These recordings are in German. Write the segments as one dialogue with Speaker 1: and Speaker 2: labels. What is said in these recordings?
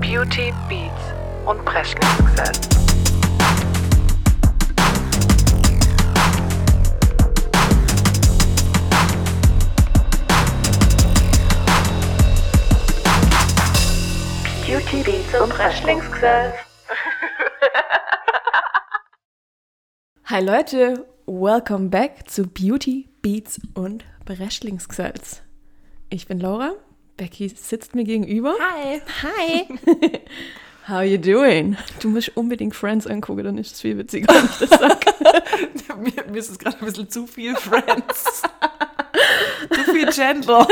Speaker 1: Beauty, Beats und Pressluxe.
Speaker 2: Beauty Beats und Frischlingsgesell.
Speaker 3: Hi Leute, welcome back zu Beauty, Beats und Bereschlingsgesetz. Ich bin Laura, Becky sitzt mir gegenüber.
Speaker 4: Hi. Hi.
Speaker 3: How you doing? Du musst unbedingt Friends angucken, dann ist es viel witziger, wenn ich das sag.
Speaker 4: mir, mir ist es gerade ein bisschen zu viel Friends. zu viel Chandler.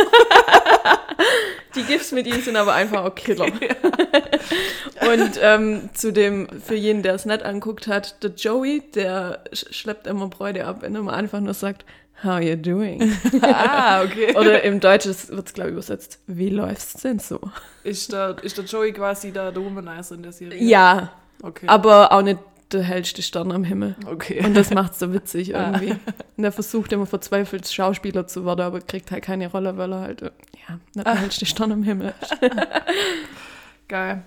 Speaker 3: Die Gifts mit ihm sind aber einfach auch Killer. Und ähm, zudem, für jeden, der es nicht anguckt hat, der Joey, der sch schleppt immer Bräute ab, wenn er mal einfach nur sagt, how you doing?
Speaker 4: ah, okay.
Speaker 3: Oder im Deutschen wird es, glaube ich, übersetzt, wie läuft's denn so?
Speaker 4: Ist der, ist der Joey quasi der, der Womanizer in der Serie?
Speaker 3: Ja,
Speaker 4: Okay.
Speaker 3: aber auch nicht der hellste Stern am Himmel.
Speaker 4: okay.
Speaker 3: Und das macht's so witzig
Speaker 4: Ah.
Speaker 3: irgendwie. Und er versucht immer verzweifelt Schauspieler zu werden, aber kriegt halt keine Rolle, weil er halt, äh, ja,
Speaker 4: Ah.
Speaker 3: nicht der hellste Stern am Himmel ist.
Speaker 4: Geil.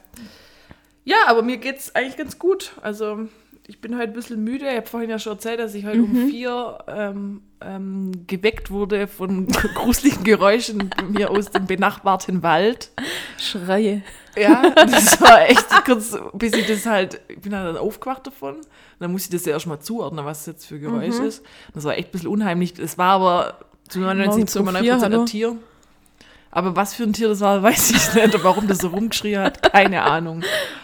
Speaker 4: Ja, aber mir geht's eigentlich ganz gut. Also, ich bin heute ein bisschen müde. Ich habe vorhin ja schon erzählt, dass ich heute um vier ähm, ähm, geweckt wurde von gruseligen Geräuschen mir aus dem benachbarten Wald.
Speaker 3: Schreie.
Speaker 4: Ja, das war echt kurz, bis ich das halt, ich bin halt dann aufgewacht davon. Und dann musste ich das ja erstmal zuordnen, was das jetzt für Geräusch
Speaker 3: Mhm.
Speaker 4: ist. Das war echt ein bisschen unheimlich. Es war aber zu
Speaker 3: Morgens um
Speaker 4: 99,9
Speaker 3: vier,
Speaker 4: Prozent
Speaker 3: hallo?
Speaker 4: ein Tier. Aber was für ein Tier das war, weiß ich nicht. Und warum das so rumgeschrien hat, keine Ahnung.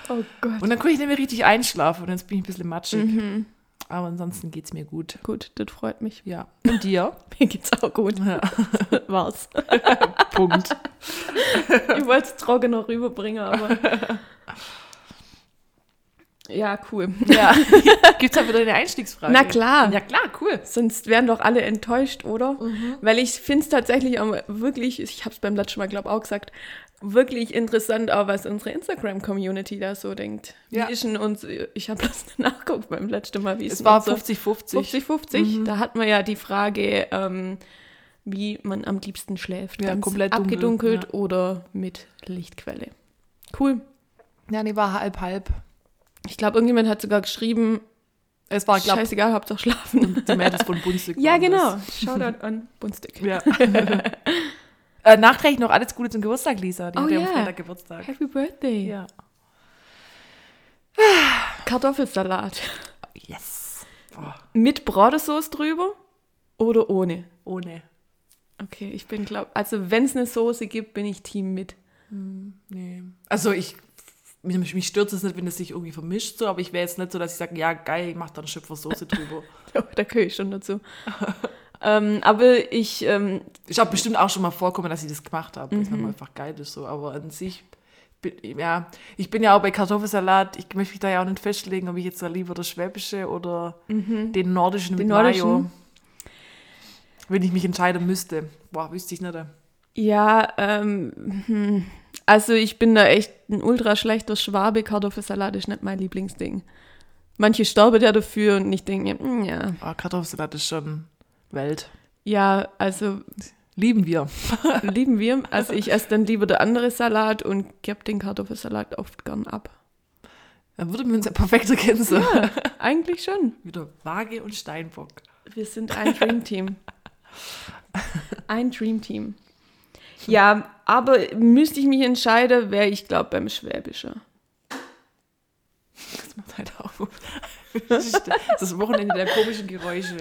Speaker 3: Oh Gott.
Speaker 4: Und dann konnte ich nicht mehr richtig einschlafen und jetzt bin ich ein bisschen matschig.
Speaker 3: Mhm.
Speaker 4: Aber ansonsten geht's mir gut.
Speaker 3: Gut, das freut mich.
Speaker 4: Ja. Und dir?
Speaker 3: Mir geht's auch gut. War's.
Speaker 4: Punkt.
Speaker 3: Ich wollte es trocken noch rüberbringen, aber. Ja, cool.
Speaker 4: Ja. Gibt's halt wieder eine Einstiegsfrage?
Speaker 3: Na klar.
Speaker 4: Ja klar, cool.
Speaker 3: Sonst wären doch alle enttäuscht, oder?
Speaker 4: Mhm.
Speaker 3: Weil ich finde es tatsächlich auch wirklich, ich habe es beim letzten Mal, glaube ich, auch gesagt, wirklich interessant, auch was unsere Instagram-Community da so denkt.
Speaker 4: Ja.
Speaker 3: Wie ist denn uns, ich habe das nachgeguckt beim letzten Mal, wie ist
Speaker 4: Es
Speaker 3: denn
Speaker 4: war Mhm.
Speaker 3: unser-
Speaker 4: 50-50.
Speaker 3: 50-50. Da hat man ja die Frage, ähm, wie man am liebsten schläft.
Speaker 4: Ja,
Speaker 3: Ganz
Speaker 4: komplett dunkel,
Speaker 3: abgedunkelt
Speaker 4: ja.
Speaker 3: oder mit Lichtquelle. Cool.
Speaker 4: Ja, nee, war halb-halb.
Speaker 3: Ich glaube, irgendjemand hat sogar geschrieben,
Speaker 4: Es war, glaube
Speaker 3: scheißegal, Hauptsache schlafen.
Speaker 4: die Mädels von Bunzig.
Speaker 3: ja,
Speaker 4: waren
Speaker 3: genau.
Speaker 4: das.
Speaker 3: Shoutout an Bunstick.
Speaker 4: Ja. äh, nachträglich noch alles Gute zum Geburtstag, Lisa. Die
Speaker 3: Oh
Speaker 4: hat ja
Speaker 3: ja.
Speaker 4: am Freitag Geburtstag.
Speaker 3: Happy Birthday.
Speaker 4: Ja.
Speaker 3: Kartoffelsalat.
Speaker 4: Yes. Oh,
Speaker 3: Mit Bratensauce drüber oder ohne?
Speaker 4: ohne.
Speaker 3: Okay, ich bin, glaube also wenn es eine Soße gibt, bin ich Team mit.
Speaker 4: Nee. Also ich, mich, mich stört es nicht, wenn das sich irgendwie vermischt, so, aber ich wäre jetzt nicht so, dass ich sage, ja, geil, ich mach da einen Schöpfer Soße drüber.
Speaker 3: Oh, da gehöre ich schon dazu. ähm, aber ich ähm,
Speaker 4: Ich habe bestimmt auch schon mal vorkommen, dass ich das gemacht habe. Das ist nochmal einfach geil, das so. Aber an sich, bin, ja, ich bin ja auch bei Kartoffelsalat. Ich möchte mich da ja auch nicht festlegen, ob ich jetzt da lieber das Schwäbische oder den Nordischen
Speaker 3: Den
Speaker 4: mit Mayo.
Speaker 3: nordischen.
Speaker 4: Wenn ich mich entscheiden müsste. Boah, wüsste ich nicht. Ah,
Speaker 3: Ja, ähm, hm. also ich bin da echt ein ultra schlechter Schwabe. Kartoffelsalat ist nicht mein Lieblingsding. Manche sterben ja dafür und ich denke, mir, hm, ja.
Speaker 4: Oh, Kartoffelsalat ist schon Welt.
Speaker 3: Ja, also
Speaker 4: Lieben wir.
Speaker 3: lieben wir. Also ich esse dann lieber der andere Salat und gebe den Kartoffelsalat oft gern ab.
Speaker 4: Dann würden wir uns ja perfekt ergänzen.
Speaker 3: Eigentlich schon.
Speaker 4: Wieder Waage und Steinbock.
Speaker 3: Wir sind ein Dreamteam. Ein Dreamteam. Ja, aber müsste ich mich entscheiden, wäre ich, glaube beim Schwäbischer.
Speaker 4: Das macht halt auch. Das ist das Wochenende der komischen Geräusche.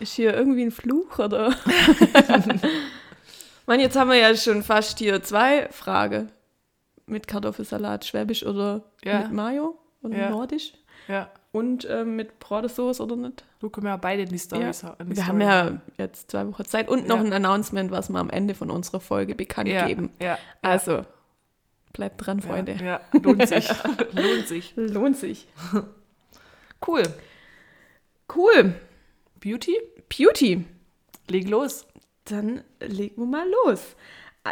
Speaker 3: Ist hier irgendwie ein Fluch oder? Mann, jetzt haben wir ja schon fast hier zwei Frage mit Kartoffelsalat, Schwäbisch oder
Speaker 4: Ja.
Speaker 3: mit Mayo oder
Speaker 4: Ja.
Speaker 3: Nordisch
Speaker 4: Ja.
Speaker 3: und ähm, mit Bratensauce oder nicht?
Speaker 4: Du können ja beide in die Storys in die
Speaker 3: Wir haben
Speaker 4: Story.
Speaker 3: ja jetzt zwei Wochen Zeit und noch
Speaker 4: Ja.
Speaker 3: ein Announcement, was wir am Ende von unserer Folge bekannt
Speaker 4: ja,
Speaker 3: geben.
Speaker 4: Ja,
Speaker 3: Also bleibt dran, Freunde.
Speaker 4: Ja, ja, lohnt sich. lohnt sich.
Speaker 3: Lohnt sich.
Speaker 4: Cool.
Speaker 3: Cool.
Speaker 4: Beauty,
Speaker 3: Beauty.
Speaker 4: leg los.
Speaker 3: dann legen wir mal los.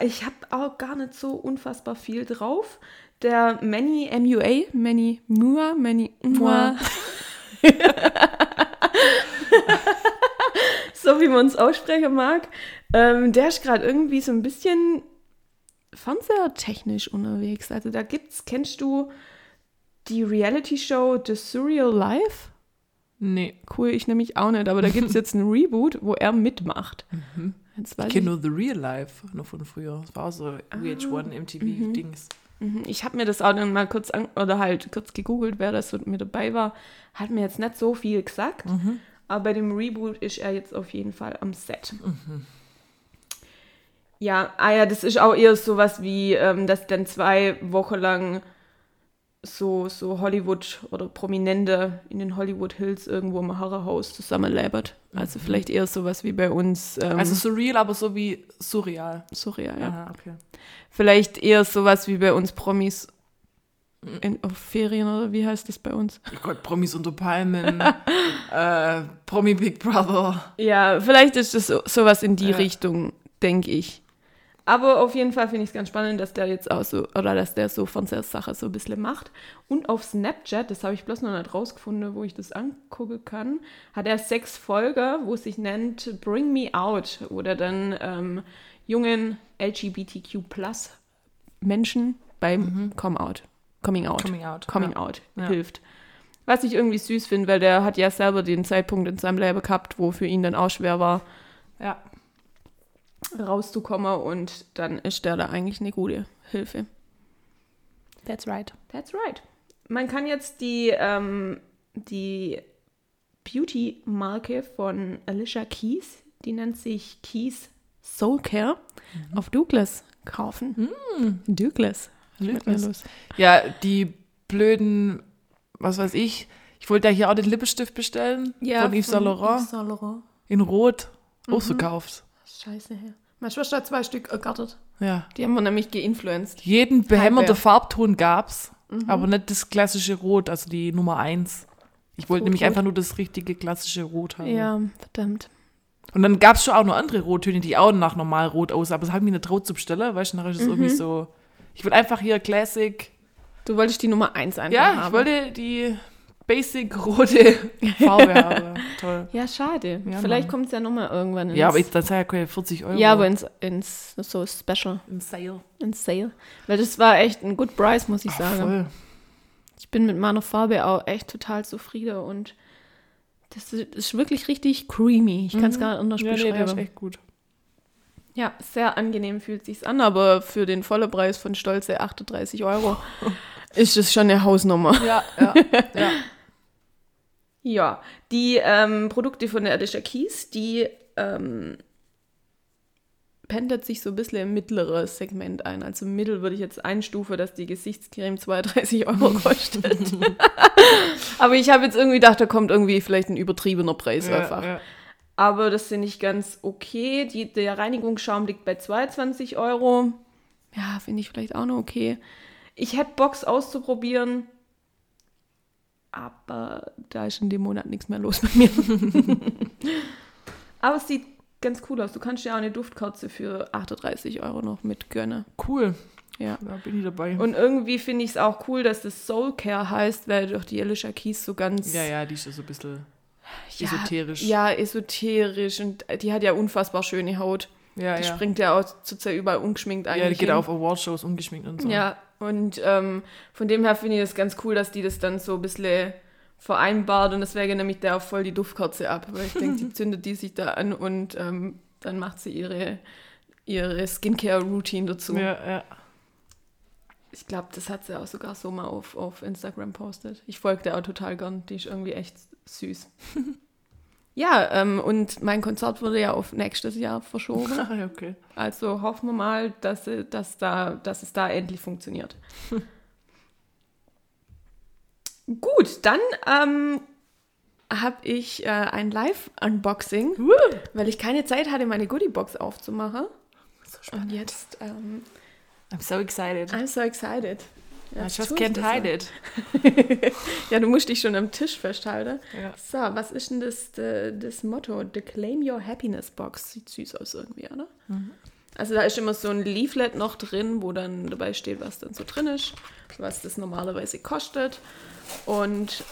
Speaker 3: Ich habe auch gar nicht so unfassbar viel drauf. Der Manny MUA, Manny Mua, Manny Mua. so wie man es aussprechen mag. Ähm, der ist gerade irgendwie so ein bisschen fernsehtechnisch unterwegs. Also da gibt's, kennst du die Reality-Show The Surreal Life?
Speaker 4: Nee.
Speaker 3: Cool, ich nämlich auch nicht, aber da gibt's jetzt ein Reboot, wo er mitmacht. Jetzt weiß
Speaker 4: Ich kenne nur The Real Life noch von früher. Das war auch so VH1 MTV-Dings.
Speaker 3: Mhm. Ich habe mir das auch dann mal kurz an, oder halt kurz gegoogelt, wer das mit mir dabei war. Hat mir jetzt nicht so viel gesagt,
Speaker 4: Mhm.
Speaker 3: aber bei dem Reboot ist er jetzt auf jeden Fall am Set.
Speaker 4: Mhm.
Speaker 3: Ja, ah ja, das ist auch eher sowas wie, ähm, dass dann zwei Wochen lang so, so Hollywood oder Prominente in den Hollywood Hills irgendwo im Harrehaus zusammenlebert. Also vielleicht eher sowas wie bei uns ähm,
Speaker 4: Mhm. Also surreal, aber so wie surreal.
Speaker 3: surreal. Ja.
Speaker 4: Aha, okay.
Speaker 3: Vielleicht eher sowas wie bei uns Promis in auf Ferien oder wie heißt das bei uns?
Speaker 4: Oh Gott, Promis unter Palmen. äh, Promi Big Brother.
Speaker 3: Ja, vielleicht ist es so- sowas in die Richtung, denke ich. Aber auf jeden Fall finde ich es ganz spannend, dass der jetzt auch so, oder dass der so Fernsehsache so ein bisschen macht. Und auf Snapchat, das habe ich bloß noch nicht rausgefunden, wo ich das angucken kann, hat er sechs Folger, wo es sich nennt Bring Me Out, wo der dann ähm, jungen LGBTQ Menschen beim Come Out, Coming Out.
Speaker 4: Mhm. Coming out,
Speaker 3: Coming
Speaker 4: ja.
Speaker 3: Out
Speaker 4: Ja.
Speaker 3: hilft. Was ich irgendwie süß finde, weil der hat ja selber den Zeitpunkt in seinem Leben gehabt, wo für ihn dann auch schwer war,
Speaker 4: Ja.
Speaker 3: rauszukommen und dann ist der da eigentlich eine gute Hilfe.
Speaker 4: That's right.
Speaker 3: That's right. Man kann jetzt die, ähm, die Beauty-Marke von Alicia Keys, die nennt sich Keys Soul Care, auf Douglas kaufen. Douglas. Schmeckt mir
Speaker 4: Douglas.
Speaker 3: los.
Speaker 4: Ja, die blöden, was weiß ich. Ich wollte ja hier auch den Lippenstift bestellen. von Yves Mhm. Saint Laurent.
Speaker 3: Yves Saint Laurent.
Speaker 4: In Rot. Auch so gekauft.
Speaker 3: Scheiße her. Meine Schwester hat zwei Stück ergattert.
Speaker 4: Ja.
Speaker 3: Die haben wir nämlich geinfluenced.
Speaker 4: Jeden behämmerten
Speaker 3: Hardware.
Speaker 4: Farbton gab's, aber nicht das klassische Rot, also die Nummer 1. Ich wollte
Speaker 3: Rot,
Speaker 4: nämlich
Speaker 3: Rot.
Speaker 4: einfach nur das richtige klassische Rot haben.
Speaker 3: Ja, verdammt.
Speaker 4: Und dann gab's schon auch noch andere Rottöne, die auch nach normal Rot aussahen, aber das habe ich mir nicht rot zu bestellen, weißt du, nachher ist es irgendwie so. Ich will einfach hier Classic.
Speaker 3: Du wolltest die Nummer 1 einfach
Speaker 4: Ja,
Speaker 3: haben.
Speaker 4: ich wollte die Basic rote Farbe haben. Toll.
Speaker 3: Ja, schade.
Speaker 4: Ja,
Speaker 3: Vielleicht
Speaker 4: Mann.
Speaker 3: kommt es ja nochmal irgendwann ins...
Speaker 4: Ja, aber ich, das sind ja keine 40 Euro.
Speaker 3: ja, aber ins, ins so Special,
Speaker 4: im Sale.
Speaker 3: ins Sale. Weil das war echt ein good price, muss ich sagen.
Speaker 4: Voll.
Speaker 3: Ich bin mit meiner Farbe auch echt total zufrieden und das ist, ist wirklich richtig creamy. Ich kann es gar nicht anders
Speaker 4: Mhm. Ja, nee, der ist
Speaker 3: beschreiben.
Speaker 4: echt gut.
Speaker 3: ja, sehr angenehm fühlt sich's an, aber für den vollen Preis von stolze 38 Euro ist das schon eine Hausnummer.
Speaker 4: Ja, ja, ja.
Speaker 3: Ja, die ähm, Produkte von der Alicia Keys, die ähm, pendelt sich so ein bisschen im mittleren Segment ein. Also mittel würde ich jetzt einstufe, dass die Gesichtscreme 32 Euro kostet. Aber ich habe jetzt irgendwie gedacht, da kommt irgendwie vielleicht ein übertriebener Preis
Speaker 4: ja,
Speaker 3: einfach.
Speaker 4: ja.
Speaker 3: Aber das finde ich ganz okay. Die, der Reinigungsschaum liegt bei 22 Euro. Ja, finde ich vielleicht auch noch okay. Ich hätte Box auszuprobieren. Aber da ist in dem Monat nichts mehr los bei mir. aber es sieht ganz cool aus. Du kannst dir auch eine Duftkerze für 38 Euro noch mitgönnen.
Speaker 4: Cool.
Speaker 3: Ja.
Speaker 4: Da bin ich dabei.
Speaker 3: Und irgendwie finde ich es auch cool, dass das Soul Care heißt, weil doch die Alicia Keys so ganz
Speaker 4: Ja, ja, die ist ja so ein bisschen esoterisch.
Speaker 3: Ja, esoterisch. Und die hat ja unfassbar schöne Haut.
Speaker 4: Ja,
Speaker 3: die
Speaker 4: ja.
Speaker 3: springt ja auch zurzeit überall ungeschminkt eigentlich.
Speaker 4: ja, die geht
Speaker 3: hin.
Speaker 4: auf Awardshows ungeschminkt und so.
Speaker 3: Ja, und ähm, von dem her finde ich das ganz cool, dass die das dann so ein bisschen vereinbart und deswegen nehme ich da auch voll die Duftkerze ab, weil ich denke, die zündet die sich da an und ähm, dann macht sie ihre, ihre Skincare-Routine dazu.
Speaker 4: Ja, ja.
Speaker 3: Ich glaube, das hat sie auch sogar so mal auf, auf Instagram postet. Ich folge der auch total gern. Die ist irgendwie echt süß. ja, ähm, und mein Konzert wurde ja auf nächstes Jahr verschoben.
Speaker 4: Ah, ja, okay.
Speaker 3: Also hoffen wir mal, dass, sie- dass, da, dass es da endlich funktioniert. Gut, dann ähm, habe ich äh, ein Live-Unboxing, weil ich keine Zeit hatte, meine Goodie-Box aufzumachen. Und jetzt, ähm,
Speaker 4: I'm so excited.
Speaker 3: I'm so excited.
Speaker 4: I
Speaker 3: Jetzt
Speaker 4: just
Speaker 3: tue ich
Speaker 4: can't
Speaker 3: das
Speaker 4: hide
Speaker 3: mal.
Speaker 4: it.
Speaker 3: Ja, du musst dich schon am Tisch festhalten.
Speaker 4: Ja.
Speaker 3: So, was ist denn das, äh, das Motto? The Claim Your Happiness Box. Sieht süß aus irgendwie, oder? Also da ist immer so ein Leaflet noch drin, wo dann dabei steht, was dann so drin ist, was das normalerweise kostet. Und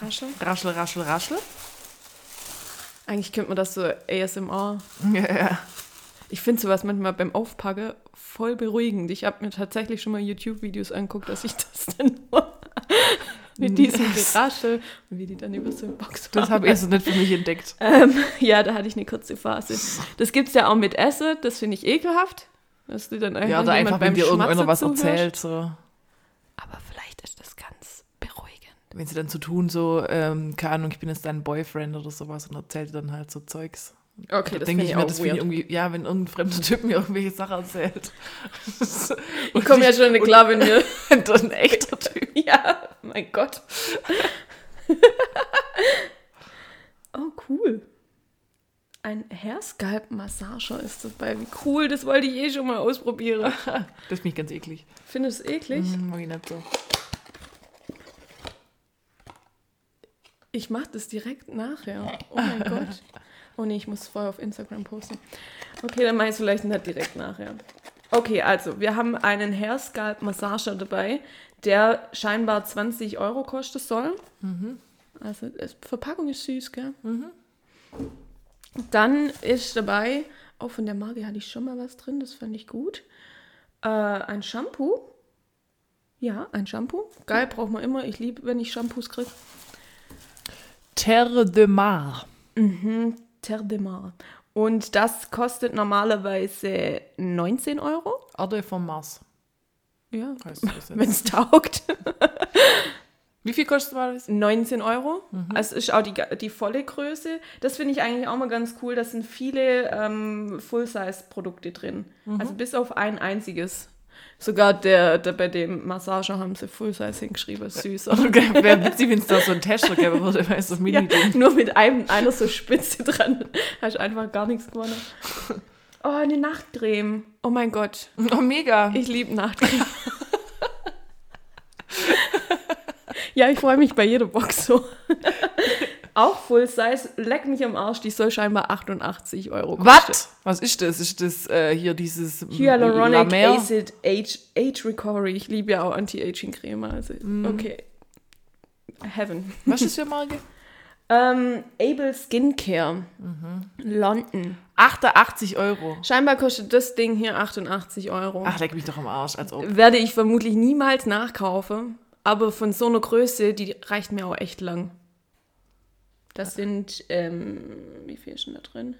Speaker 3: Rasche.
Speaker 4: Raschel, raschel, raschel.
Speaker 3: Eigentlich könnte man das so ASMR
Speaker 4: Ja, ja.
Speaker 3: Ich finde sowas manchmal beim Aufpacken voll beruhigend. Ich habe mir tatsächlich schon mal YouTube-Videos angeguckt, dass ich das dann nur mit diesem Geraschel und wie die dann über so eine Box
Speaker 4: Das habe ich so nicht für mich entdeckt.
Speaker 3: ähm, Ja, da hatte ich eine kurze Phase. Das gibt es ja auch mit Essen, das finde ich ekelhaft. Dass du dann
Speaker 4: Ja, oder
Speaker 3: jemand
Speaker 4: einfach, wenn dir irgendeiner
Speaker 3: Schmatzen
Speaker 4: was
Speaker 3: zuhörst.
Speaker 4: erzählt. So.
Speaker 3: Aber vielleicht ist das ganz beruhigend.
Speaker 4: Wenn sie dann zu so tun, so, ähm, keine Ahnung, ich bin jetzt dein Boyfriend oder sowas und erzählt dann halt so Zeugs.
Speaker 3: Okay,
Speaker 4: denke ich mir, das finde ich irgendwie, ja, wenn irgendein fremder Typ mir irgendwelche Sachen erzählt.
Speaker 3: Ich komme ja schon in klar, wenn wir.
Speaker 4: Und ein echter Typ.
Speaker 3: ja, mein Gott. oh, cool. Ein Hairscalp-Massager ist dabei. Wie cool, das wollte ich eh schon mal ausprobieren.
Speaker 4: Das finde ich ganz eklig.
Speaker 3: Findest du es eklig?
Speaker 4: Hm, mag ich nicht so.
Speaker 3: Ich mache das direkt nachher. Oh mein Gott. Oh nee, ich muss es vorher auf Instagram posten. Okay, dann mache ich es vielleicht nicht direkt nachher. Okay, also wir haben einen Hair Scalp Massager dabei, der scheinbar 20 Euro kostet soll. Also es, Verpackung ist süß, gell? Dann ist dabei, auch von der Marke hatte ich schon mal was drin, das fand ich gut. Äh, ein Shampoo. Ja, ein Shampoo. Geil, braucht man immer. Ich liebe, wenn ich Shampoos kriege.
Speaker 4: Terre de Mar.
Speaker 3: Terre de Mar. Und das kostet normalerweise 19 Euro.
Speaker 4: Erde vom Mars.
Speaker 3: Ja,
Speaker 4: Heißt das
Speaker 3: wenn
Speaker 4: jetzt.
Speaker 3: es taugt.
Speaker 4: Wie viel kostet mal das?
Speaker 3: 19 Euro. Also ist auch die, ga- die volle Größe. Das finde ich eigentlich auch mal ganz cool. Da sind viele ähm, Full-Size-Produkte drin. Also bis auf ein einziges. Sogar der, der bei dem Massager haben sie Full-Size hingeschrieben. Süß. oder?
Speaker 4: Okay, Wäre witzig, wenn es da so ein Täschler gäbe, würde weißt du,
Speaker 3: Ja,
Speaker 4: mini
Speaker 3: nur mit einem, einer so Spitze dran. Hast einfach gar nichts gewonnen. Oh, eine Nachtcreme. Oh mein Gott.
Speaker 4: Oh, mega.
Speaker 3: Ich liebe Nachtcreme. ja, ich freue mich bei jeder Box so. Auch Full Size, leck mich am Arsch, die soll scheinbar 88 Euro kosten.
Speaker 4: Was? Was ist das? Ist das äh, hier dieses La
Speaker 3: Hyaluronic
Speaker 4: Mer?
Speaker 3: Acid Age, Age Recovery. Ich liebe ja auch Anti-Aging-Creme. Also,
Speaker 4: Mhm.
Speaker 3: okay. Heaven.
Speaker 4: Was ist das für eine Marke?
Speaker 3: Ähm, Able Skincare.
Speaker 4: Mhm.
Speaker 3: London.
Speaker 4: 88 Euro.
Speaker 3: Scheinbar kostet das Ding hier 88 Euro.
Speaker 4: Ach, leck mich doch am Arsch, als ob.
Speaker 3: Werde ich vermutlich niemals nachkaufen, aber von so einer Größe, die reicht mir auch echt lang. Das sind, ähm, wie viel ist denn da drin?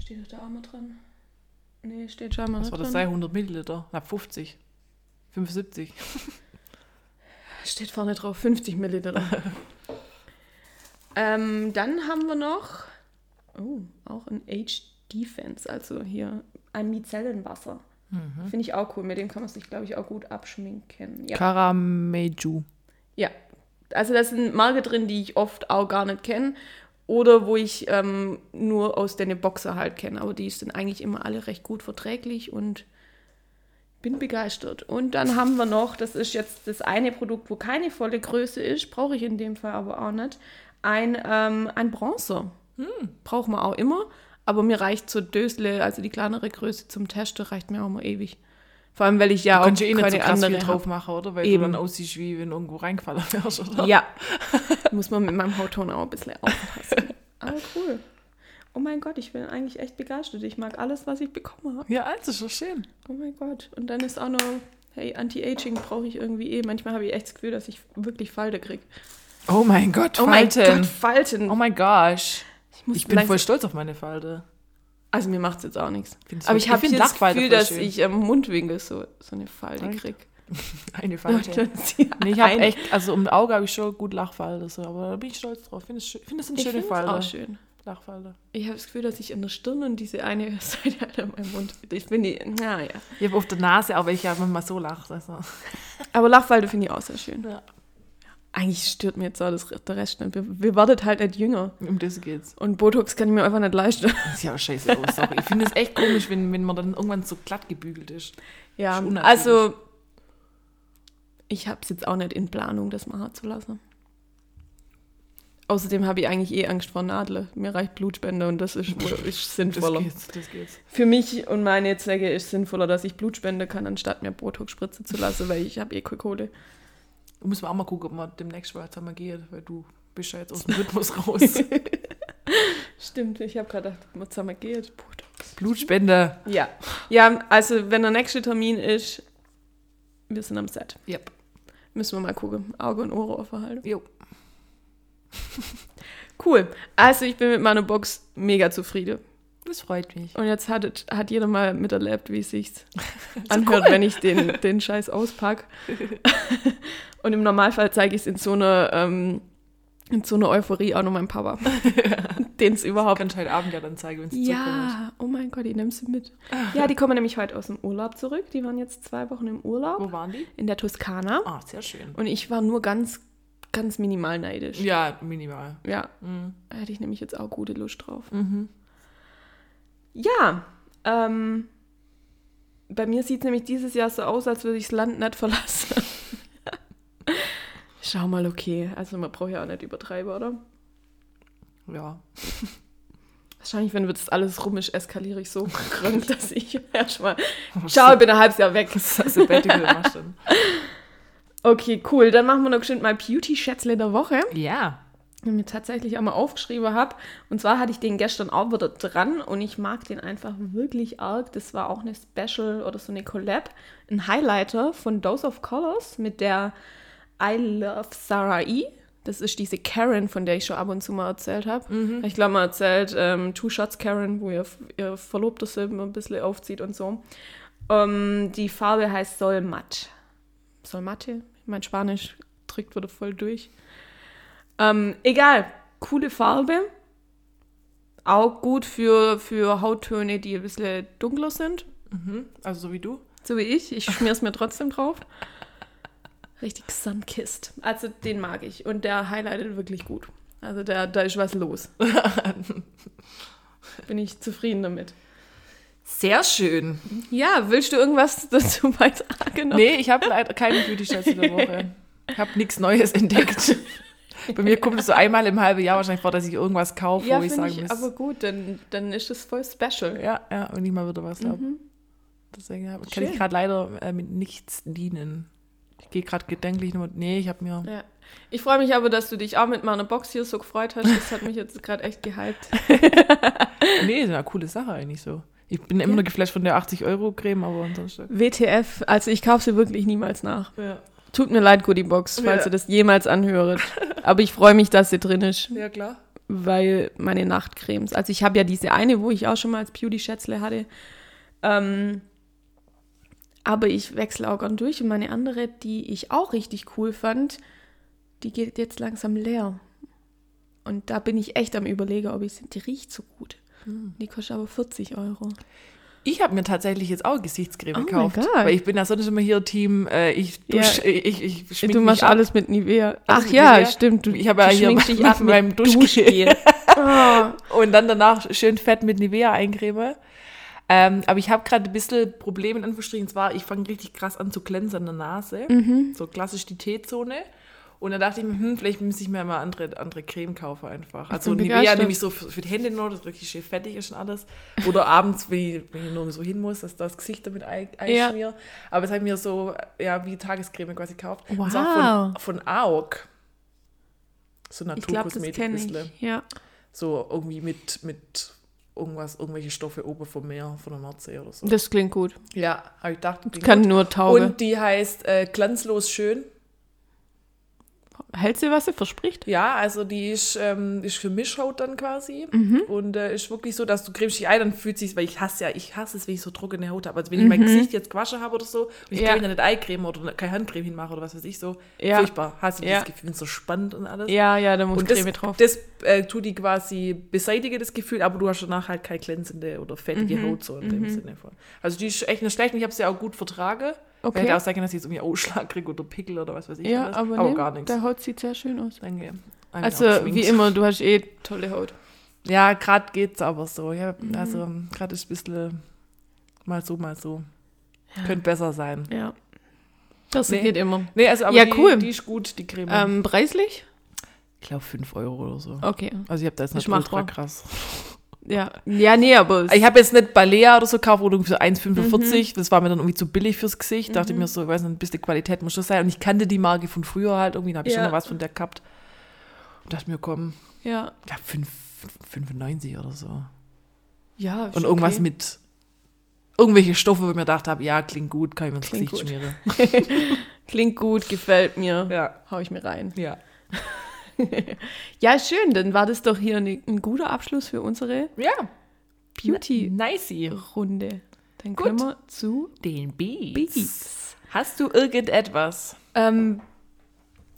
Speaker 3: Steht doch da auch mal dran? Nee, steht scheinbar
Speaker 4: Was
Speaker 3: nicht
Speaker 4: war das?
Speaker 3: drin.
Speaker 4: 300 Milliliter? Na, 50. 75.
Speaker 3: Steht vorne drauf, 50 Milliliter. ähm, dann haben wir noch, oh, auch ein Age Defense, also hier ein Micellenwasser.
Speaker 4: Mhm.
Speaker 3: Finde ich auch cool. Mit dem kann man sich, glaube ich, auch gut abschminken. Ja.
Speaker 4: Karameju.
Speaker 3: Ja, also das sind Marke drin, die ich oft auch gar nicht kenne oder wo ich ähm, nur aus der Boxer halt kenne. Aber die sind eigentlich immer alle recht gut verträglich und bin begeistert. Und dann haben wir noch, das ist jetzt das eine Produkt, wo keine volle Größe ist, brauche ich in dem Fall aber auch nicht, ein, ähm, ein Bronzer.
Speaker 4: Hm.
Speaker 3: Braucht man auch immer, aber mir reicht zur Dösle, also die kleinere Größe zum Testen, reicht mir auch mal ewig. Vor allem, weil ich ja
Speaker 4: Da
Speaker 3: auch
Speaker 4: kannst du eh nicht so
Speaker 3: keine
Speaker 4: krass
Speaker 3: andere
Speaker 4: viel
Speaker 3: hab.
Speaker 4: drauf machen, oder? Weil
Speaker 3: Eben.
Speaker 4: du dann aussiehst, wie wenn du irgendwo reingefallen wärst, oder?
Speaker 3: Ja. Muss man mit meinem Hautton auch ein bisschen aufpassen. Aber cool. Oh mein Gott, ich bin eigentlich echt begeistert. Ich mag alles, was ich bekommen habe.
Speaker 4: Ja, also schon schön.
Speaker 3: Oh mein Gott. Und dann ist auch noch, hey, Anti-Aging brauche ich irgendwie eh. Manchmal habe ich echt das Gefühl, dass ich wirklich Falte kriege.
Speaker 4: Oh mein Gott,
Speaker 3: Oh mein Gott, Falten.
Speaker 4: Oh mein gosh.
Speaker 3: ich muss
Speaker 4: Ich bin
Speaker 3: langsam-
Speaker 4: voll stolz auf meine Falte.
Speaker 3: Also mir macht es jetzt auch nichts.
Speaker 4: Find's
Speaker 3: Aber
Speaker 4: voll-
Speaker 3: ich
Speaker 4: ich
Speaker 3: habe
Speaker 4: find
Speaker 3: hier das
Speaker 4: Lachfalte
Speaker 3: Gefühl,
Speaker 4: voll
Speaker 3: dass
Speaker 4: schön.
Speaker 3: ich am Mundwinkel so, so eine Falte
Speaker 4: Echt?
Speaker 3: kriege.
Speaker 4: Eine Falte. Nee, ich habe echt, also um die Auge habe ich schon gut Lachfalte, so, aber da bin ich stolz drauf. Finde es schön- finde es eine
Speaker 3: Ich
Speaker 4: schöne
Speaker 3: finde es auch
Speaker 4: Falte.
Speaker 3: schön.
Speaker 4: Lachfalte.
Speaker 3: Ich habe das Gefühl, dass ich an der Stirn und diese eine Seite halt an meinem Mund. Ich bin die, naja.
Speaker 4: Ich habe auf der Nase, aber ich habe mal so lacht. Also.
Speaker 3: Aber Lachfalte finde ich auch sehr schön.
Speaker 4: Ja.
Speaker 3: Eigentlich stört mir jetzt auch das, der Rest nicht. Wir, wir wartet halt nicht jünger.
Speaker 4: Um das geht's.
Speaker 3: Und Botox kann ich mir einfach nicht leisten.
Speaker 4: Das ist ja auch scheiße aus, sorry. Ich finde es echt komisch, wenn, wenn man dann irgendwann so glatt gebügelt ist.
Speaker 3: ja,
Speaker 4: Ist unnatürlich.
Speaker 3: also ich habe es jetzt auch nicht in Planung, das machen zu lassen. Außerdem habe ich eigentlich eh Angst vor Nadeln. Mir reicht Blutspende und das ist, wohl- ist
Speaker 4: Das
Speaker 3: sinnvoller.
Speaker 4: geht's, das geht's.
Speaker 3: Für mich und meine Zwecke ist sinnvoller, dass ich Blut spende kann, anstatt mir Botox spritzen zu lassen, weil ich habe eh keine Kohle.
Speaker 4: Da müssen wir auch mal gucken, ob wir demnächst mal geht, weil du bist ja jetzt aus dem Rhythmus raus.
Speaker 3: Stimmt, ich habe gerade gedacht, was haben wir geht? Botox.
Speaker 4: Blutspende.
Speaker 3: Ja. Ja, also wenn der nächste Termin ist, wir sind am Set.
Speaker 4: Yep.
Speaker 3: Müssen wir mal gucken. Auge und Ohren offen halten.
Speaker 4: Jo.
Speaker 3: Cool. Also ich bin mit meiner Box mega zufrieden.
Speaker 4: Das freut mich.
Speaker 3: Und jetzt hat, hat jeder mal miterlebt, wie es sich anhört, wenn ich den, den Scheiß auspack. Und im Normalfall zeige ich es in so einer ähm, in so einer Euphorie auch noch meinem Papa, den es überhaupt
Speaker 4: Kannst heute Abend ja dann zeigen, wenn es
Speaker 3: Ja, oh mein Gott, ich nehme sie mit. Ja, die kommen nämlich heute aus dem Urlaub zurück. Die waren jetzt zwei Wochen im Urlaub
Speaker 4: Wo waren die?
Speaker 3: in der Toskana.
Speaker 4: Ah, sehr schön.
Speaker 3: Und ich war nur ganz, ganz minimal neidisch.
Speaker 4: Ja, minimal. Mhm.
Speaker 3: Ja, da hätte ich nämlich jetzt auch gute Lust drauf. Ja, ähm, bei mir sieht es nämlich dieses Jahr so aus, als würde ich das Land nicht verlassen. Schau mal, okay. Also man braucht ja auch nicht übertreiben, oder?
Speaker 4: Ja.
Speaker 3: Wahrscheinlich, wenn das alles rum ist, eskaliere ich so krank, dass ich erstmal. Ciao, ich bin ein halbes Jahr weg.
Speaker 4: Das ist Sabbatical machst du dann.
Speaker 3: Okay, cool. Dann machen wir noch bestimmt mal Beauty-Schätzle der Woche,
Speaker 4: Ja.
Speaker 3: den ich mir tatsächlich auch mal aufgeschrieben habe. Und zwar hatte ich den gestern auch wieder dran und ich mag den einfach wirklich arg. Das war auch eine Special oder so eine Collab. Ein Highlighter von Dose of Colors mit der I Love Sarah E. Das ist diese Karen, von der ich schon ab und zu mal erzählt habe. Ich glaube, mal erzählt ähm, Two Shots Karen, wo ihr, ihr Verlobter Silben ein bisschen aufzieht und so. Ähm, die Farbe heißt Sol Matt. Sol Matte? Mein Spanisch drückt wieder voll durch. Ähm, egal, coole Farbe. Auch gut für, für Hauttöne, die ein bisschen dunkler sind.
Speaker 4: Also so wie du.
Speaker 3: So wie ich. Ich schmier es mir trotzdem drauf. Richtig sunkissed. Also den mag ich. Und der highlightet wirklich gut. Also der, da ist was los. Bin ich zufrieden damit.
Speaker 4: Sehr schön.
Speaker 3: Ja, willst du irgendwas dazu beitragen?
Speaker 4: Nee, ich habe leider keine Beauty-Schätze der Woche. Ich habe nichts Neues entdeckt. Bei mir kommt es so einmal im halben Jahr wahrscheinlich vor, dass ich irgendwas kaufe,
Speaker 3: Ja,
Speaker 4: wo ich
Speaker 3: finde
Speaker 4: sagen
Speaker 3: ich,
Speaker 4: muss.
Speaker 3: aber gut, dann, dann ist es voll special.
Speaker 4: ja, ja, und ich mal wieder was habe. Deswegen hab, kann
Speaker 3: Mhm. Schön.
Speaker 4: ich gerade leider äh, mit nichts dienen. Ich gehe gerade gedanklich nur. Nee, ich habe mir.
Speaker 3: Ja. Ich freue mich aber, dass du dich auch mit meiner Box hier so gefreut hast. Das hat mich jetzt gerade echt gehypt.
Speaker 4: Nee, ist eine coole Sache eigentlich so. Ich bin immer
Speaker 3: Ja.
Speaker 4: nur geflasht von der 80-Euro-Creme, aber ansonsten.
Speaker 3: WTF, also ich kaufe sie wirklich niemals nach.
Speaker 4: Ja.
Speaker 3: Tut mir leid, Goodie Box, falls
Speaker 4: Ja.
Speaker 3: ihr das jemals anhöret. Aber ich freue mich, dass sie drin ist,
Speaker 4: ja, klar.
Speaker 3: weil meine Nachtcremes. Also ich habe ja diese eine, wo ich auch schon mal als Beauty-Schätzle hatte. Ähm, aber ich wechsle auch gern durch. Und meine andere, die ich auch richtig cool fand, die geht jetzt langsam leer. Und da bin ich echt am überlegen, ob ich sie. Die riecht so gut.
Speaker 4: Hm.
Speaker 3: Die kostet aber 40 Euro.
Speaker 4: Ich habe mir tatsächlich jetzt auch Gesichtscreme
Speaker 3: Oh mein
Speaker 4: gekauft.
Speaker 3: Gott.
Speaker 4: Weil ich bin da sonst immer hier Team, äh, ich
Speaker 3: Ja.
Speaker 4: dusch, ich, ich, ich schmink
Speaker 3: du machst
Speaker 4: mich ab.
Speaker 3: alles mit Nivea. Ach
Speaker 4: mit
Speaker 3: ja,
Speaker 4: Nivea.
Speaker 3: stimmt. Du,
Speaker 4: Ich habe ja
Speaker 3: du
Speaker 4: hier
Speaker 3: schminkst dich
Speaker 4: mit
Speaker 3: ab mit
Speaker 4: meinem Duschgel.
Speaker 3: oh.
Speaker 4: Und dann danach schön fett mit Nivea eincreme. Ähm, aber ich habe gerade ein bisschen Probleme in Anführungsstrichen. Und zwar, ich fange richtig krass an zu glänzen an der Nase.
Speaker 3: Mhm.
Speaker 4: So klassisch die T-Zone. Und dann dachte ich mir, hm, vielleicht muss ich mir mal andere, andere Creme kaufen einfach. Also
Speaker 3: bin
Speaker 4: Nivea
Speaker 3: begeistert.
Speaker 4: nehme ich so für, für die Hände nur, das wirklich schön fettig ist und alles. Oder abends, wenn ich, wenn ich nur so hin muss, dass das Gesicht damit ein-
Speaker 3: Ja.
Speaker 4: einschmier. Aber es habe ich mir so, ja, wie Tagescreme quasi gekauft. Und
Speaker 3: Wow.
Speaker 4: zwar von, von AOK. So
Speaker 3: Ich glaube, das
Speaker 4: Naturkosmetik
Speaker 3: kenne
Speaker 4: bisschen.
Speaker 3: ich. Ja.
Speaker 4: So irgendwie mit, mit irgendwas, irgendwelche Stoffe oben vom Meer, von der Nordsee oder so.
Speaker 3: Das klingt gut.
Speaker 4: ja, habe ich gedacht. klingt
Speaker 3: Kann
Speaker 4: gut.
Speaker 3: nur Taube.
Speaker 4: Und die heißt äh, Glanzlos Schön.
Speaker 3: Hält sie, was sie verspricht?
Speaker 4: Ja, also die ist, ähm, ist für Mischhaut dann quasi.
Speaker 3: Mhm.
Speaker 4: Und äh, ist wirklich so, dass du cremst dich ein, dann fühlt sich, weil ich hasse ja, ich hasse es, wenn ich so trockene Haut habe. Also wenn ich mein Gesicht jetzt gewaschen habe oder so und ich
Speaker 3: Mhm. Ja.
Speaker 4: kann mir dann nicht Eincreme oder keine Handcreme hinmache oder was weiß ich so.
Speaker 3: Ja.
Speaker 4: Furchtbar. Hasse
Speaker 3: Ja.
Speaker 4: dieses Gefühl, so spannend und alles.
Speaker 3: Ja, ja, da muss
Speaker 4: Und das,
Speaker 3: Creme drauf.
Speaker 4: das äh, tut die quasi beseitige das Gefühl, aber du hast danach halt keine glänzende oder fettige
Speaker 3: Mhm.
Speaker 4: Haut so in dem Sinne von. Also die ist echt nicht schlecht und ich habe sie auch gut vertragen.
Speaker 3: Okay.
Speaker 4: Ich hätte auch sagen, können, dass ich jetzt irgendwie Ausschlag kriege oder Pickel oder was weiß ich
Speaker 3: ja,
Speaker 4: alles.
Speaker 3: aber, nee,
Speaker 4: gar nichts. genau,
Speaker 3: Der Haut sieht sehr schön aus.
Speaker 4: Danke. Hab mich
Speaker 3: Also,
Speaker 4: auch geschminkt.
Speaker 3: wie immer, du hast eh tolle Haut.
Speaker 4: Ja, gerade geht's aber so. Ja,
Speaker 3: Mhm.
Speaker 4: Also gerade ist ein bisschen mal so, mal so. Könnte besser sein.
Speaker 3: Ja. Das
Speaker 4: Nee.
Speaker 3: geht immer.
Speaker 4: Nee, also aber
Speaker 3: Ja,
Speaker 4: die,
Speaker 3: cool.
Speaker 4: die ist gut, die Creme.
Speaker 3: Ähm, preislich?
Speaker 4: ich glaube 5 Euro oder so.
Speaker 3: Okay.
Speaker 4: Also ich habe da jetzt
Speaker 3: Ist
Speaker 4: nicht ultra
Speaker 3: machbar.
Speaker 4: krass.
Speaker 3: Ja, ja nee, aber es-
Speaker 4: Ich habe jetzt nicht Balea oder so gekauft, wo irgendwie so
Speaker 3: Mhm.
Speaker 4: 1,45, das war mir dann irgendwie zu billig fürs Gesicht. Dachte ich mir so, ich weiß nicht, ein bisschen Qualität muss das sein. Und ich kannte die Marke von früher halt irgendwie, da habe ich
Speaker 3: Ja.
Speaker 4: schon noch was von der gehabt. Und dachte mir, komm,
Speaker 3: ja.
Speaker 4: ja, 5, 95 oder so.
Speaker 3: Ja, ist
Speaker 4: Und irgendwas
Speaker 3: okay.
Speaker 4: mit irgendwelche Stoffe, wo ich mir gedacht habe, ja, klingt gut, kann ich mir ins
Speaker 3: Klingt
Speaker 4: Gesicht
Speaker 3: gut.
Speaker 4: schmieren.
Speaker 3: Klingt gut, gefällt mir.
Speaker 4: Ja,
Speaker 3: Hau ich mir rein.
Speaker 4: ja.
Speaker 3: Ja, schön, dann war das doch hier ne, ein guter Abschluss für unsere
Speaker 4: Ja.
Speaker 3: Beauty-Runde.
Speaker 4: Nicey.
Speaker 3: Dann
Speaker 4: Gut.
Speaker 3: kommen wir zu
Speaker 4: Den Beats.
Speaker 3: Beats.
Speaker 4: Hast du irgendetwas?
Speaker 3: Ähm,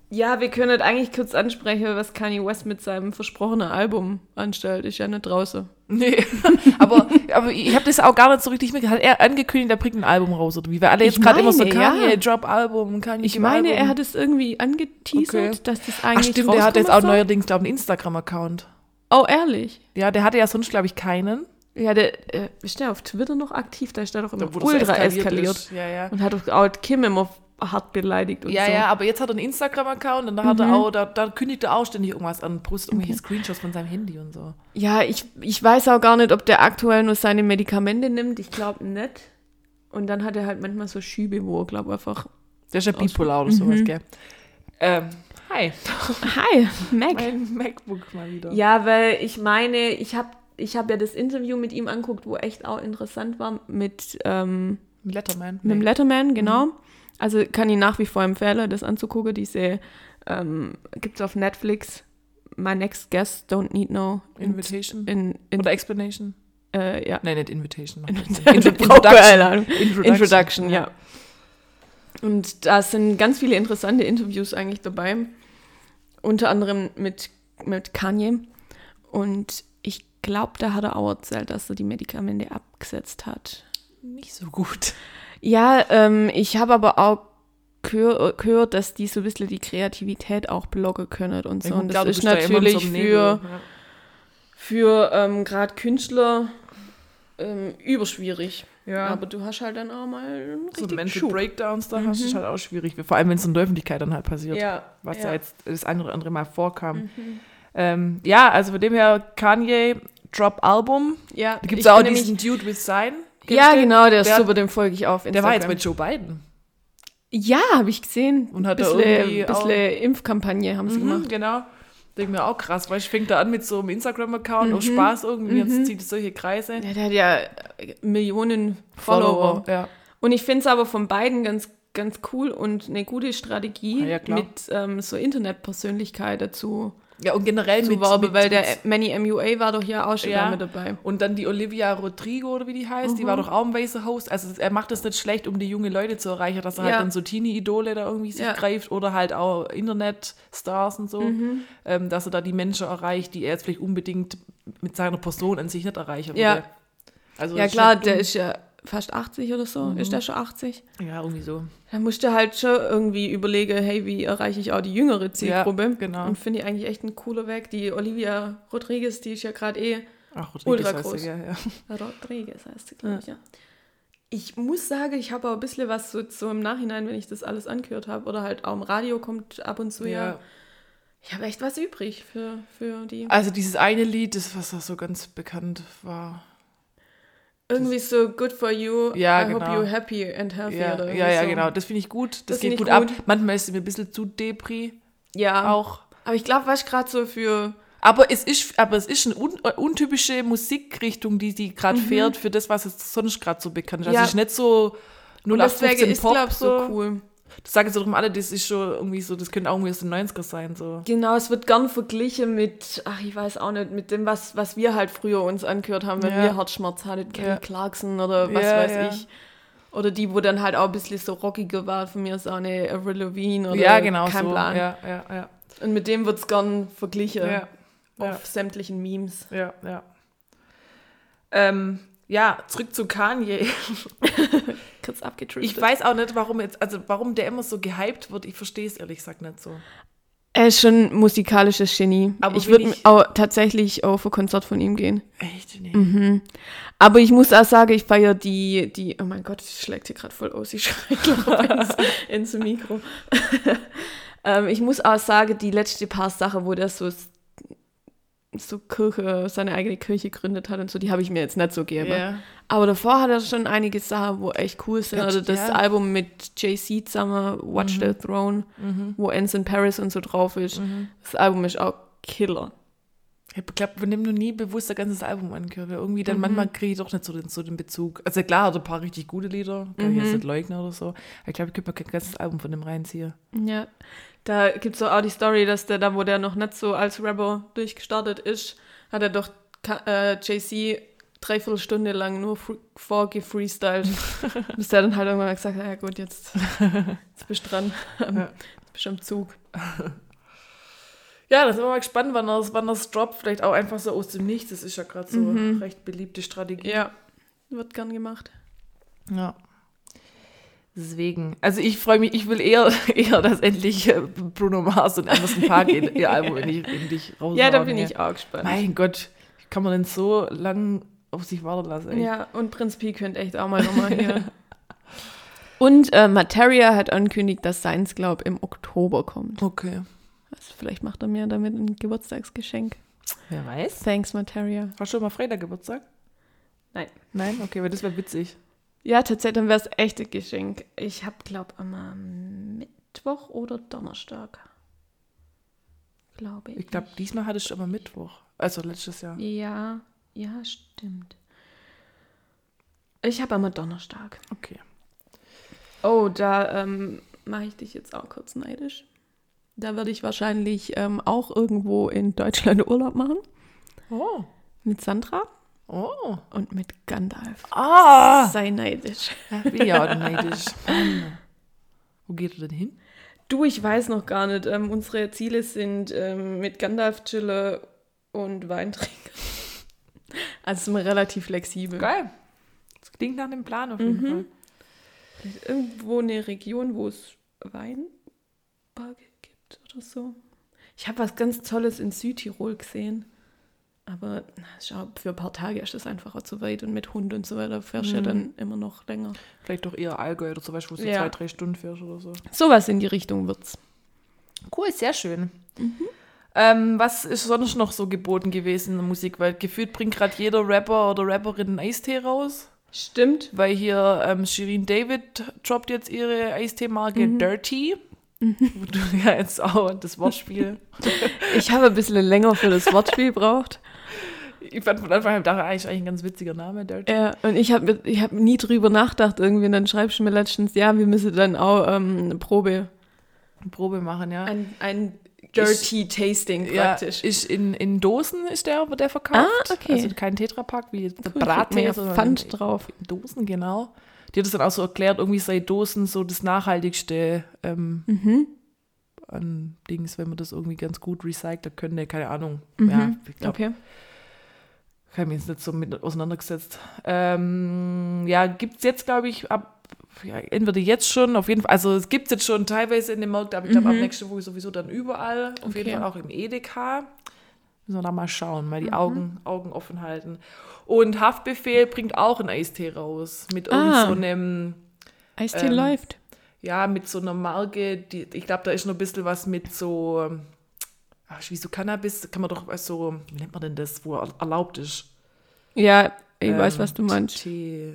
Speaker 3: ja, wir können halt eigentlich kurz ansprechen, was Kanye West mit seinem versprochenen Album anstellt. Ist ja nicht draußen.
Speaker 4: Nee. aber, aber ich habe das auch gar nicht so richtig mitgehört. Hat er angekündigt, er bringt ein Album raus, oder wie wir alle
Speaker 3: Ich
Speaker 4: jetzt gerade immer so
Speaker 3: meine, ja.
Speaker 4: Kanye, Drop Album, Kanye,
Speaker 3: Ich
Speaker 4: Drop
Speaker 3: meine,
Speaker 4: Album.
Speaker 3: er hat es irgendwie angeteasert,
Speaker 4: Okay.
Speaker 3: dass das
Speaker 4: Ach
Speaker 3: eigentlich
Speaker 4: stimmt, der hat jetzt auch
Speaker 3: rauskommen soll.
Speaker 4: neuerdings, glaube ich, einen Instagram-Account.
Speaker 3: Oh, ehrlich?
Speaker 4: Ja, der hatte ja sonst, glaube ich, keinen.
Speaker 3: Ja, der äh, ist der auf Twitter noch aktiv, da ist der doch immer
Speaker 4: Obwohl das
Speaker 3: ultra
Speaker 4: eskaliert
Speaker 3: eskaliert.
Speaker 4: ist. Ja, ja.
Speaker 3: Und hat doch auch Kim immer hart beleidigt und
Speaker 4: Ja,
Speaker 3: so.
Speaker 4: ja, aber jetzt hat er einen Instagram-Account und da hat
Speaker 3: Mhm.
Speaker 4: er auch, da, da kündigt er auch ständig irgendwas an, Brust, irgendwelche Screenshots von seinem Handy und so.
Speaker 3: Ja, ich, ich weiß auch gar nicht, ob der aktuell nur seine Medikamente nimmt. Ich glaube nicht. Und dann hat er halt manchmal so Schübe, wo er, glaube einfach.
Speaker 4: Der ist ja bipolar oder sowas, gell? Ähm, hi.
Speaker 3: Hi, Mac.
Speaker 4: Mein MacBook mal wieder.
Speaker 3: Ja, weil ich meine, ich habe ich hab ja das Interview mit ihm anguckt, wo echt auch interessant war mit, ähm,
Speaker 4: Letterman.
Speaker 3: mit dem Letterman, genau. Also kann ich nach wie vor empfehlen, das anzugucken. Diese ähm, gibt es auf Netflix. My next guest don't need no
Speaker 4: Invitation.
Speaker 3: in, in,
Speaker 4: oder Explanation?
Speaker 3: äh, ja.
Speaker 4: Nein, nicht Invitation. macht keinen Sinn.
Speaker 3: Introduction.
Speaker 4: Introduction.
Speaker 3: Introduction, ja. Und da sind ganz viele interessante Interviews eigentlich dabei. Unter anderem mit, mit Kanye. Und ich glaube, da hat er auch erzählt, dass er die Medikamente abgesetzt hat.
Speaker 4: Nicht so gut.
Speaker 3: Ja, ähm, ich habe aber auch gehör- gehört, dass die so ein bisschen die Kreativität auch blocken können und so.
Speaker 4: gut,
Speaker 3: Und das
Speaker 4: klar, du
Speaker 3: ist
Speaker 4: bist da immer in
Speaker 3: natürlich
Speaker 4: so einem Nebel,
Speaker 3: für,
Speaker 4: ja.
Speaker 3: für ähm, gerade Künstler ähm, überschwierig.
Speaker 4: Ja.
Speaker 3: Aber du hast halt dann auch mal einen
Speaker 4: So
Speaker 3: richtigen
Speaker 4: Mental
Speaker 3: Schub. Mhm.
Speaker 4: Breakdowns da hast, ist halt auch schwierig. Vor allem, wenn es in der Öffentlichkeit dann halt passiert.
Speaker 3: Ja,
Speaker 4: was
Speaker 3: ja. Mhm.
Speaker 4: ja, jetzt das eine oder andere Mal vorkam. Ähm, ja, also von dem her Kanye Drop Album.
Speaker 3: Ja,
Speaker 4: Da gibt es
Speaker 3: ich
Speaker 4: auch
Speaker 3: bin nämlich-
Speaker 4: diesen Dude with Sign.
Speaker 3: Ja, genau, der ist
Speaker 4: der-
Speaker 3: super, dem folge ich auf
Speaker 4: Der
Speaker 3: Instagram.
Speaker 4: war jetzt bei Joe Biden.
Speaker 3: Ja, habe ich gesehen.
Speaker 4: Und hat da
Speaker 3: bisschen,
Speaker 4: irgendwie auch-
Speaker 3: bisschen Impfkampagne haben sie
Speaker 4: Mhm,
Speaker 3: gemacht.
Speaker 4: genau. Denke mir auch krass, weil ich fängt da an mit so einem Instagram-Account auf Spaß irgendwie und jetzt zieht es solche Kreise.
Speaker 3: Mhm. Ja, der hat ja äh, Millionen Follower.
Speaker 4: Ja.
Speaker 3: Und ich finde es aber von beiden ganz, ganz cool und eine gute Strategie,
Speaker 4: Ah, ja, klar.
Speaker 3: mit ähm, so Internetpersönlichkeit dazu
Speaker 4: ja, und generell
Speaker 3: zu
Speaker 4: mit,
Speaker 3: werben,
Speaker 4: mit,
Speaker 3: weil der
Speaker 4: mit
Speaker 3: Manny MUA war doch ja auch schon
Speaker 4: Ja.
Speaker 3: da mit dabei. Mhm.
Speaker 4: und dann die Olivia Rodrigo oder wie die heißt, die war doch auch ein weißer Host. Also er macht das nicht schlecht, um die junge Leute zu erreichen, dass er
Speaker 3: Ja.
Speaker 4: halt dann so Teenie-Idole da irgendwie sich
Speaker 3: Ja.
Speaker 4: greift oder halt auch Internet-Stars und so,
Speaker 3: Mhm.
Speaker 4: ähm, dass er da die Menschen erreicht, die er jetzt vielleicht unbedingt mit seiner Person an sich nicht erreichen
Speaker 3: Ja.
Speaker 4: würde. Also
Speaker 3: Ja
Speaker 4: das ist
Speaker 3: klar,
Speaker 4: nicht
Speaker 3: der
Speaker 4: dumm.
Speaker 3: ist ja fast 80 oder so. Ist der schon 80?
Speaker 4: Ja, irgendwie so.
Speaker 3: Da musst du halt schon irgendwie überlegen, hey, wie erreiche ich auch die jüngere Zielgruppe?
Speaker 4: Ja, genau.
Speaker 3: Und finde ich eigentlich echt ein cooler Weg. Die Olivia Rodriguez, die ist ja gerade eh.
Speaker 4: Ach,
Speaker 3: Ultra
Speaker 4: heißt er,
Speaker 3: groß.
Speaker 4: Ja, ja.
Speaker 3: Rodriguez heißt sie, glaube ich, ja. Ich muss sagen, ich habe auch ein bisschen was so, so im Nachhinein, wenn ich das alles angehört habe, oder halt auch im Radio kommt ab und zu ja.
Speaker 4: Ja.
Speaker 3: Ich habe echt was übrig für, für die.
Speaker 4: Also dieses eine Lied, das, was da so ganz bekannt war.
Speaker 3: Irgendwie so good for you.
Speaker 4: Ja,
Speaker 3: I hope
Speaker 4: genau.
Speaker 3: you happy and healthy.
Speaker 4: Ja,
Speaker 3: oder
Speaker 4: ja,
Speaker 3: irgendwie
Speaker 4: ja,
Speaker 3: so.
Speaker 4: genau. Das finde ich gut. Das,
Speaker 3: Das
Speaker 4: geht
Speaker 3: finde
Speaker 4: gut
Speaker 3: ich
Speaker 4: ab.
Speaker 3: gut.
Speaker 4: Manchmal ist es mir ein bisschen zu Depri
Speaker 3: Ja.
Speaker 4: auch.
Speaker 3: Aber ich glaube, was gerade so für.
Speaker 4: Aber es ist, aber es ist eine un, äh, untypische Musikrichtung, die die gerade fährt für das, was jetzt sonst gerade so bekannt ist.
Speaker 3: Mhm.
Speaker 4: Also
Speaker 3: Ja.
Speaker 4: es ist nicht so
Speaker 3: Und deswegen
Speaker 4: 0815
Speaker 3: ist,
Speaker 4: Pop.
Speaker 3: glaube ich,
Speaker 4: so.
Speaker 3: so cool.
Speaker 4: Das sagen sie doch immer alle, das ist schon irgendwie so, das könnte auch irgendwie aus den 90ern sein. So.
Speaker 3: Genau, es wird gern verglichen mit, ach, ich weiß auch nicht, mit dem, was, was wir halt früher uns angehört haben, wenn
Speaker 4: Ja.
Speaker 3: wir Herzschmerz hatten, Kelly
Speaker 4: Ja.
Speaker 3: Clarkson oder was
Speaker 4: Ja,
Speaker 3: weiß
Speaker 4: ja.
Speaker 3: ich. Oder die, wo dann halt auch ein bisschen so rockiger war, von mir ist auch eine Avril Lavigne oder
Speaker 4: Ja, genau
Speaker 3: kein
Speaker 4: so.
Speaker 3: Plan.
Speaker 4: Ja, ja, ja,
Speaker 3: Und mit dem wird es gern verglichen
Speaker 4: ja,
Speaker 3: auf
Speaker 4: ja.
Speaker 3: sämtlichen Memes.
Speaker 4: ja, ja. Ähm, ja, zurück zu Kanye.
Speaker 3: Kurz abgetriftet.
Speaker 4: Ich weiß auch nicht, warum jetzt, also warum der immer so gehypt wird. Ich verstehe es ehrlich gesagt nicht so.
Speaker 3: Er ist schon ein musikalisches Genie.
Speaker 4: Aber
Speaker 3: ich
Speaker 4: wenn
Speaker 3: würde
Speaker 4: ich-
Speaker 3: auch tatsächlich auf ein Konzert von ihm gehen.
Speaker 4: Echt? Nee.
Speaker 3: Aber ich muss auch sagen, ich feiere die, die, oh mein Gott, ich schlägt hier gerade voll aus, ich schreie glaub, ins, ins Mikro. ähm, ich muss auch sagen, die letzte paar Sachen, wo der so, s- so Kirche, seine eigene Kirche gegründet hat und so, die habe ich mir jetzt nicht so gegeben.
Speaker 4: Ja.
Speaker 3: Aber davor hat er schon einige Sachen, wo echt cool sind.
Speaker 4: Ja,
Speaker 3: Oder das
Speaker 4: ja. Mhm.
Speaker 3: Album mit Jay-Z zusammen, Watch the
Speaker 4: Mhm.
Speaker 3: Throne, wo Ends in Paris und so drauf ist. Das Album ist auch Killer.
Speaker 4: Ich glaube, wir nehmen noch nie bewusst ein ganzes Album angehört. weil Irgendwie dann manchmal kriege ich doch nicht so den, so den Bezug. Also klar, hat er ein paar richtig gute Lieder, kann ich jetzt nicht leugnen oder so. Aber ich glaube, ich könnte mir kein ganzes Album von dem reinziehen.
Speaker 3: Ja, da gibt es auch die Story, dass der da, wo der noch nicht so als Rapper durchgestartet ist, hat er doch Ka- äh, JC dreiviertel Stunde lang nur fr- vorgefreestylt. Bis der dann halt irgendwann mal gesagt hat, ja gut, jetzt, jetzt bist du dran, Ähm,
Speaker 4: Ja.
Speaker 3: jetzt bist du am Zug.
Speaker 4: Ja, da sind wir mal gespannt, wann das, wann das droppt. Vielleicht auch einfach so aus dem Nichts. Das ist ja gerade so recht beliebte Strategie.
Speaker 3: Ja, wird gern gemacht.
Speaker 4: Ja. Deswegen, also ich freue mich, ich will eher, eher dass endlich äh, Bruno Mars und Anderson Park ihr ihr Album endlich, endlich raushauen.
Speaker 3: Ja, da bin
Speaker 4: ey.
Speaker 3: ich auch gespannt.
Speaker 4: Mein Gott, kann man denn so lang auf sich warten lassen? Ey?
Speaker 3: Ja, und Prinz Pi könnt echt auch mal nochmal hier. und äh, Materia hat angekündigt, dass seins, glaube im Oktober kommt.
Speaker 4: Okay.
Speaker 3: Also vielleicht macht er mir damit ein Geburtstagsgeschenk.
Speaker 4: Wer weiß?
Speaker 3: Thanks, Materia.
Speaker 4: Hast du schon mal Freitag Geburtstag?
Speaker 3: Nein.
Speaker 4: Nein? Okay, weil das wäre witzig.
Speaker 3: Ja, tatsächlich, dann wäre es echt ein Geschenk. Ich habe, glaube immer Mittwoch oder Donnerstag. Glaube ich.
Speaker 4: Ich glaube, diesmal hatte ich aber Mittwoch. Also letztes Jahr.
Speaker 3: Ja, ja, stimmt. Ich habe immer Donnerstag.
Speaker 4: Okay.
Speaker 3: Oh, da ähm, mache ich dich jetzt auch kurz neidisch. Da werde ich wahrscheinlich ähm, auch irgendwo in Deutschland Urlaub machen.
Speaker 4: Oh.
Speaker 3: Mit Sandra
Speaker 4: Oh.
Speaker 3: und mit Gandalf.
Speaker 4: Ah!
Speaker 3: Sei neidisch.
Speaker 4: Ja, bin ja auch neidisch. Mann. Wo geht er denn hin?
Speaker 3: Du, ich weiß noch gar nicht. Ähm, unsere Ziele sind ähm, mit Gandalf chillen und Wein trinken. Also sind wir relativ flexibel.
Speaker 4: Geil. Das klingt nach einem Plan auf jeden Fall.
Speaker 3: Irgendwo eine Region, wo es Weinberge gibt oder so. Ich habe was ganz Tolles in Südtirol gesehen. Aber na, schau, für ein paar Tage ist das einfach auch zu weit und mit Hund und so weiter fährst du ja dann immer noch länger.
Speaker 4: Vielleicht doch eher Allgäu oder zum Beispiel, wo du
Speaker 3: Ja.
Speaker 4: zwei, drei Stunden fährst oder so.
Speaker 3: Sowas in die Richtung wird's.
Speaker 4: Cool, sehr schön. Ähm, was ist sonst noch so geboten gewesen in der Musikwelt? Gefühlt bringt gerade jeder Rapper oder Rapperin einen Eistee raus,
Speaker 3: Stimmt.
Speaker 4: weil hier ähm, Shirin David droppt jetzt ihre Eistee-Marke Dirty. Wo du ja jetzt auch das Wortspiel.
Speaker 3: Ich habe ein bisschen länger für das Wortspiel gebraucht.
Speaker 4: ich fand von Anfang an dachte eigentlich, eigentlich ein ganz witziger Name, Dirty.
Speaker 3: Ja, und ich habe ich hab nie drüber nachgedacht irgendwie. Und dann schreibst du mir letztens, ja, wir müssen dann auch ähm, eine Probe.
Speaker 4: Probe machen, ja.
Speaker 3: Ein, ein Dirty Tasting
Speaker 4: Ja,
Speaker 3: praktisch.
Speaker 4: ist in, in Dosen ist der, wird der verkauft.
Speaker 3: Ah, okay.
Speaker 4: Also kein Tetrapack wie der
Speaker 3: Cool, ich mir
Speaker 4: Brattee,
Speaker 3: ja
Speaker 4: sondern
Speaker 3: Pfand
Speaker 4: in-
Speaker 3: drauf.
Speaker 4: Dosen, genau. Die hat es dann auch so erklärt, irgendwie sei Dosen so das nachhaltigste ähm,
Speaker 3: Mhm.
Speaker 4: an Dings, wenn man das irgendwie ganz gut recyceln könnte, keine Ahnung. Ja, ich glaube,
Speaker 3: Mhm. Okay.
Speaker 4: habe mich jetzt nicht so mit auseinandergesetzt. Ähm, ja, gibt es jetzt, glaube ich, ab, ja, entweder jetzt schon, auf jeden Fall, also es gibt es jetzt schon teilweise in dem Markt, aber ich glaube, ab nächste Woche sowieso dann überall, auf jeden
Speaker 3: Mhm. Okay. Mhm.
Speaker 4: Fall auch im Edeka. Müssen wir da mal schauen, mal die Augen, Augen offen halten. Und Haftbefehl bringt auch einen Eistee raus mit irgend
Speaker 3: Ah.
Speaker 4: so einem
Speaker 3: Eistee läuft.
Speaker 4: ja, mit so einer Marke, die, ich glaube, da ist noch ein bisschen was mit so, ähm, ach, wie so Cannabis, kann man doch, als so, wie nennt man denn das, wo er- erlaubt ist?
Speaker 3: Ja, ich weiß, was du meinst.
Speaker 4: Ähm, Tee.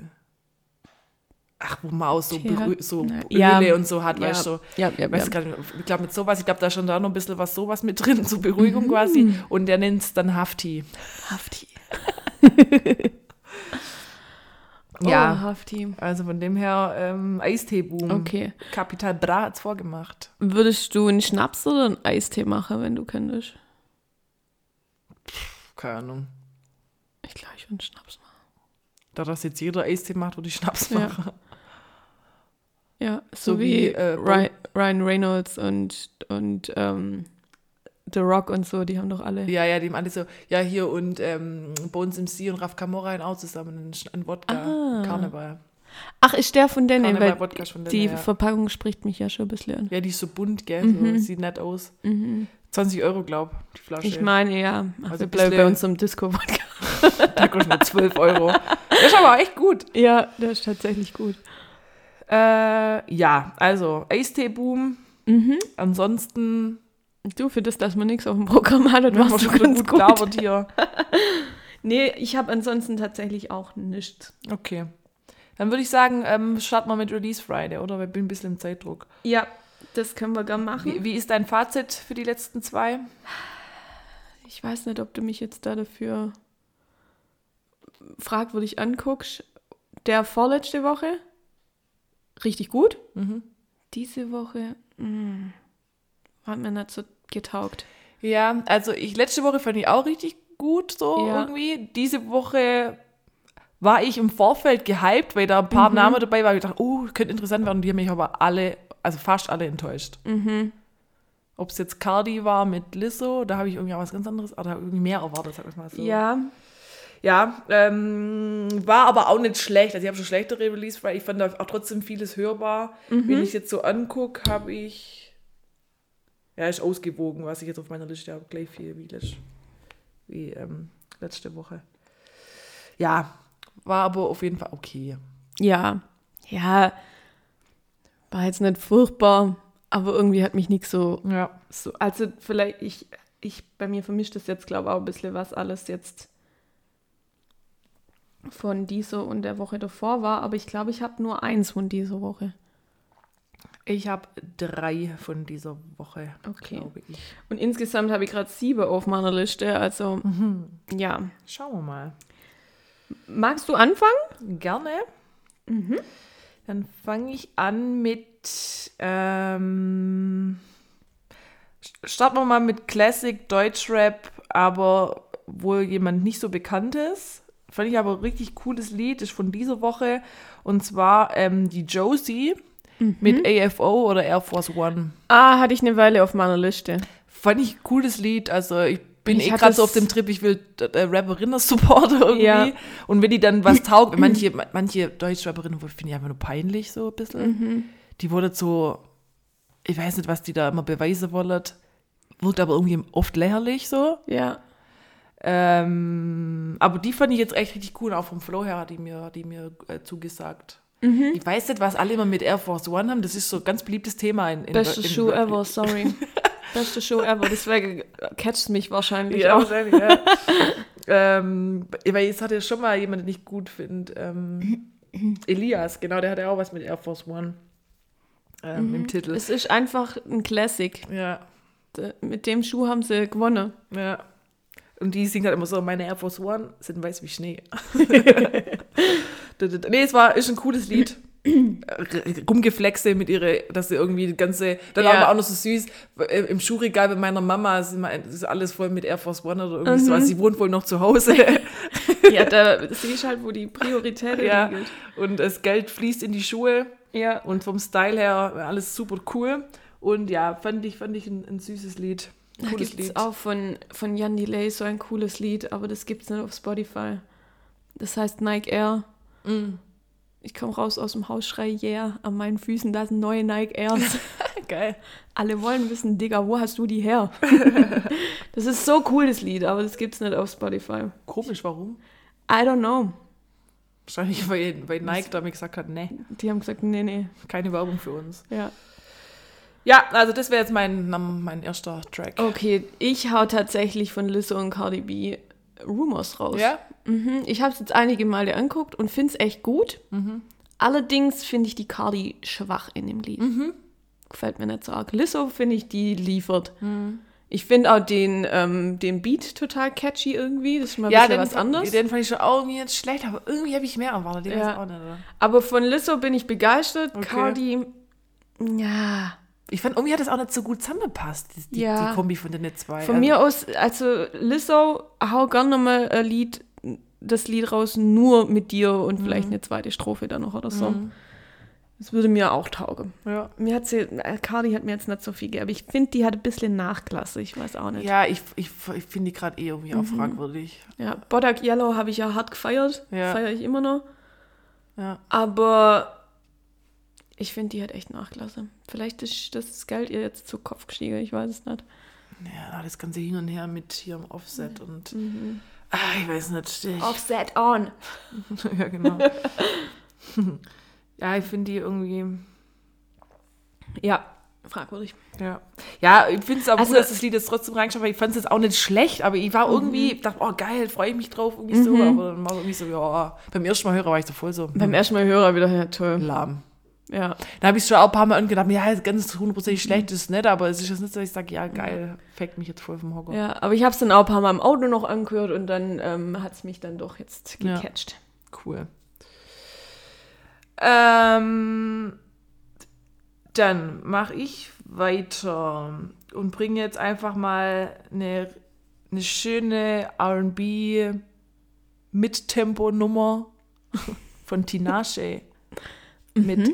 Speaker 4: Ach, wo man auch so,
Speaker 3: Tee hat-
Speaker 4: berüh- so
Speaker 3: Nein.
Speaker 4: Öle
Speaker 3: Ja.
Speaker 4: und so hat,
Speaker 3: Ja.
Speaker 4: weißt du.
Speaker 3: Ja, ja,
Speaker 4: Weiß
Speaker 3: ja.
Speaker 4: gar nicht, ich glaube, mit sowas, ich glaube, da ist schon da noch ein bisschen was, sowas mit drin, zur
Speaker 3: Mhm.
Speaker 4: Beruhigung quasi. Und der nennt es dann Hafti.
Speaker 3: Hafti. Oh,
Speaker 4: Ja.
Speaker 3: Hafti.
Speaker 4: Also von dem her, ähm, Eistee-Boom.
Speaker 3: Okay.
Speaker 4: Kapital Bra hat's vorgemacht.
Speaker 3: Würdest du einen Schnaps oder einen Eistee machen, wenn du könntest?
Speaker 4: Keine Ahnung.
Speaker 3: Ich glaube, ich würde einen Schnaps machen.
Speaker 4: Da das jetzt jeder Eistee macht, würde ich Schnaps
Speaker 3: Ja.
Speaker 4: machen.
Speaker 3: Ja, so,
Speaker 4: So
Speaker 3: wie,
Speaker 4: wie, äh,
Speaker 3: Ry- Ryan Reynolds und, und ähm, The Rock und so, die haben doch alle.
Speaker 4: Ja, ja, die haben alle so, ja, hier und ähm, Bones MC und Raf Camora in auch zusammen in, Sch- in Wodka,
Speaker 3: Ah.
Speaker 4: Karneval.
Speaker 3: Ach, ist der von denen,
Speaker 4: Karneval,
Speaker 3: weil
Speaker 4: Wodka schon
Speaker 3: die
Speaker 4: drin, ja.
Speaker 3: Verpackung spricht mich ja schon ein bisschen an.
Speaker 4: Ja, die ist so bunt, gell,
Speaker 3: Mhm.
Speaker 4: so, sieht nett aus. 20 Euro, glaub, die Flasche.
Speaker 3: Ich meine, ja, ach,
Speaker 4: Also
Speaker 3: wir
Speaker 4: ein
Speaker 3: bleiben bei
Speaker 4: bisschen-
Speaker 3: uns im Disco-Wodka.
Speaker 4: da kostet nur 12 Euro. Das ist aber echt gut.
Speaker 3: Ja, das ist tatsächlich gut.
Speaker 4: Äh, ja, also, Eistee-Boom.
Speaker 3: Mhm.
Speaker 4: Ansonsten,
Speaker 3: Du, für das, dass man nichts auf dem Programm hat, das
Speaker 4: haben wir
Speaker 3: warst du
Speaker 4: wieder
Speaker 3: ganz gut.
Speaker 4: gelabert hier.
Speaker 3: Nee, ich habe ansonsten tatsächlich auch nichts.
Speaker 4: Okay. Dann würde ich sagen, ähm, starten wir mit Release Friday, oder? Weil ich bin ein bisschen im Zeitdruck.
Speaker 3: Ja, das können wir gern machen.
Speaker 4: Wie, wie ist dein Fazit für die letzten zwei?
Speaker 3: Ich weiß nicht, ob du mich jetzt da dafür fragwürdig anguckst. Der vorletzte Woche richtig gut.
Speaker 4: Mhm.
Speaker 3: Diese Woche mm, hat mir nicht so getaugt.
Speaker 4: Ja, also ich letzte Woche fand ich auch richtig gut so
Speaker 3: Ja.
Speaker 4: irgendwie. Diese Woche war ich im Vorfeld gehypt, weil da ein
Speaker 3: Mhm.
Speaker 4: paar Namen dabei waren. Ich dachte, oh, könnte interessant werden. Die haben mich aber alle, also fast alle enttäuscht.
Speaker 3: Mhm.
Speaker 4: Ob es jetzt Cardi war mit Lizzo, da habe ich irgendwie auch was ganz anderes, oder irgendwie mehr erwartet, sag ich mal so.
Speaker 3: Ja,
Speaker 4: Ja, ähm, war aber auch nicht schlecht. Also ich habe schon schlechtere Release, weil ich fand da auch trotzdem vieles hörbar. Wenn ich jetzt so angucke, habe ich. Ja, ist ausgewogen, was ich jetzt auf meiner Liste habe. Gleich viel wie, letzt, wie ähm, letzte Woche. Ja, war aber auf jeden Fall okay.
Speaker 3: ja, ja. War jetzt nicht furchtbar, aber irgendwie hat mich nichts so
Speaker 4: Ja.
Speaker 3: so, also vielleicht, ich, ich, bei mir vermischt das jetzt, glaube ich, auch ein bisschen, was alles jetzt von dieser und der Woche davor war, aber ich glaube, ich habe nur eins von dieser Woche.
Speaker 4: Ich habe drei von dieser Woche,
Speaker 3: Okay.
Speaker 4: glaube ich.
Speaker 3: Und insgesamt habe ich gerade sieben auf meiner Liste, also ja.
Speaker 4: Schauen wir mal.
Speaker 3: Magst du anfangen?
Speaker 4: Gerne. Dann fange ich an mit. Ähm, st- starten wir mal mit Classic Deutschrap, aber wohl jemand nicht so bekanntes. Fand ich aber ein richtig cooles Lied, ist von dieser Woche. Und zwar ähm, die Josie mit AFO oder Air Force One.
Speaker 3: Ah, hatte ich eine Weile auf meiner Liste.
Speaker 4: Fand ich ein cooles Lied. Also ich bin
Speaker 3: Ich
Speaker 4: eh
Speaker 3: hatte
Speaker 4: gerade so
Speaker 3: es-
Speaker 4: auf dem Trip, ich will äh, Rapperinnen supporten irgendwie.
Speaker 3: Ja.
Speaker 4: Und wenn die dann was taugt, manche, manche Deutschrapperinnen wo- finde ich einfach nur peinlich so ein
Speaker 3: Mhm.
Speaker 4: bisschen. Die wurde so, ich weiß nicht, was die da immer beweisen wollen, wirkt aber irgendwie oft lächerlich so.
Speaker 3: Ja.
Speaker 4: Ähm, aber die fand ich jetzt echt richtig cool, auch vom Flow her, hat die mir, die mir äh, zugesagt.
Speaker 3: Mhm.
Speaker 4: Ich weiß nicht, was alle immer mit Air Force One haben. Das ist so ein ganz beliebtes Thema in, in
Speaker 3: Beste
Speaker 4: in-
Speaker 3: Show ever, sorry. Beste Show ever. Deswegen catcht mich wahrscheinlich
Speaker 4: Ja,
Speaker 3: auch.
Speaker 4: wahrscheinlich, ja. ähm, weil jetzt hat ja schon mal jemand, den ich gut finde. Ähm, Elias, genau, der hat ja auch was mit Air Force One ähm, im Titel.
Speaker 3: Es Mhm. ist einfach ein Classic.
Speaker 4: ja,
Speaker 3: D- Mit dem Schuh haben sie gewonnen.
Speaker 4: ja. Und die singt halt immer so, meine Air Force One sind weiß wie Schnee. nee, es war, ist ein cooles Lied. R- Rumgeflexe mit ihre, dass sie irgendwie die ganze, dann
Speaker 3: Ja.
Speaker 4: aber auch noch so süß, äh, im Schuhregal bei meiner Mama ist, immer, ist alles voll mit Air Force One oder irgendwie so,
Speaker 3: Mhm.
Speaker 4: also sie wohnt wohl noch zu Hause.
Speaker 3: Ja, da siehst halt, wo die Priorität
Speaker 4: Ja,
Speaker 3: liegt.
Speaker 4: und das Geld fließt in die Schuhe
Speaker 3: Ja.
Speaker 4: und vom Style her alles super cool. Und ja, fand ich, fand ich ein, ein süßes Lied.
Speaker 3: Da
Speaker 4: Cooles
Speaker 3: gibt
Speaker 4: Lied.
Speaker 3: es auch von, von Jan Delay so ein cooles Lied, aber das gibt es nicht auf Spotify. Das heißt Nike Air.
Speaker 4: Mm.
Speaker 3: Ich komme raus aus dem Haus, schrei Yeah, an meinen Füßen da sind neue Nike Airs.
Speaker 4: Geil.
Speaker 3: Alle wollen wissen, Digga, wo hast du die her? das ist so cool, das Lied, aber das gibt's nicht auf Spotify.
Speaker 4: Komisch, warum?
Speaker 3: I don't know.
Speaker 4: Wahrscheinlich, weil, weil Nike damit gesagt hat, nee,
Speaker 3: Die haben gesagt, nee, nee.
Speaker 4: keine Werbung für uns.
Speaker 3: Ja.
Speaker 4: Ja, Oh, also das wäre jetzt mein, mein erster Track.
Speaker 3: Okay, ich hau tatsächlich von Lizzo und Cardi B Rumors raus.
Speaker 4: Ja?
Speaker 3: Mhm, ich habe es jetzt einige Male anguckt und finde es echt gut. Allerdings finde ich die Cardi schwach in dem Lied. Gefällt mir nicht so arg. Lizzo finde ich, die liefert. Ich finde auch den, ähm, den Beat total catchy irgendwie. Das ist mal ein bisschen was
Speaker 4: fa-
Speaker 3: anderes.
Speaker 4: Den fand ich schon auch irgendwie jetzt schlecht, aber irgendwie habe ich mehr erwartet. Den
Speaker 3: Ja.
Speaker 4: weiß ich auch nicht, oder?
Speaker 3: Aber von Lizzo bin ich begeistert.
Speaker 4: Okay.
Speaker 3: Cardi, ja.
Speaker 4: Ich fand, irgendwie hat das auch nicht so gut zusammengepasst, die, die,
Speaker 3: Ja.
Speaker 4: die Kombi von den zwei.
Speaker 3: Von mir aus, also Lizzo, hau gern nochmal ein Lied, das Lied raus, nur mit dir und
Speaker 4: Mhm.
Speaker 3: vielleicht eine zweite Strophe dann noch oder so. Das würde mir auch taugen.
Speaker 4: Ja.
Speaker 3: Mir hat sie, äh, Cardi hat mir jetzt nicht so viel gegeben. Ich finde, die hat ein bisschen Nachklasse. Ich weiß auch nicht. Ja.
Speaker 4: Ja, ich, ich, ich finde die gerade eh irgendwie auch fragwürdig.
Speaker 3: Bodak Yellow habe ich ja hart gefeiert.
Speaker 4: Ja.
Speaker 3: Feiere ich immer noch.
Speaker 4: Ja.
Speaker 3: Aber ich finde, die hat echt Nachklasse. Vielleicht ist das Geld ihr jetzt zu Kopf gestiegen. Ich weiß es nicht.
Speaker 4: Ja, das ganze Hin und Her mit hier im Offset und ah, ich weiß nicht. Ich,
Speaker 3: Offset on.
Speaker 4: ja, genau. ja, ich finde die irgendwie.
Speaker 3: Ja, fragwürdig.
Speaker 4: Ja, ja ich finde es auch
Speaker 3: Also-
Speaker 4: gut, dass das Lied jetzt trotzdem reingeschaut hat. Ich fand es jetzt auch nicht schlecht, aber ich war irgendwie, dachte, oh geil, freue ich mich drauf, irgendwie so. Aber dann war es irgendwie so, ja, Mhm. beim ersten Mal hören war ich so voll so
Speaker 3: Beim ersten Mal Hörer wieder, ja toll.
Speaker 4: lahm.
Speaker 3: Ja.
Speaker 4: Da habe ich schon auch ein paar Mal angedacht, ja, das Ganze ist hundertprozentig schlecht, ist nicht, aber es ist jetzt nicht so, dass ich sage, Mhm. ja, geil, fängt mich jetzt voll vom Hocker.
Speaker 3: Ja, aber ich habe es dann auch ein paar Mal im Auto noch angehört und dann ähm, hat es mich dann doch jetzt
Speaker 4: Ja.
Speaker 3: gecatcht.
Speaker 4: Cool. Ähm, dann mache ich weiter und bringe jetzt einfach mal eine, eine schöne RB Mittempo-Nummer von Tinashe mit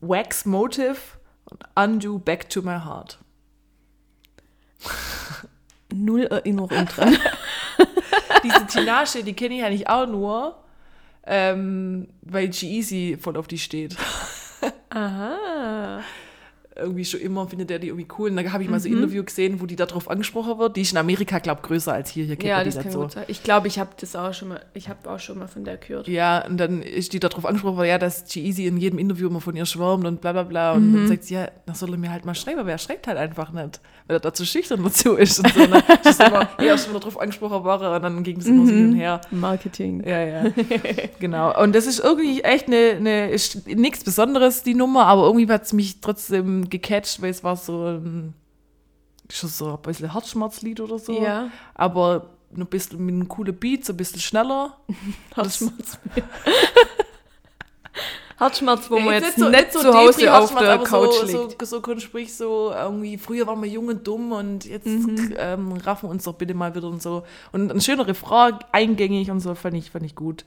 Speaker 4: Wax Motive und Undo Back to My Heart.
Speaker 3: Null Erinnerung dran.
Speaker 4: Diese Tinashe, die kenne ich eigentlich auch nur, ähm, weil G-Eazy voll auf die steht.
Speaker 3: Aha.
Speaker 4: irgendwie schon immer findet er die irgendwie cool. Und dann habe ich mal
Speaker 3: Mhm.
Speaker 4: so ein Interview gesehen, wo die darauf angesprochen wird. Die ist in Amerika, glaube ich, größer als hier. Hier kennt
Speaker 3: Ja,
Speaker 4: man die
Speaker 3: das kann
Speaker 4: nicht
Speaker 3: gut
Speaker 4: so.
Speaker 3: sein. Ich glaube, ich habe das auch schon mal, ich habe auch schon mal von der gehört.
Speaker 4: Ja, und dann ist die darauf angesprochen worden, ja, dass G-Eazy in jedem Interview immer von ihr schwärmt und bla bla bla. Und
Speaker 3: Mhm.
Speaker 4: dann sagt sie, ja, das soll er mir halt mal schreiben, aber er schreibt halt einfach nicht, weil er dazu schüchtern dazu ist. Und so. Und dann ist das immer, ja, schon darauf angesprochen worden und dann ging es immer so
Speaker 3: Mhm.
Speaker 4: hin und her.
Speaker 3: Marketing.
Speaker 4: Ja, ja. genau. Und das ist irgendwie echt eine, eine ist nichts Besonderes, die Nummer, aber irgendwie hat es mich trotzdem gecatcht, weil es war so ein, schon so ein bisschen Herzschmerzlied oder so.
Speaker 3: Ja.
Speaker 4: Aber ein bisschen mit einem coolen Beat, so ein bisschen schneller.
Speaker 3: Herzschmerz. Herzschmerz, wo
Speaker 4: Ja,
Speaker 3: man
Speaker 4: jetzt
Speaker 3: jetzt
Speaker 4: nicht so-
Speaker 3: nicht
Speaker 4: nicht so
Speaker 3: zu Hause
Speaker 4: Depri-Herzschmerz,
Speaker 3: auf der
Speaker 4: aber
Speaker 3: Couch
Speaker 4: so,
Speaker 3: liegt.
Speaker 4: So, so können sprich so irgendwie, früher waren wir jung und dumm und jetzt
Speaker 3: Mhm.
Speaker 4: ähm, raffen uns doch bitte mal wieder und so. Und ein schöner Refrain, eingängig und so, fand ich, fand ich gut.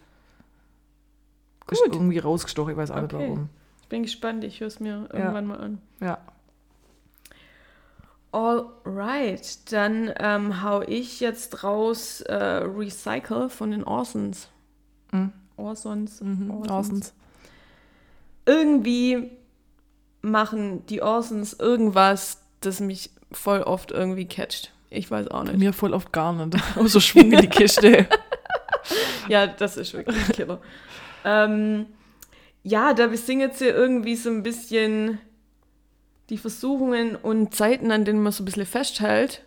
Speaker 4: Ist
Speaker 3: Gut.
Speaker 4: Irgendwie rausgestochen, ich weiß auch nicht
Speaker 3: Okay.
Speaker 4: warum.
Speaker 3: Ich bin gespannt, ich höre es mir irgendwann mal an.
Speaker 4: Ja.
Speaker 3: Alright, dann ähm, hau ich jetzt raus äh, Recycle von den Orsons. Orsons.
Speaker 4: Mhm. Orsons.
Speaker 3: Irgendwie machen die Orsons irgendwas, das mich voll oft irgendwie catcht. Ich weiß auch nicht.
Speaker 4: Mir voll oft gar nicht. so Schwung in die Kiste.
Speaker 3: Ja, das ist wirklich ein Killer. ähm, ja, da besingen sie irgendwie so ein bisschen die Versuchungen und Zeiten, an denen man so ein bisschen festhält.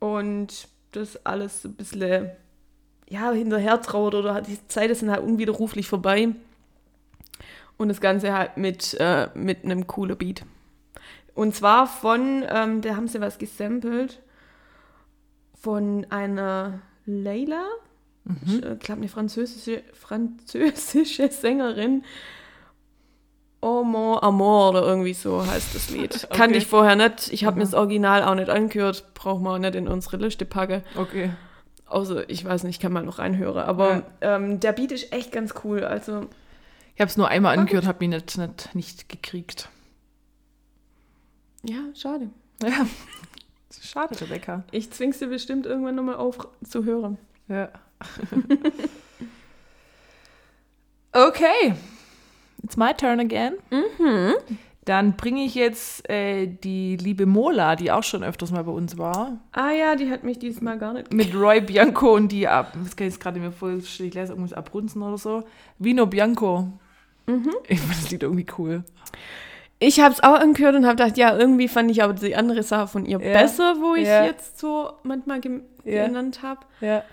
Speaker 3: Und das alles so ein bisschen, ja, hinterher trauert oder die Zeiten sind halt unwiderruflich vorbei. Und das Ganze halt mit, äh, mit einem coolen Beat. Und zwar von, ähm, da haben sie was gesampelt, von einer Leila, ich äh, glaube, eine französische, französische Sängerin. Oh mon amour oder irgendwie so heißt das Lied. Kannte ich vorher nicht. Ich habe mir das Original auch nicht angehört. Brauchen wir auch nicht in unsere Liste packen.
Speaker 4: Okay.
Speaker 3: Außer, ich weiß nicht, kann mal noch reinhören. Aber ähm, der Beat ist echt ganz cool. Also,
Speaker 4: Ich habe es nur einmal angehört, habe mich nicht, nicht, nicht gekriegt.
Speaker 3: ja, schade.
Speaker 4: Ja. Schade, Rebecca.
Speaker 3: Ich zwing's dir bestimmt irgendwann nochmal auf zu hören.
Speaker 4: Ja. okay. It's my turn again. Mhm. Dann bringe ich jetzt äh, die liebe Mola, die auch schon öfters mal bei uns war,
Speaker 3: Ah ja, die hat mich diesmal gar nicht.
Speaker 4: mit Roy Bianco und die ab. Das kann ich jetzt gerade mir vorstellen, ich lese irgendwas abrunzen oder so. Vino Bianco. Ich finde das Lied irgendwie cool.
Speaker 3: Ich habe es auch angehört und habe gedacht, ja, irgendwie fand ich aber die andere Sache von ihr
Speaker 4: Ja.
Speaker 3: besser, wo ich
Speaker 4: Ja.
Speaker 3: jetzt so manchmal gem-
Speaker 4: Ja.
Speaker 3: genannt habe.
Speaker 4: Ja.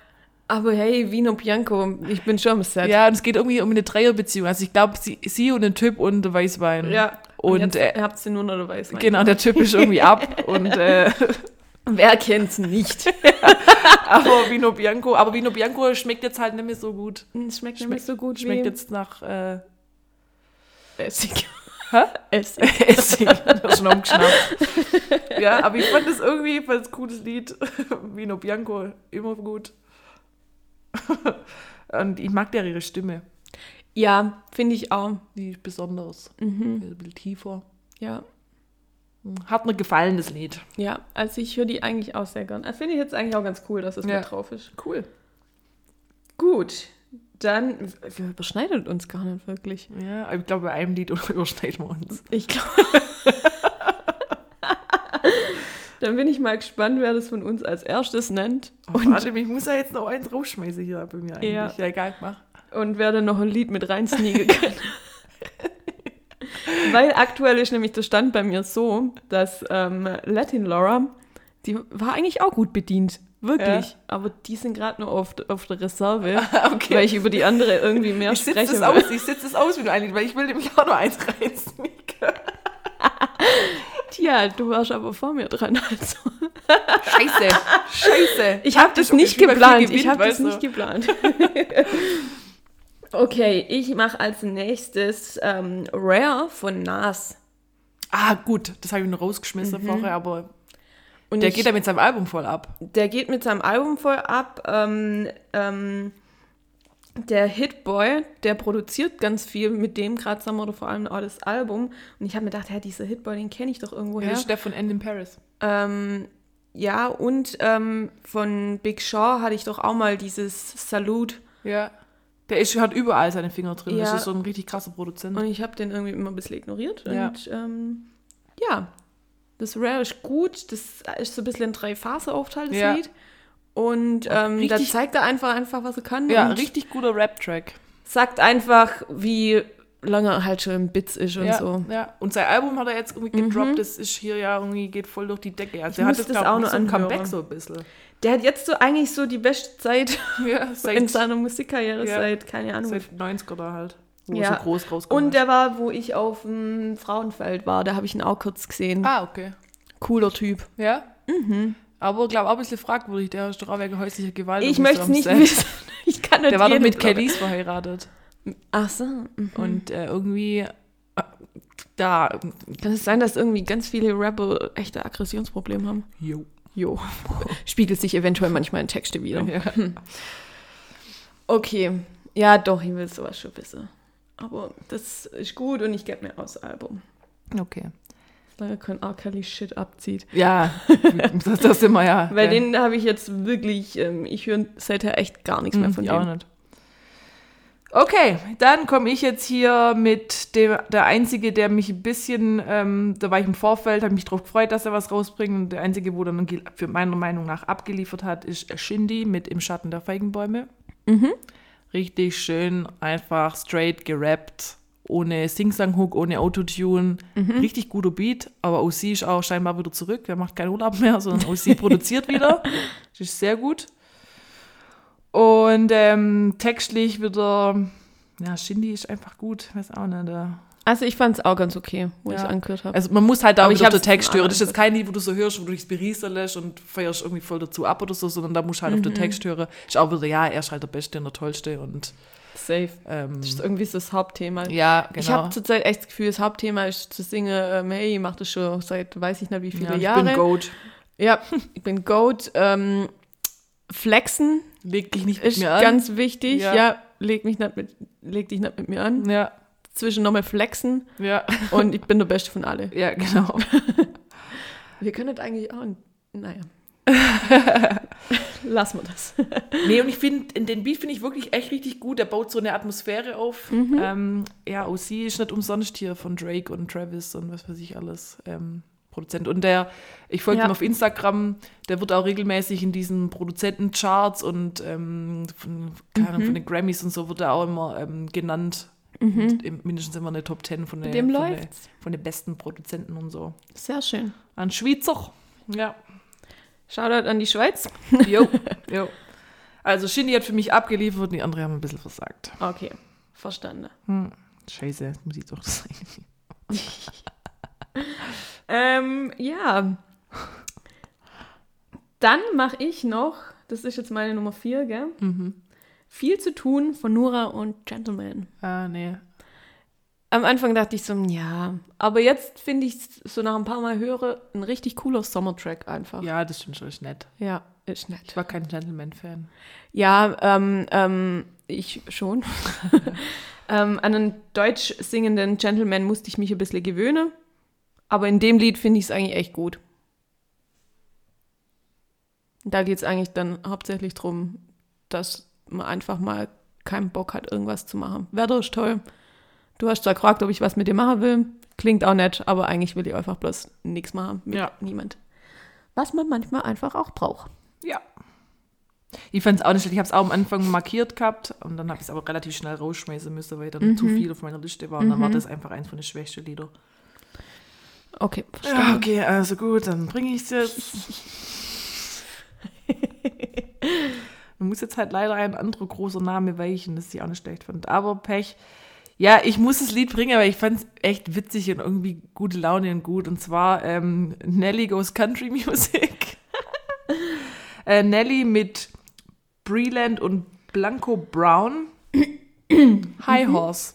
Speaker 3: Aber hey, Vino Bianco, ich bin schon am Set.
Speaker 4: Ja, und es geht irgendwie um eine Dreierbeziehung. Also ich glaube, sie, sie und ein Typ und der Weißwein.
Speaker 3: ja.
Speaker 4: Und,
Speaker 3: jetzt
Speaker 4: äh,
Speaker 3: habt sie nur noch oder weiß
Speaker 4: Genau, der Typ ist irgendwie ab. und äh,
Speaker 3: Wer kennt's nicht?
Speaker 4: aber Vino Bianco, aber Vino Bianco schmeckt jetzt halt nicht mehr so gut.
Speaker 3: Es schmeckt nämlich so gut
Speaker 4: Schmeckt
Speaker 3: wie
Speaker 4: jetzt nach äh,
Speaker 3: Essig.
Speaker 4: Hä?
Speaker 3: Essig.
Speaker 4: Essig. Hab schon umgeschnappt. ja, aber ich fand es irgendwie ich fand's ein cooles Lied. Vino Bianco, immer gut. und ich mag der ihre Stimme.
Speaker 3: Ja, finde ich auch.
Speaker 4: Die ist besonders.
Speaker 3: Mhm.
Speaker 4: Ein bisschen tiefer.
Speaker 3: Ja,
Speaker 4: Hat mir gefallen, das Lied.
Speaker 3: ja. Also ich höre die eigentlich auch sehr gern. Also Finde ich jetzt eigentlich auch ganz cool, dass es
Speaker 4: Ja.
Speaker 3: mit drauf ist.
Speaker 4: Cool.
Speaker 3: Gut, dann wir überschneidet uns gar nicht wirklich.
Speaker 4: Ja, ich glaube, bei einem Lied überschneiden wir uns.
Speaker 3: Ich glaube. Dann bin ich mal gespannt, wer das von uns als erstes nennt
Speaker 4: Und Oh, Warte, ich muss ja jetzt noch einen draufschmeißen hier bei mir eigentlich.
Speaker 3: Ja.
Speaker 4: Ja, egal, mach.
Speaker 3: und wer dann noch ein Lied mit reinsneaken kann. Weil aktuell ist nämlich der Stand bei mir so, dass ähm, Latin Laura, die war eigentlich auch gut bedient. Wirklich. Aber die sind gerade nur auf, auf der Reserve, weil ich über die andere irgendwie mehr
Speaker 4: Ah, Ich sitze
Speaker 3: spreche.
Speaker 4: es aus, ich sitze es aus, wenn du einlegst, weil ich will nämlich auch nur eins reinsneaken.
Speaker 3: Tja, du warst aber vor mir dran. Also.
Speaker 4: Scheiße, scheiße.
Speaker 3: Ich habe das
Speaker 4: und
Speaker 3: nicht
Speaker 4: ich will mal
Speaker 3: geplant.
Speaker 4: viel Gewinn,
Speaker 3: Ich habe das
Speaker 4: weißt du.
Speaker 3: nicht geplant. okay, ich mache als nächstes ähm, Rare von Nas.
Speaker 4: Ah, gut, das habe ich nur rausgeschmissen vorher, aber
Speaker 3: Und
Speaker 4: der
Speaker 3: ich,
Speaker 4: geht ja mit seinem Album voll ab.
Speaker 3: der geht mit seinem Album voll ab. Ähm, ähm, der Hitboy, der produziert ganz viel mit dem gerade Summer oder vor allem auch das Album. Und ich habe mir gedacht, hä, dieser Hitboy, den kenne ich doch irgendwoher.
Speaker 4: Das ist der von End in Paris.
Speaker 3: Ähm, ja, und ähm, von Big Shaw hatte ich doch auch mal dieses Salute.
Speaker 4: Ja. Der ist, hat überall seine Finger drin. Das
Speaker 3: Ja.
Speaker 4: ist so ein richtig krasser Produzent.
Speaker 3: Und ich habe den irgendwie immer ein bisschen ignoriert.
Speaker 4: Ja.
Speaker 3: Und ähm, ja, das Rare ist gut. Das ist so ein bisschen ein Drei-Phase-Aufteil, das
Speaker 4: Ja.
Speaker 3: Lied. Und ähm, da
Speaker 4: Richtig-
Speaker 3: zeigt er einfach, einfach, was er kann.
Speaker 4: ja,
Speaker 3: und
Speaker 4: richtig guter Rap-Track.
Speaker 3: sagt einfach, wie lange er halt schon im Bitz ist und
Speaker 4: ja,
Speaker 3: so.
Speaker 4: ja. Und Mhm. sein Album hat er jetzt irgendwie gedroppt. Das ist hier ja irgendwie geht voll durch die Decke. Also er
Speaker 3: muss
Speaker 4: hat jetzt
Speaker 3: das
Speaker 4: glaub,
Speaker 3: auch
Speaker 4: auch
Speaker 3: noch
Speaker 4: so ein
Speaker 3: anhören.
Speaker 4: Comeback so ein bisschen.
Speaker 3: Der hat jetzt so eigentlich so die beste Zeit
Speaker 4: Ja,
Speaker 3: in
Speaker 4: seit, seit
Speaker 3: seiner Musikkarriere
Speaker 4: Ja.
Speaker 3: seit, keine Ahnung,
Speaker 4: 90er da halt. Wo
Speaker 3: Ja.
Speaker 4: er so groß rauskommt.
Speaker 3: Und der war, wo ich auf dem Frauenfeld war, da habe ich ihn auch kurz gesehen.
Speaker 4: ah, okay.
Speaker 3: Cooler Typ.
Speaker 4: Ja? Mhm. Aber glaube auch ein bisschen fragwürdig. Der ist doch auch wegen häuslicher Gewalt.
Speaker 3: Ich
Speaker 4: und so
Speaker 3: möchte es
Speaker 4: am
Speaker 3: nicht
Speaker 4: Set.
Speaker 3: wissen. Ich kann nicht
Speaker 4: Der war doch
Speaker 3: jeden,
Speaker 4: mit
Speaker 3: glaub ich.
Speaker 4: Kellys verheiratet.
Speaker 3: Ach so. mhm.
Speaker 4: Und äh, irgendwie äh, da.
Speaker 3: Kann es sein, dass irgendwie ganz viele Rapper echte Aggressionsprobleme haben?
Speaker 4: Jo.
Speaker 3: Jo. Spiegelt sich eventuell manchmal in Texte wieder.
Speaker 4: Ja.
Speaker 3: Okay. Ja, doch, ich will sowas schon wissen. Aber das ist gut und ich gebe mir aus Album.
Speaker 4: Okay.
Speaker 3: Solange kein R. Kelly Shit abzieht.
Speaker 4: Ja, das, das sind wir ja.
Speaker 3: Weil
Speaker 4: Ja.
Speaker 3: den habe ich jetzt wirklich, ähm, ich höre seither echt gar nichts mehr
Speaker 4: Hm,
Speaker 3: von
Speaker 4: ich
Speaker 3: dem.
Speaker 4: auch nicht. Okay, dann komme ich jetzt hier mit dem, der Einzige, der mich ein bisschen, ähm, da war ich im Vorfeld, habe mich drauf gefreut, dass er was rausbringt. Und der Einzige, wo dann ge- für meiner Meinung nach abgeliefert hat, ist Shindy mit Im Schatten der Feigenbäume.
Speaker 3: Mhm.
Speaker 4: Richtig schön, einfach straight gerappt, ohne Sing-Sang-Hook, ohne Autotune.
Speaker 3: Mhm.
Speaker 4: Richtig guter Beat, aber OC ist auch scheinbar wieder zurück. Der macht keinen Urlaub mehr, sondern OC produziert wieder. Das ist sehr gut. Und ähm, textlich wieder, ja, Shindy ist einfach gut, weiß auch nicht. Da.
Speaker 3: Also ich fand es auch ganz okay, wo ich
Speaker 4: Ja.
Speaker 3: es angehört habe.
Speaker 4: Also man muss halt da
Speaker 3: Aber
Speaker 4: auch
Speaker 3: ich
Speaker 4: wieder auf
Speaker 3: hab's
Speaker 4: den Text
Speaker 3: von
Speaker 4: hören. Das ist jetzt kein Lied, wo du so hörst, wo du dich berieselst und feierst irgendwie voll dazu ab oder so, sondern da musst du halt auf den
Speaker 3: Mhm.
Speaker 4: Text hören. Ist auch wieder, ja, er ist halt der Beste und der Tollste und
Speaker 3: Safe.
Speaker 4: ähm,
Speaker 3: Das ist irgendwie so das Hauptthema.
Speaker 4: ja, genau.
Speaker 3: Ich habe zurzeit echt das Gefühl, das Hauptthema ist zu singen, ähm, hey, ich mache das schon seit weiß ich nicht wie viele
Speaker 4: ja,
Speaker 3: Jahre.
Speaker 4: Ich bin Goat.
Speaker 3: Ja, ich bin Goat. Ähm, flexen
Speaker 4: Leg dich nicht mit
Speaker 3: ist
Speaker 4: mir an.
Speaker 3: ganz wichtig. Ja,
Speaker 4: Ja.
Speaker 3: leg, mich nicht mit, leg dich nicht mit mir an.
Speaker 4: ja,
Speaker 3: Zwischen nochmal flexen
Speaker 4: ja,
Speaker 3: und ich bin der Beste von alle.
Speaker 4: ja, genau.
Speaker 3: Wir können das eigentlich auch. Naja. Lassen wir das.
Speaker 4: Nee, und ich finde, den Beat finde ich wirklich echt richtig gut. Der baut so eine Atmosphäre auf.
Speaker 3: Mhm.
Speaker 4: Ähm, ja, OC ist nicht umsonst hier von Drake und Travis und was weiß ich alles. Ähm, Produzent. Und der, ich folge
Speaker 3: Ja.
Speaker 4: ihm auf Instagram, der wird auch regelmäßig in diesen Produzentencharts und ähm, von,
Speaker 3: Mhm.
Speaker 4: keine Ahnung, von den Grammys und so wird er auch immer ähm, genannt. Und im, mindestens immer eine Top 10 von, der,
Speaker 3: dem
Speaker 4: von, der,
Speaker 3: läuft's.
Speaker 4: von den besten Produzenten und so.
Speaker 3: Sehr schön.
Speaker 4: An Schweizer. Ja.
Speaker 3: Shoutout an die Schweiz.
Speaker 4: Jo. jo. Also Shindy hat für mich abgeliefert und die anderen haben ein bisschen versagt.
Speaker 3: Okay, verstanden.
Speaker 4: Scheiße, jetzt muss ich doch sagen.
Speaker 3: Ähm, ja. Dann mache ich noch, das ist jetzt meine Nummer 4, gell? Viel zu tun von Nora und Gentleman.
Speaker 4: Ah, nee.
Speaker 3: Am Anfang dachte ich so, ja. Aber jetzt finde ich so nach ein paar Mal höre, ein richtig cooler Sommertrack einfach.
Speaker 4: Ja, das stimmt schon, ist nett.
Speaker 3: ja ist nett.
Speaker 4: Ich war kein Gentleman-Fan.
Speaker 3: Ja, ähm, ähm, ich schon. ähm, an einen deutsch singenden Gentleman musste ich mich ein bisschen gewöhnen. Aber in dem Lied finde ich es eigentlich echt gut. Da geht es eigentlich dann hauptsächlich darum, dass man einfach mal keinen Bock hat, irgendwas zu machen. Wetter ist toll. Du hast zwar gefragt, ob ich was mit dir machen will. Klingt auch nett, aber eigentlich will ich einfach bloß nichts machen mit
Speaker 4: Ja.
Speaker 3: niemand. Was man manchmal einfach auch braucht.
Speaker 4: Ja. Ich fand es auch nicht schlecht. Ich habe es auch am Anfang markiert gehabt und dann habe ich es aber relativ schnell rausschmeißen müssen, weil dann zu viel auf meiner Liste war. Und dann war das einfach eins von den schwächsten Lieder.
Speaker 3: Okay, verstehe.
Speaker 4: Ja, okay, also gut, dann bringe ich es jetzt. Man muss jetzt halt leider ein anderer großer Name weichen, das ich auch nicht schlecht fand. Aber Pech. Ja, ich muss das Lied bringen, aber ich fand es echt witzig und irgendwie gute Laune und gut. Und zwar ähm, Nelly Goes Country Music. äh, Nelly mit Breland und Blanco Brown. High Horse.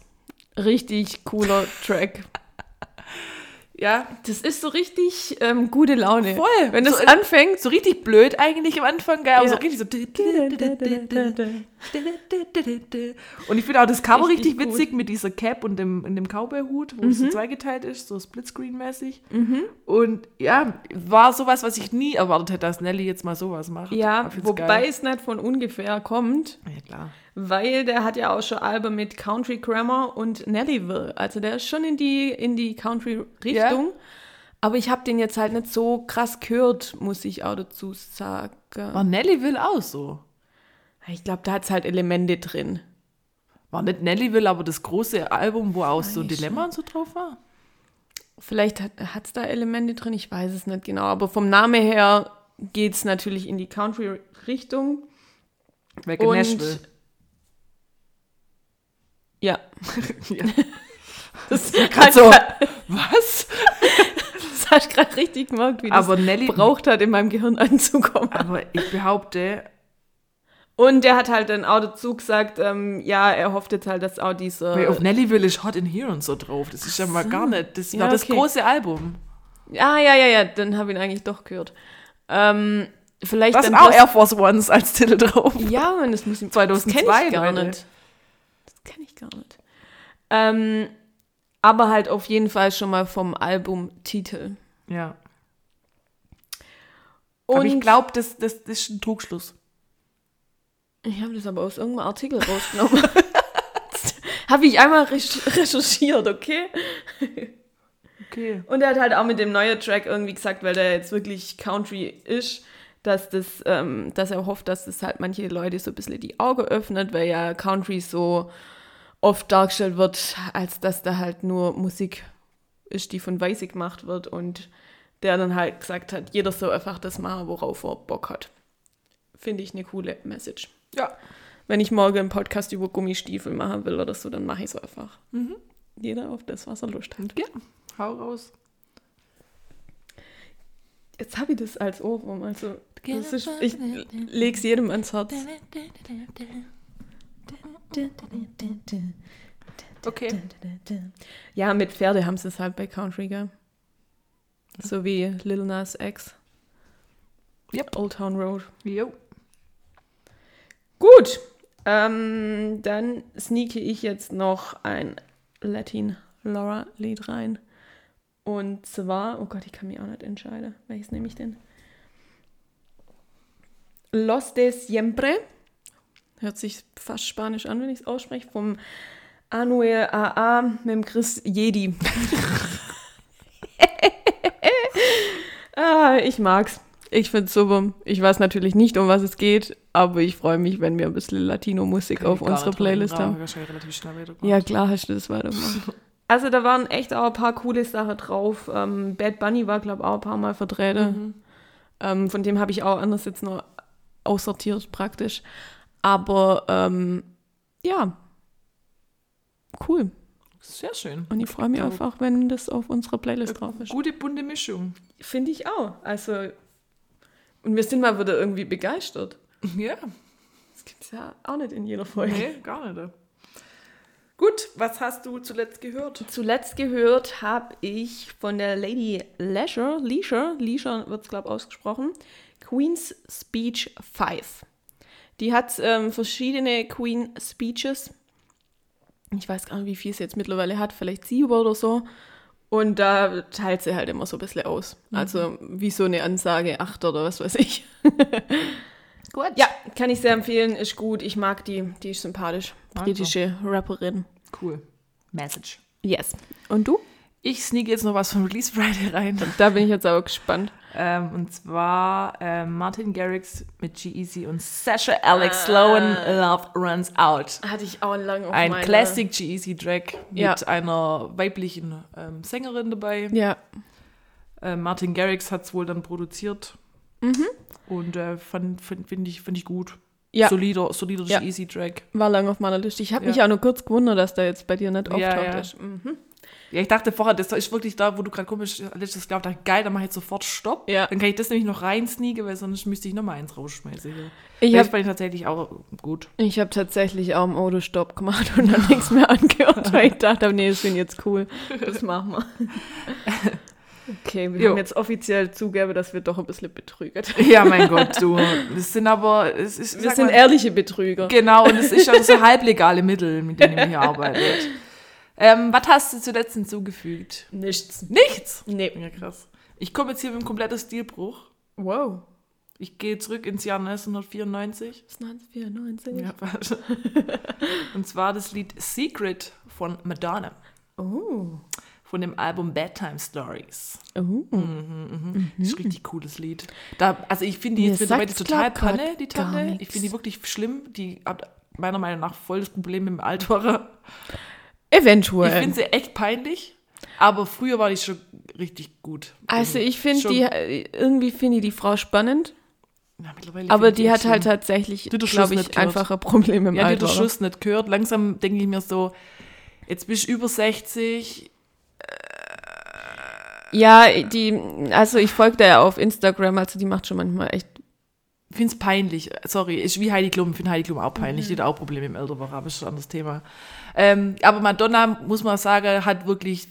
Speaker 3: Richtig cooler Track.
Speaker 4: Ja,
Speaker 3: Das ist so richtig ähm, gute Laune.
Speaker 4: Voll.
Speaker 3: Wenn das
Speaker 4: So-
Speaker 3: anfängt,
Speaker 4: so richtig blöd eigentlich am Anfang, geil, aber
Speaker 3: Ja.
Speaker 4: so richtig so. Und ich finde auch das Cover
Speaker 3: Richtig
Speaker 4: richtig,
Speaker 3: gut. Mhm.
Speaker 4: witzig mit dieser Cap und dem, und dem Cowboy-Hut, wo es so zweigeteilt ist, so Splitscreen-mäßig. Und ja, war sowas, was ich nie erwartet hätte, dass Nelly jetzt mal sowas macht.
Speaker 3: ja,
Speaker 4: Ich find's
Speaker 3: wobei
Speaker 4: geil.
Speaker 3: es nicht von ungefähr kommt,
Speaker 4: Ja, klar.
Speaker 3: weil der hat ja auch schon Alben mit Country Grammar und Nellyville. Also der ist schon in die, in die Country-Richtung. Aber ich habe den jetzt halt nicht so krass gehört, muss ich auch dazu sagen.
Speaker 4: War Nelly will auch so.
Speaker 3: Ich glaube, da hat es halt Elemente drin.
Speaker 4: War nicht Nelly will, aber das große Album, wo auch so
Speaker 3: nicht
Speaker 4: Dilemma und so drauf war.
Speaker 3: Vielleicht hat es da Elemente drin, ich weiß es nicht genau. Aber vom Name her geht es natürlich in die Country-Richtung.
Speaker 4: Weg
Speaker 3: Und ja,
Speaker 4: Ja.
Speaker 3: das,
Speaker 4: Grad so, was?
Speaker 3: das hast du gerade richtig gemerkt, wie
Speaker 4: Aber
Speaker 3: das
Speaker 4: Nelly-
Speaker 3: braucht hat, in meinem Gehirn anzukommen.
Speaker 4: Aber ich behaupte,
Speaker 3: Und der hat halt dann auch dazu gesagt, ähm, ja, er hofft jetzt halt, dass auch
Speaker 4: Weil auf
Speaker 3: diese...
Speaker 4: Nellyville ist Hot in Here und so drauf. Das ist ja mal gar nicht. Das
Speaker 3: Ja,
Speaker 4: war das
Speaker 3: okay.
Speaker 4: große Album.
Speaker 3: Ah, ja, ja, ja, dann habe ich ihn eigentlich doch gehört. Ähm, vielleicht
Speaker 4: Da sind
Speaker 3: dann...
Speaker 4: auch
Speaker 3: bloß-
Speaker 4: Air Force Ones als Titel drauf.
Speaker 3: Ja, Mann, das muss ich.
Speaker 4: 2002
Speaker 3: das kenn ich gar
Speaker 4: Leute.
Speaker 3: nicht. Das kenne ich gar nicht. Ähm, aber halt auf jeden Fall schon mal vom Albumtitel.
Speaker 4: Ja.
Speaker 3: Und
Speaker 4: Aber ich glaube, das, das, das ist ein Trugschluss.
Speaker 3: ich habe das aber aus irgendeinem Artikel rausgenommen. habe ich einmal recherch- recherchiert, okay?
Speaker 4: Okay.
Speaker 3: Und er hat halt auch mit dem neuen Track irgendwie gesagt, weil der jetzt wirklich Country ist, dass, das, ähm, dass er hofft, dass das halt manche Leute so ein bisschen die Augen öffnet, weil ja Country so oft dargestellt wird, als dass da halt nur Musik ist, die von Weiße gemacht wird und der dann halt gesagt hat, jeder soll einfach das machen, worauf er Bock hat. Finde ich eine coole Message.
Speaker 4: Ja.
Speaker 3: Wenn ich morgen einen Podcast über Gummistiefel machen will oder so, dann mache ich es einfach. Jeder auf das, was er Lust hat.
Speaker 4: Ja. Hau raus.
Speaker 3: Jetzt habe ich das als Ohrwurm. Also, das ist, ich lege es jedem ans Herz.
Speaker 4: Okay.
Speaker 3: Ja, mit Pferde haben sie es halt bei Country, gell? So wie Lil Nas X.
Speaker 4: Yep.
Speaker 3: Old Town Road.
Speaker 4: Jo.
Speaker 3: Gut, ähm, dann sneake ich jetzt noch ein Latin Laura Lied rein. Und zwar, oh Gott, ich kann mich auch nicht entscheiden. Welches nehme ich denn? Los de Siempre. Hört sich fast spanisch an, wenn ich es ausspreche. Vom Anuel AA mit dem Chris Jedi. Ah, ich mag's. Ich find's super. Ich weiß natürlich nicht, um was es geht, aber ich freue mich, wenn wir ein bisschen Latino-Musik auf unserer Playlist haben.
Speaker 4: relativ schnell wieder
Speaker 3: Ja, klar hast du das weitergemacht. Also da waren echt auch ein paar coole Sachen drauf. Ähm, Bad Bunny war, glaube ich, auch ein paar Mal vertreten. Ähm, von dem habe ich auch anders jetzt noch aussortiert praktisch. Aber ähm, ja, cool.
Speaker 4: Sehr schön.
Speaker 3: Und ich freue mich einfach, wenn das auf unserer Playlist drauf ist.
Speaker 4: Gute bunte Mischung.
Speaker 3: Finde ich auch. Also, und wir sind mal wieder irgendwie begeistert.
Speaker 4: Ja.
Speaker 3: Das gibt es ja auch nicht in jeder Folge.
Speaker 4: Nee, gar nicht. Gut, was hast du zuletzt gehört?
Speaker 3: Zuletzt gehört habe ich von der Lady Leisure, Leisure, Leisure wird es, glaube ich, ausgesprochen, Queen's Speech 5. Die hat ähm, verschiedene Queen Speeches. Ich weiß gar nicht, wie viel sie jetzt mittlerweile hat, vielleicht sieben oder so. Und da teilt sie halt immer so ein bisschen aus. Also wie so eine Ansage, acht oder was weiß ich.
Speaker 4: Gut.
Speaker 3: Ja, kann ich sehr empfehlen, ist gut. Ich mag die, die ist sympathisch.
Speaker 4: Mag
Speaker 3: Britische Rapperin.
Speaker 4: Cool. Message.
Speaker 3: Yes. Und du?
Speaker 4: Ich sneak jetzt noch was von Release Friday rein.
Speaker 3: Da bin ich jetzt aber gespannt.
Speaker 4: Ähm, und zwar ähm, Martin Garrix mit G-Eazy und Sasha Alex Sloan, Love Runs Out.
Speaker 3: Hatte ich auch lange Ah. auf
Speaker 4: Ein
Speaker 3: meiner-
Speaker 4: Classic G-Eazy-Track mit
Speaker 3: Ja.
Speaker 4: einer weiblichen ähm, Sängerin dabei.
Speaker 3: Ja.
Speaker 4: Ähm, Martin Garrix hat es wohl dann produziert
Speaker 3: Mhm.
Speaker 4: Und äh, fand- fand- finde ich, find ich gut.
Speaker 3: Ja.
Speaker 4: Solider, solider durch
Speaker 3: Ja.
Speaker 4: Easy Track.
Speaker 3: War lang auf meiner Liste. Ich habe
Speaker 4: Ja.
Speaker 3: mich auch nur kurz gewundert, dass der jetzt bei dir nicht
Speaker 4: Ja,
Speaker 3: auftaucht
Speaker 4: ja.
Speaker 3: ist. Mhm.
Speaker 4: Ja, ich dachte vorher, das ist wirklich da, wo du gerade komisch äh, letztes Jahr dachte, geil, dann mach ich jetzt sofort Stopp.
Speaker 3: Ja.
Speaker 4: Dann kann ich das nämlich noch reinsneaken, weil sonst müsste ich nochmal eins rausschmeißen. Ja.
Speaker 3: Ich
Speaker 4: das
Speaker 3: habe
Speaker 4: fand ich tatsächlich auch gut.
Speaker 3: ich hab tatsächlich auch im Auto Stopp gemacht und dann nichts mehr angehört, weil ich dachte, nee, ich bin jetzt cool. Das machen wir. Okay, wir
Speaker 4: Jo.
Speaker 3: haben jetzt offiziell Zugabe, dass wir doch ein bisschen betrügen.
Speaker 4: Ja, mein Gott, du. Das sind aber, es ist,
Speaker 3: Wir
Speaker 4: sag
Speaker 3: sind
Speaker 4: mal,
Speaker 3: ehrliche Betrüger.
Speaker 4: Genau, und es ist schon so halblegale Mittel, mit denen ihr hier arbeitet. Ähm, was hast du zuletzt hinzugefügt?
Speaker 3: Nichts.
Speaker 4: Nichts.
Speaker 3: Nee.
Speaker 4: Ja, krass. Ich komme jetzt hier mit einem kompletten Stilbruch.
Speaker 3: Wow.
Speaker 4: Ich gehe zurück ins Jahr 1994.
Speaker 3: Das ist 1994.
Speaker 4: Ja, was? und zwar das Lied Secret von Madonna.
Speaker 3: Oh.
Speaker 4: Von dem Album Bedtime Stories.
Speaker 3: Oh.
Speaker 4: Das ist ein richtig cooles Lied. Da, also ich finde die
Speaker 3: Mhm. Mir
Speaker 4: jetzt mittlerweile
Speaker 3: sagt's
Speaker 4: total
Speaker 3: grad
Speaker 4: Panne, die
Speaker 3: gar
Speaker 4: Tante. Ich
Speaker 3: nix.
Speaker 4: finde die wirklich schlimm. Die hat meiner Meinung nach voll das Problem mit dem Alter. Ich
Speaker 3: Eventuell.
Speaker 4: finde sie echt peinlich, aber früher war die schon richtig gut. Ähm,
Speaker 3: also ich finde
Speaker 4: Schon-
Speaker 3: die äh, irgendwie finde ich die Frau spannend,
Speaker 4: Ja, mittlerweile
Speaker 3: aber
Speaker 4: find ich
Speaker 3: die hat
Speaker 4: schlimm.
Speaker 3: halt tatsächlich,
Speaker 4: Die hat den Schuss
Speaker 3: glaube
Speaker 4: nicht
Speaker 3: ich,
Speaker 4: gehört.
Speaker 3: einfache Probleme im
Speaker 4: Ja, die hat
Speaker 3: Alter.
Speaker 4: den Schuss nicht gehört. Langsam denke ich mir so, jetzt bist du über 60.
Speaker 3: Ja, die, also ich folge der ja auf Instagram, also die macht schon manchmal echt.
Speaker 4: Find's peinlich. Sorry, ist wie Heidi Klum. Ich finde Heidi Klum auch peinlich.
Speaker 3: Mhm.
Speaker 4: Die hat auch Probleme im Älterwerden, aber ist schon ein anderes Thema. Ähm, aber Madonna, muss man sagen, hat wirklich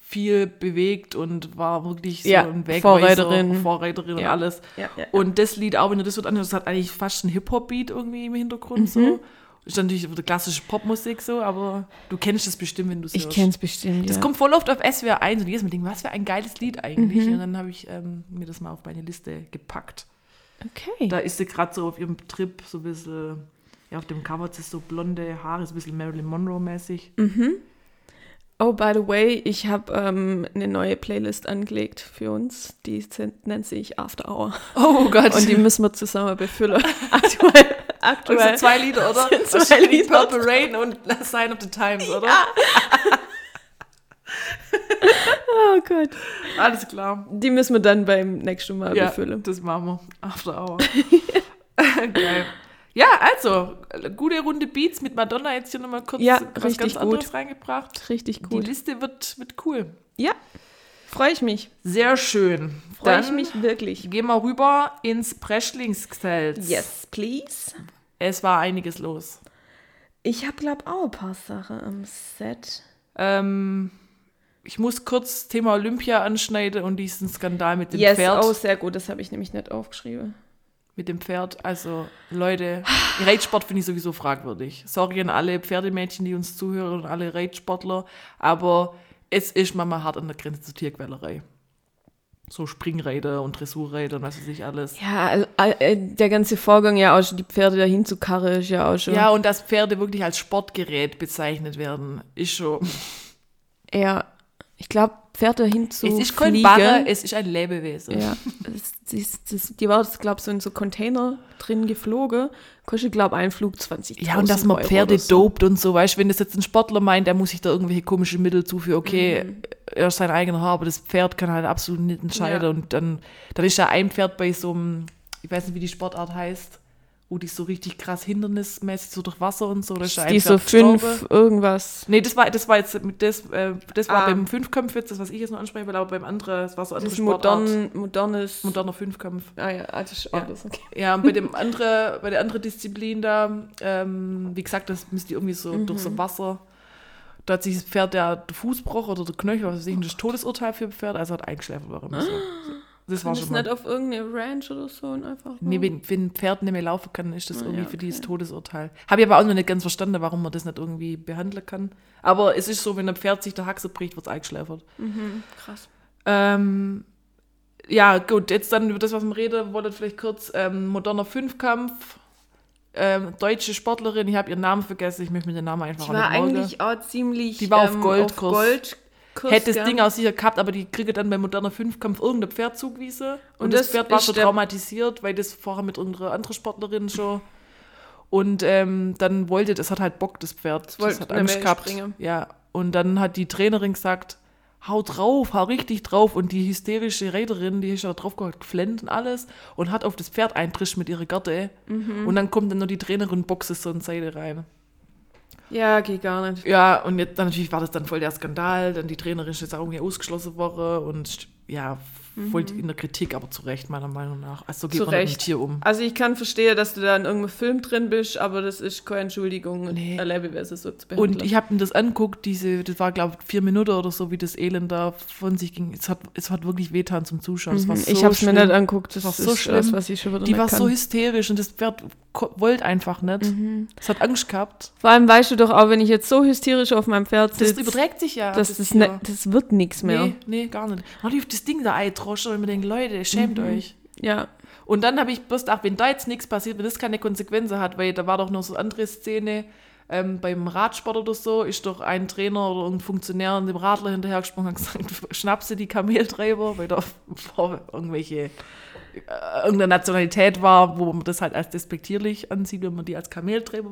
Speaker 4: viel bewegt und war wirklich so
Speaker 3: Ja,
Speaker 4: ein Wegweiser,
Speaker 3: Vorreiterin.
Speaker 4: Vorreiterin
Speaker 3: Ja.
Speaker 4: und alles.
Speaker 3: Ja, ja,
Speaker 4: Und das Lied, auch wenn du das wird anhörst, hat eigentlich fast einen Hip-Hop-Beat irgendwie im Hintergrund
Speaker 3: Mhm.
Speaker 4: so. Ist natürlich wieder klassische Popmusik so, aber du kennst es bestimmt, wenn du es
Speaker 3: Ich kenne es bestimmt.
Speaker 4: Das
Speaker 3: ja.
Speaker 4: kommt voll oft auf SWR 1 und jedes Mal denke ich, was für ein geiles Lied eigentlich.
Speaker 3: Mhm.
Speaker 4: Und dann habe ich ähm, mir das mal auf meine Liste gepackt.
Speaker 3: Okay.
Speaker 4: Da ist sie gerade so auf ihrem Trip so ein bisschen, ja, auf dem Cover hat sie so blonde Haare, so ein bisschen Marilyn Monroe-mäßig.
Speaker 3: Mhm. Oh, by the way, ich habe ähm, eine neue Playlist angelegt für uns. Die sind- nennt sich After Hour.
Speaker 4: Oh Gott.
Speaker 3: Und die müssen wir zusammen befüllen. aktuell.
Speaker 4: Und
Speaker 3: aktuell.
Speaker 4: sind zwei Lieder, oder?
Speaker 3: Sind zwei
Speaker 4: Wahrscheinlich
Speaker 3: Lieder.
Speaker 4: Purple Rain und Sign of the Times, oder?
Speaker 3: Oh Gott.
Speaker 4: Alles klar.
Speaker 3: Die müssen wir dann beim nächsten Mal befüllen.
Speaker 4: Das machen wir. After Hour. Geil. Ja, also, gute Runde Beats mit Madonna jetzt hier nochmal kurz
Speaker 3: Ja,
Speaker 4: was
Speaker 3: richtig
Speaker 4: ganz
Speaker 3: gut.
Speaker 4: anderes reingebracht.
Speaker 3: Richtig
Speaker 4: Die
Speaker 3: cool.
Speaker 4: Liste wird, wird cool.
Speaker 3: Ja. Freue ich mich.
Speaker 4: Sehr schön.
Speaker 3: Freue
Speaker 4: Dann
Speaker 3: ich mich wirklich.
Speaker 4: Gehen wir rüber ins Preschlingsgefeld.
Speaker 3: please.
Speaker 4: Es war einiges los.
Speaker 3: Ich habe, glaube auch ein paar Sachen am Set.
Speaker 4: Ähm, ich muss kurz Thema Olympia anschneiden und diesen Skandal mit dem
Speaker 3: yes,
Speaker 4: Pferd.
Speaker 3: oh, sehr gut. Das habe ich nämlich nicht aufgeschrieben.
Speaker 4: mit dem Pferd. Also, Leute, Reitsport finde ich sowieso fragwürdig. Sorry an alle Pferdemädchen, die uns zuhören und alle Reitsportler, aber es ist manchmal hart an der Grenze zur Tierquälerei. So Springräder und Dressurräder und was weiß ich alles.
Speaker 3: Ja, all- all- äh, der ganze Vorgang ja auch schon, die Pferde dahin zu karren, ist ja auch schon.
Speaker 4: Ja, und dass Pferde wirklich als Sportgerät bezeichnet werden, ist schon.
Speaker 3: ja. Ich glaube, Pferde dahin zu
Speaker 4: es ist kein
Speaker 3: fliegen-
Speaker 4: Barre, es ist ein Lebewesen.
Speaker 3: Ja, das, das, das, die war, glaube ich, so in so Container drin geflogen. Kostet, glaube ich, einen Flug 20
Speaker 4: Ja, und dass man
Speaker 3: Euro
Speaker 4: Pferde
Speaker 3: oder so.
Speaker 4: dopt und so, weißt du, wenn das jetzt ein Sportler meint, der muss sich da irgendwelche komischen Mittel zuführen, okay,
Speaker 3: Mhm.
Speaker 4: er ist sein eigener Haar, aber das Pferd kann halt absolut nicht entscheiden
Speaker 3: Ja.
Speaker 4: und dann, dann ist ja ein Pferd bei so einem, ich weiß nicht, wie die Sportart heißt, wo die so richtig krass hindernismäßig so durch Wasser und so, da ist ja ein
Speaker 3: Die so
Speaker 4: Pferd
Speaker 3: fünf
Speaker 4: gestorben.
Speaker 3: irgendwas.
Speaker 4: Nee, das war, das war jetzt, mit das, äh, das war
Speaker 3: Ah.
Speaker 4: beim Fünfkampf jetzt, das, was ich jetzt noch ansprechen will, aber beim anderen, das war so andere
Speaker 3: Das ist
Speaker 4: Sportart.
Speaker 3: modern, modernes.
Speaker 4: Moderner Fünfkampf.
Speaker 3: Ah ja, das ist alles. Okay.
Speaker 4: Ja, und bei dem andere, bei der anderen Disziplin da, ähm, wie gesagt, das müsst ihr irgendwie so
Speaker 3: Mhm.
Speaker 4: durch so Wasser. Da hat sich das Pferd der, der Fuß gebrochen oder der Knöchel, was weiß ich, und das Todesurteil für das Pferd, also hat eingeschläfert warum so. Das war
Speaker 3: Das
Speaker 4: schon
Speaker 3: ist
Speaker 4: mal.
Speaker 3: nicht halt auf irgendeine Ranch oder so und einfach. hm,
Speaker 4: Nee, wenn, wenn ein Pferd nicht mehr laufen kann, ist das
Speaker 3: Ah,
Speaker 4: irgendwie
Speaker 3: ja,
Speaker 4: für die das Todesurteil. Habe ich aber auch noch nicht ganz verstanden, warum man das nicht irgendwie behandeln kann. Aber es ist so, wenn ein Pferd sich der Haxe bricht, wird es eingeschläfert.
Speaker 3: krass.
Speaker 4: Ähm, ja, gut, jetzt dann über das, was wir reden wollten, vielleicht kurz ähm, moderner Fünfkampf. Ähm, deutsche Sportlerin, ich habe ihren Namen vergessen, ich möchte mir den Namen einfach
Speaker 3: Die war
Speaker 4: nicht merken.
Speaker 3: eigentlich auch ziemlich.
Speaker 4: Die war auf Goldkurs.
Speaker 3: Goldkurs. Goldkurs
Speaker 4: Hätte das
Speaker 3: gell?
Speaker 4: Ding auch sicher gehabt, aber die kriege dann beim moderner Fünfkampf irgendein Pferd zugewiesen. Und,
Speaker 3: Und
Speaker 4: das,
Speaker 3: das
Speaker 4: Pferd war
Speaker 3: ist
Speaker 4: schon
Speaker 3: der-
Speaker 4: traumatisiert, weil das vorher mit irgendeiner anderen Sportlerin schon. Und ähm, dann wollte, das hat halt Bock, das Pferd. Das,
Speaker 3: wollte
Speaker 4: hat
Speaker 3: nicht
Speaker 4: Angst
Speaker 3: mehr
Speaker 4: gehabt.
Speaker 3: springen.
Speaker 4: Ja. Und dann hat die Trainerin gesagt, hau drauf, hau richtig drauf. Und die hysterische Reiterin, die ist ja drauf gehört, geflennt und alles und hat auf das Pferd eintrisch mit ihrer Gerte. Und dann kommt dann nur die Trainerin Boxes so in Seite rein.
Speaker 3: Ja, geht gar nicht.
Speaker 4: Ja, und jetzt dann natürlich war das dann voll der Skandal. Dann die Trainerin ist jetzt auch irgendwie ausgeschlossen worden und ja, voll in der Kritik, aber zu Recht, meiner Meinung nach. Also so
Speaker 3: Mhm.
Speaker 4: geht
Speaker 3: Zu
Speaker 4: man mit dem
Speaker 3: Recht.
Speaker 4: Tier um.
Speaker 3: Also ich kann verstehen, dass du da in irgendeinem Film drin bist, aber das ist keine Entschuldigung Äh, und
Speaker 4: Nee.
Speaker 3: erlebe es so zu behandeln.
Speaker 4: Und ich habe mir das anguckt, diese, das war glaube ich vier Minuten oder so, wie das Elend da von sich ging. Es hat, es hat wirklich wehtan zum Zuschauen. Es war so
Speaker 3: Mhm. ich habe es mir
Speaker 4: schlimm.
Speaker 3: nicht angeguckt, das,
Speaker 4: war
Speaker 3: ist
Speaker 4: so
Speaker 3: das,
Speaker 4: schlimm.
Speaker 3: was ich schon wieder
Speaker 4: Die
Speaker 3: nicht
Speaker 4: war
Speaker 3: kann.
Speaker 4: so hysterisch und das Pferd ko- wollte einfach nicht.
Speaker 3: Mhm.
Speaker 4: Es hat Angst gehabt.
Speaker 3: Vor allem weißt du doch auch, wenn ich jetzt so hysterisch auf meinem Pferd
Speaker 4: Das
Speaker 3: sitze,
Speaker 4: überträgt sich ja.
Speaker 3: das, das, ne, das wird nichts mehr.
Speaker 4: Nee, nee, gar nicht. Hat auf das Ding da eingetroschen und mir denkt, Leute, schämt
Speaker 3: Mhm.
Speaker 4: euch.
Speaker 3: Ja,
Speaker 4: Und dann habe ich bloß gedacht, wenn da jetzt nichts passiert, wenn das keine Konsequenzen hat, weil da war doch noch so eine andere Szene ähm, beim Radsport oder so, ist doch ein Trainer oder ein Funktionär und dem Radler hinterhergesprungen und hat gesagt, schnappst du die Kameltreiber, weil da vor- irgendwelche äh, irgendeine Nationalität war, wo man das halt als despektierlich ansieht, wenn man die als Kameltreiber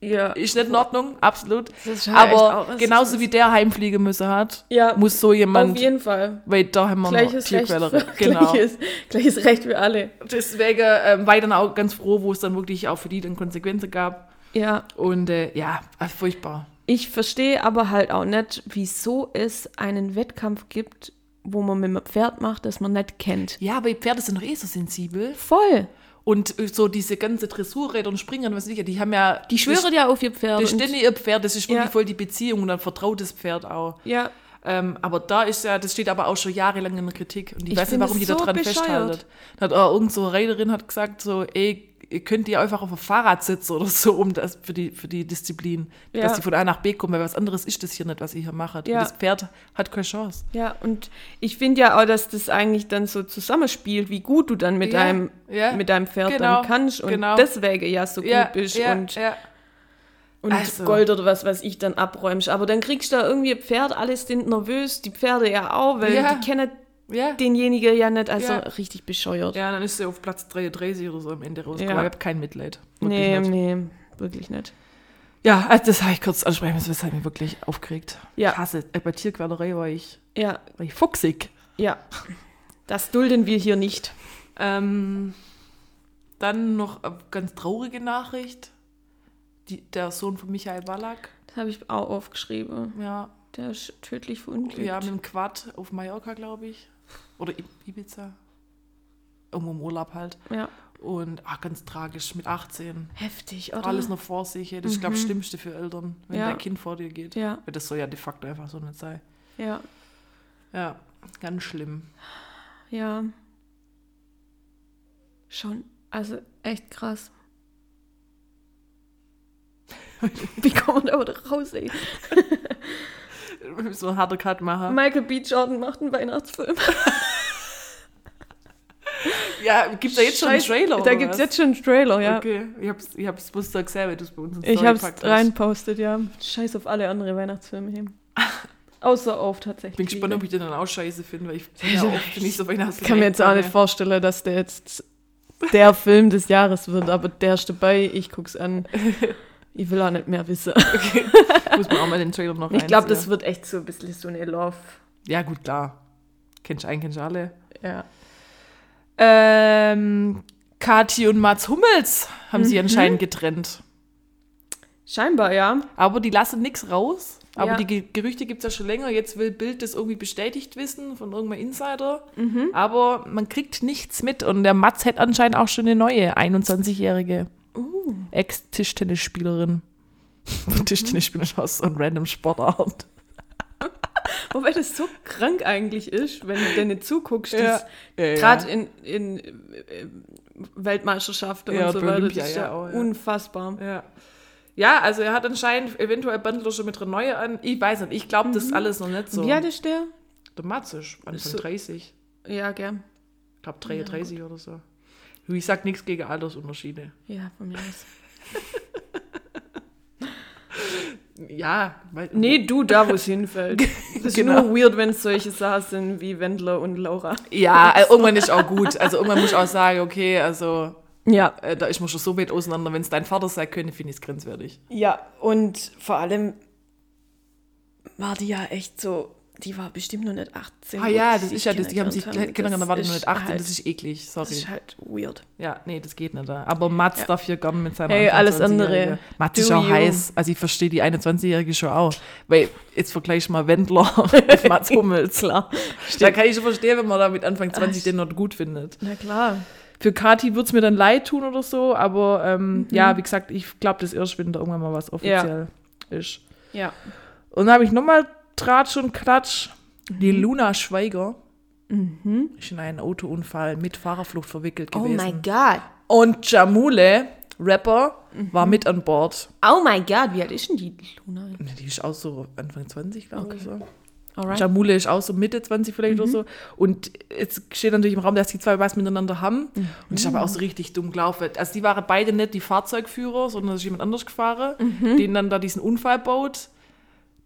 Speaker 3: ja.
Speaker 4: ist nicht in Ordnung, absolut.
Speaker 3: ist halt echt auch-
Speaker 4: Aber
Speaker 3: es
Speaker 4: genauso wie der Heimfliegemüsse hat,
Speaker 3: Ja.
Speaker 4: muss so
Speaker 3: auf
Speaker 4: jemand,
Speaker 3: jeden Fall.
Speaker 4: weil da haben wir noch Genau.
Speaker 3: Gleiches Recht,
Speaker 4: Tierquälerin.
Speaker 3: für, gleiches, gleiches Recht für alle.
Speaker 4: Deswegen ähm, war ich dann auch ganz froh, wo es dann wirklich auch für die dann Konsequenzen gab.
Speaker 3: Ja,
Speaker 4: Und äh, ja, also furchtbar.
Speaker 3: ich verstehe aber halt auch nicht, wieso es einen Wettkampf gibt, wo man mit einem Pferd macht, das man nicht kennt.
Speaker 4: Ja, aber die Pferde sind doch eh so sensibel.
Speaker 3: Voll.
Speaker 4: Und äh, so diese ganze Dressurräder und Springer und was nicht, die haben ja.
Speaker 3: Die schwören ja auf ihr Pferd.
Speaker 4: Das
Speaker 3: und-
Speaker 4: ständig ihr Pferd, das ist wirklich
Speaker 3: Ja.
Speaker 4: voll die Beziehung und dann vertraut das Pferd auch.
Speaker 3: Ja,
Speaker 4: Ähm, aber da ist ja, das steht aber auch schon jahrelang in der Kritik. Und ich,
Speaker 3: Ich
Speaker 4: weiß nicht,
Speaker 3: find
Speaker 4: warum
Speaker 3: es
Speaker 4: die
Speaker 3: so
Speaker 4: da dran
Speaker 3: bescheuert.
Speaker 4: festhaltet. Da hat auch irgend so eine Reiterin hat gesagt, so, ey, ihr könnt ihr einfach auf dem Fahrrad sitzen oder so, um das für die, für die Disziplin,
Speaker 3: Ja.
Speaker 4: dass die von A nach B kommen, weil was anderes ist das hier nicht, was ihr hier macht.
Speaker 3: Ja.
Speaker 4: Und das Pferd hat keine Chance.
Speaker 3: ja. Und ich finde ja auch, dass das eigentlich dann so zusammenspielt, wie gut du dann mit,
Speaker 4: Ja,
Speaker 3: deinem,
Speaker 4: ja.
Speaker 3: mit deinem Pferd
Speaker 4: Genau,
Speaker 3: dann kannst und
Speaker 4: genau.
Speaker 3: deswegen ja so gut bist und,
Speaker 4: ja.
Speaker 3: und
Speaker 4: Also.
Speaker 3: Gold oder was weiß ich dann abräumst. Aber dann kriegst du da irgendwie ein Pferd, alle sind nervös, die Pferde ja auch, weil
Speaker 4: Ja.
Speaker 3: die kennen
Speaker 4: Ja.
Speaker 3: denjenigen ja nicht, also
Speaker 4: Ja.
Speaker 3: richtig bescheuert.
Speaker 4: ja, dann ist sie auf Platz 33 oder so am Ende rausgekommen.
Speaker 3: Ja.
Speaker 4: Ich habe kein Mitleid. Wirklich
Speaker 3: nee,
Speaker 4: nicht.
Speaker 3: nee, wirklich nicht.
Speaker 4: Ja, also das habe ich kurz ansprechen müssen, das hat mich wirklich aufgeregt.
Speaker 3: Ja.
Speaker 4: Ich hasse, äh, bei Tierquälerei war ich,
Speaker 3: Ja,
Speaker 4: war ich fuchsig.
Speaker 3: ja. Das dulden wir hier nicht.
Speaker 4: Ähm, dann noch eine ganz traurige Nachricht. Die, der Sohn von Michael Wallach,
Speaker 3: Das habe ich auch aufgeschrieben.
Speaker 4: ja,
Speaker 3: Der ist tödlich verunglückt.
Speaker 4: ja, mit dem Quad auf Mallorca, glaube ich. Oder I- Ibiza. Irgendwo im Urlaub halt.
Speaker 3: ja.
Speaker 4: Und ach, ganz tragisch, mit 18.
Speaker 3: Heftig, oder?
Speaker 4: Alles noch vor sich. ey. Das ist, glaube ich, das Schlimmste für Eltern, wenn
Speaker 3: Mhm. Ja.
Speaker 4: dein Kind vor dir geht.
Speaker 3: Ja.
Speaker 4: Weil das soll ja de facto einfach so nicht sein.
Speaker 3: Ja,
Speaker 4: Ja, ganz schlimm.
Speaker 3: ja. Schon, also echt krass. Wie kommen wir da wieder raus, ey?
Speaker 4: So ein harter Cut machen.
Speaker 3: Michael B. Jordan macht einen Weihnachtsfilm.
Speaker 4: Ja, gibt da jetzt schon einen
Speaker 3: Scheiß-
Speaker 4: Trailer?
Speaker 3: Da
Speaker 4: oder
Speaker 3: gibt es
Speaker 4: was?
Speaker 3: jetzt schon einen Trailer, ja.
Speaker 4: Okay, ich hab's, ich hab's bloß gesehen, weil du es bei uns in die
Speaker 3: Ich
Speaker 4: Story
Speaker 3: hab's
Speaker 4: gepackt hast.
Speaker 3: reinpostet, ja. Scheiß auf alle andere Weihnachtsfilme hier. Außer auf tatsächlich.
Speaker 4: Ich bin gespannt, ob ich den dann auch scheiße finde, weil ich bin ja
Speaker 3: Also,
Speaker 4: oft nicht so
Speaker 3: Ich
Speaker 4: Weihnachtsfilm.
Speaker 3: kann mir jetzt auch nicht vorstellen, dass der jetzt der Film des Jahres wird, aber der ist dabei, ich guck's an. Ich will auch nicht mehr wissen.
Speaker 4: Muss man auch mal den Trailer noch
Speaker 3: Ich glaube, das
Speaker 4: reinziehen.
Speaker 3: wird echt so ein bisschen so eine Love.
Speaker 4: Ja, gut, klar. Kennst du einen, kennst du alle.
Speaker 3: Ja.
Speaker 4: Ähm, Kathi und Mats Hummels haben sie anscheinend getrennt.
Speaker 3: Scheinbar, ja.
Speaker 4: Aber die lassen nichts raus. Aber
Speaker 3: Ja.
Speaker 4: die Ge Gerüchte gibt es ja schon länger. Jetzt will Bild das irgendwie bestätigt wissen von irgendeinem Insider. Aber man kriegt nichts mit. Und der Mats hat anscheinend auch schon eine neue 21-jährige Uh. Ex-Tischtennisspielerin. Mhm. Tischtennisspieler ist auch so ein random Sportart.
Speaker 3: Wobei das so krank eigentlich ist, wenn du denen zuguckst,
Speaker 4: Ja.
Speaker 3: das
Speaker 4: Ja, ja.
Speaker 3: gerade in, in äh, Weltmeisterschaften
Speaker 4: Ja,
Speaker 3: und so
Speaker 4: bei
Speaker 3: weiter,
Speaker 4: Olympia,
Speaker 3: das ist
Speaker 4: ja
Speaker 3: ja,
Speaker 4: auch, ja.
Speaker 3: unfassbar.
Speaker 4: Ja. ja, also er hat anscheinend eventuell Bandler schon mit einer neue an. Ich weiß nicht, ich glaube Mhm. das alles noch nicht so.
Speaker 3: Wie alt ist der?
Speaker 4: der Mats ist Anfang
Speaker 3: So-
Speaker 4: 30.
Speaker 3: Ja, gell.
Speaker 4: Ich glaube 33 oder so. Ich sag nichts gegen Altersunterschiede.
Speaker 3: Ja, von mir aus.
Speaker 4: Ja, weil.
Speaker 3: Nee, du, da wo es hinfällt. Es ist
Speaker 4: Genau.
Speaker 3: nur weird, wenn es solche Sachen sind wie Wendler und Laura.
Speaker 4: Ja, also irgendwann ist auch gut. Also irgendwann muss ich auch sagen, okay, also
Speaker 3: Ja,
Speaker 4: äh, da ist man schon so weit auseinander. Wenn es dein Vater sein könnte, finde ich es grenzwertig.
Speaker 3: ja. Und vor allem war die ja echt so die war bestimmt noch nicht 18.
Speaker 4: Ah
Speaker 3: wo
Speaker 4: ja,
Speaker 3: sie
Speaker 4: das
Speaker 3: sich
Speaker 4: ist ja das. Die haben sich
Speaker 3: kennengelernt haben.
Speaker 4: kennengelernt, waren
Speaker 3: ist
Speaker 4: noch nicht 18,
Speaker 3: halt-
Speaker 4: das ist eklig,
Speaker 3: Das
Speaker 4: sorry.
Speaker 3: ist halt weird.
Speaker 4: Ja, nee, das geht nicht. Aber Mats
Speaker 3: Ja.
Speaker 4: darf hier gern mit seinem
Speaker 3: Hey, alles
Speaker 4: 21-Jährigen.
Speaker 3: andere.
Speaker 4: Mats
Speaker 3: Do
Speaker 4: ist auch
Speaker 3: you.
Speaker 4: heiß. Also ich verstehe die 21-Jährige schon auch. Weil jetzt vergleich mal Wendler mit Mats Hummels, klar. Da kann ich schon verstehen, wenn man da mit Anfang 20 den nicht gut findet.
Speaker 3: Na klar.
Speaker 4: Für Kati wird's mir dann leid tun oder so, aber ähm, ja, wie gesagt, ich glaube das erst, wenn da irgendwann mal was offiziell ist.
Speaker 3: Ja.
Speaker 4: Und dann habe ich nochmal Tratsch und Klatsch. Die Luna Schweiger ist in einen Autounfall mit Fahrerflucht verwickelt gewesen.
Speaker 3: God.
Speaker 4: Und Jamule, Rapper, war mit an Bord.
Speaker 3: Oh my God, wie alt ist denn die Luna?
Speaker 4: Ne, Die ist auch so Anfang 20, glaube ich. So.
Speaker 3: Alright.
Speaker 4: Jamule ist auch so Mitte 20 vielleicht oder so. Und jetzt steht natürlich im Raum, dass die zwei was miteinander haben. Und ich habe auch so richtig dumm gelaufen. Also die waren beide nicht die Fahrzeugführer, sondern es ist jemand anders gefahren, den dann da diesen Unfall baut.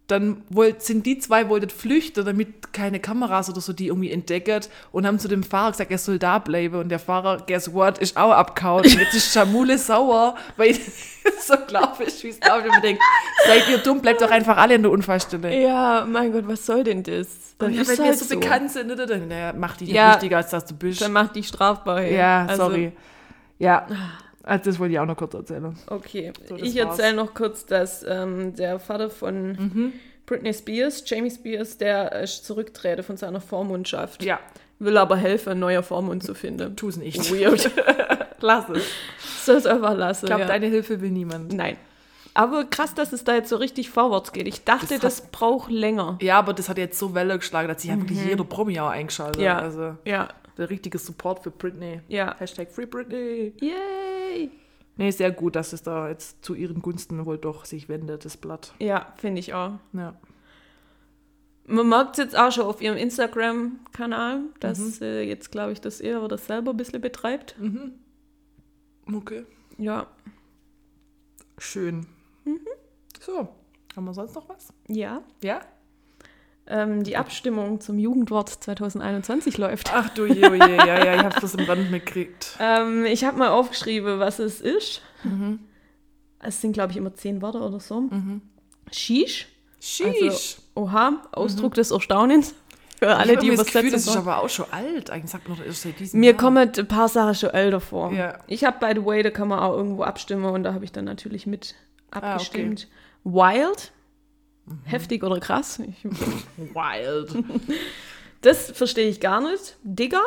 Speaker 4: Dann wollt, sind die zwei wollten flüchten, damit keine Kameras oder so die irgendwie entdecken und haben zu dem Fahrer gesagt, er soll da bleiben. Und der Fahrer, guess what, ist auch abgehauen. Und jetzt ist Jamule sauer, weil es so glaub ist, wie es glaubt. Und man denkt, seid ihr dumm, bleibt doch einfach alle in der Unfallstelle.
Speaker 3: Ja, mein Gott, was soll denn das?
Speaker 4: Und ja, weil wir
Speaker 3: halt
Speaker 4: so, bekannt sind, ne, dann naja, mach dich
Speaker 3: Ja.
Speaker 4: nicht wichtiger, als dass du bist.
Speaker 3: Dann macht die strafbar. hey.
Speaker 4: ja,
Speaker 3: Also,
Speaker 4: sorry. Ja, also das wollte ich auch noch kurz erzählen.
Speaker 3: Okay,
Speaker 4: das
Speaker 3: ich
Speaker 4: war's.
Speaker 3: erzähle noch kurz, dass ähm, der Vater von Britney Spears, Jamie Spears, der äh, ist zurücktrete von seiner Vormundschaft.
Speaker 4: Ja,
Speaker 3: Will aber helfen, einen neuen Vormund zu finden.
Speaker 4: tu es nicht.
Speaker 3: Weird.
Speaker 4: Lass es.
Speaker 3: Soll es einfach lassen.
Speaker 4: Ich glaube,
Speaker 3: ja.
Speaker 4: deine Hilfe will niemand.
Speaker 3: Nein. Aber krass, dass es da jetzt so richtig vorwärts geht. Ich dachte,
Speaker 4: Das hat-
Speaker 3: das, braucht länger.
Speaker 4: Ja, aber das hat jetzt so Welle geschlagen, dass sich ja wirklich jeder Promi auch eingeschaltet.
Speaker 3: Ja.
Speaker 4: Also
Speaker 3: Ja.
Speaker 4: der richtige Support für Britney.
Speaker 3: Ja.
Speaker 4: Hashtag Free Britney.
Speaker 3: Yay!
Speaker 4: Nee, sehr gut, dass es da jetzt zu ihren Gunsten wohl doch sich wendet, das Blatt.
Speaker 3: Ja, finde ich auch.
Speaker 4: Ja.
Speaker 3: Man merkt es jetzt auch schon auf ihrem Instagram-Kanal, dass äh, jetzt, glaube ich, das eher oder selber ein bisschen betreibt.
Speaker 4: Okay.
Speaker 3: Ja.
Speaker 4: Schön. Mhm. So, haben wir sonst noch was?
Speaker 3: Ja.
Speaker 4: Ja?
Speaker 3: Ähm, die Abstimmung zum Jugendwort 2021 läuft.
Speaker 4: Ach du je, oh je, ja, ja, ich hab's das im Band mitgekriegt.
Speaker 3: Ähm, ich habe mal aufgeschrieben, was es ist.
Speaker 4: Mhm.
Speaker 3: Es sind, glaube ich, immer zehn Wörter oder so. Shish.
Speaker 4: Sheesh.
Speaker 3: Also, oha,
Speaker 4: Mhm.
Speaker 3: Ausdruck des Erstaunens. Für alle, die
Speaker 4: das Gefühl, das ist
Speaker 3: übersetzen.
Speaker 4: aber auch schon alt. Eigentlich sagt man doch erst seit diesem
Speaker 3: Mir
Speaker 4: Jahr.
Speaker 3: kommen ein paar Sachen schon älter vor.
Speaker 4: Ja.
Speaker 3: Ich habe, by the way, da kann man auch irgendwo abstimmen und da habe ich dann natürlich mit
Speaker 4: Ah, okay. Mhm.
Speaker 3: abgestimmt. Wild. Heftig oder krass. Ich,
Speaker 4: Wild.
Speaker 3: das verstehe ich gar nicht. Digger.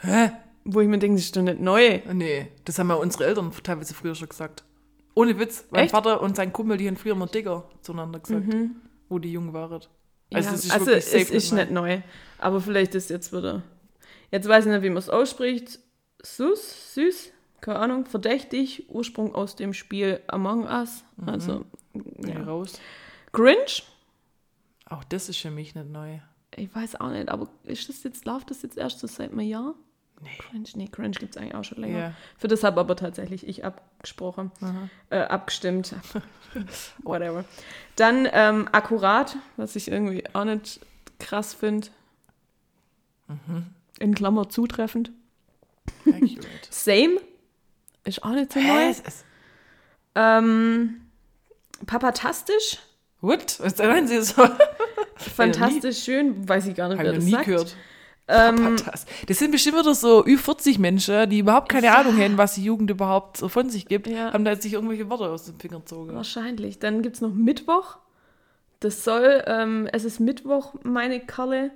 Speaker 4: Hä?
Speaker 3: Wo ich mir denke, das ist doch nicht neu.
Speaker 4: Nee, das haben ja unsere Eltern teilweise früher schon gesagt. Ohne Witz. Mein
Speaker 3: Echt? Mhm.
Speaker 4: Vater und sein Kumpel, die haben früher immer Digger zueinander gesagt, wo die jung waren. Also,
Speaker 3: ja,
Speaker 4: das ist
Speaker 3: also
Speaker 4: wirklich
Speaker 3: es
Speaker 4: safe
Speaker 3: ist
Speaker 4: neu.
Speaker 3: nicht neu. Aber vielleicht ist jetzt wieder. Jetzt weiß ich nicht, wie man es ausspricht. Süß, süß, keine Ahnung, verdächtig, Ursprung aus dem Spiel Among Us.
Speaker 4: Mhm.
Speaker 3: Also,
Speaker 4: Nee,
Speaker 3: ja.
Speaker 4: raus.
Speaker 3: Grinch,
Speaker 4: Auch das ist für mich nicht neu.
Speaker 3: ich weiß auch nicht, aber ist das jetzt, läuft das jetzt erst so seit einem Jahr? Nee. Crunch, nee, Crunch gibt es eigentlich auch schon länger.
Speaker 4: Ja.
Speaker 3: Für das habe aber tatsächlich ich abgesprochen, äh, abgestimmt. Whatever. Dann ähm, akkurat, was ich irgendwie auch nicht krass finde.
Speaker 4: Mhm.
Speaker 3: In Klammer zutreffend.
Speaker 4: Accurate.
Speaker 3: Same ist auch nicht so
Speaker 4: Hä?
Speaker 3: neu.
Speaker 4: Es ist-
Speaker 3: Ähm, papatastisch,
Speaker 4: What? Was meinen Sie so?
Speaker 3: fantastisch schön, weiß ich gar nicht,
Speaker 4: Hab
Speaker 3: wer
Speaker 4: ich
Speaker 3: das
Speaker 4: noch nie
Speaker 3: sagt.
Speaker 4: gehört.
Speaker 3: Ähm,
Speaker 4: Patas. Das sind bestimmt wieder so Ü40 Menschen, die überhaupt keine Ahnung haben, was die Jugend überhaupt so von sich gibt,
Speaker 3: Ja.
Speaker 4: haben da jetzt sich irgendwelche Worte aus den Fingern gezogen.
Speaker 3: Wahrscheinlich. Dann gibt es noch Mittwoch. Das soll, ähm, es ist Mittwoch, meine Kalle.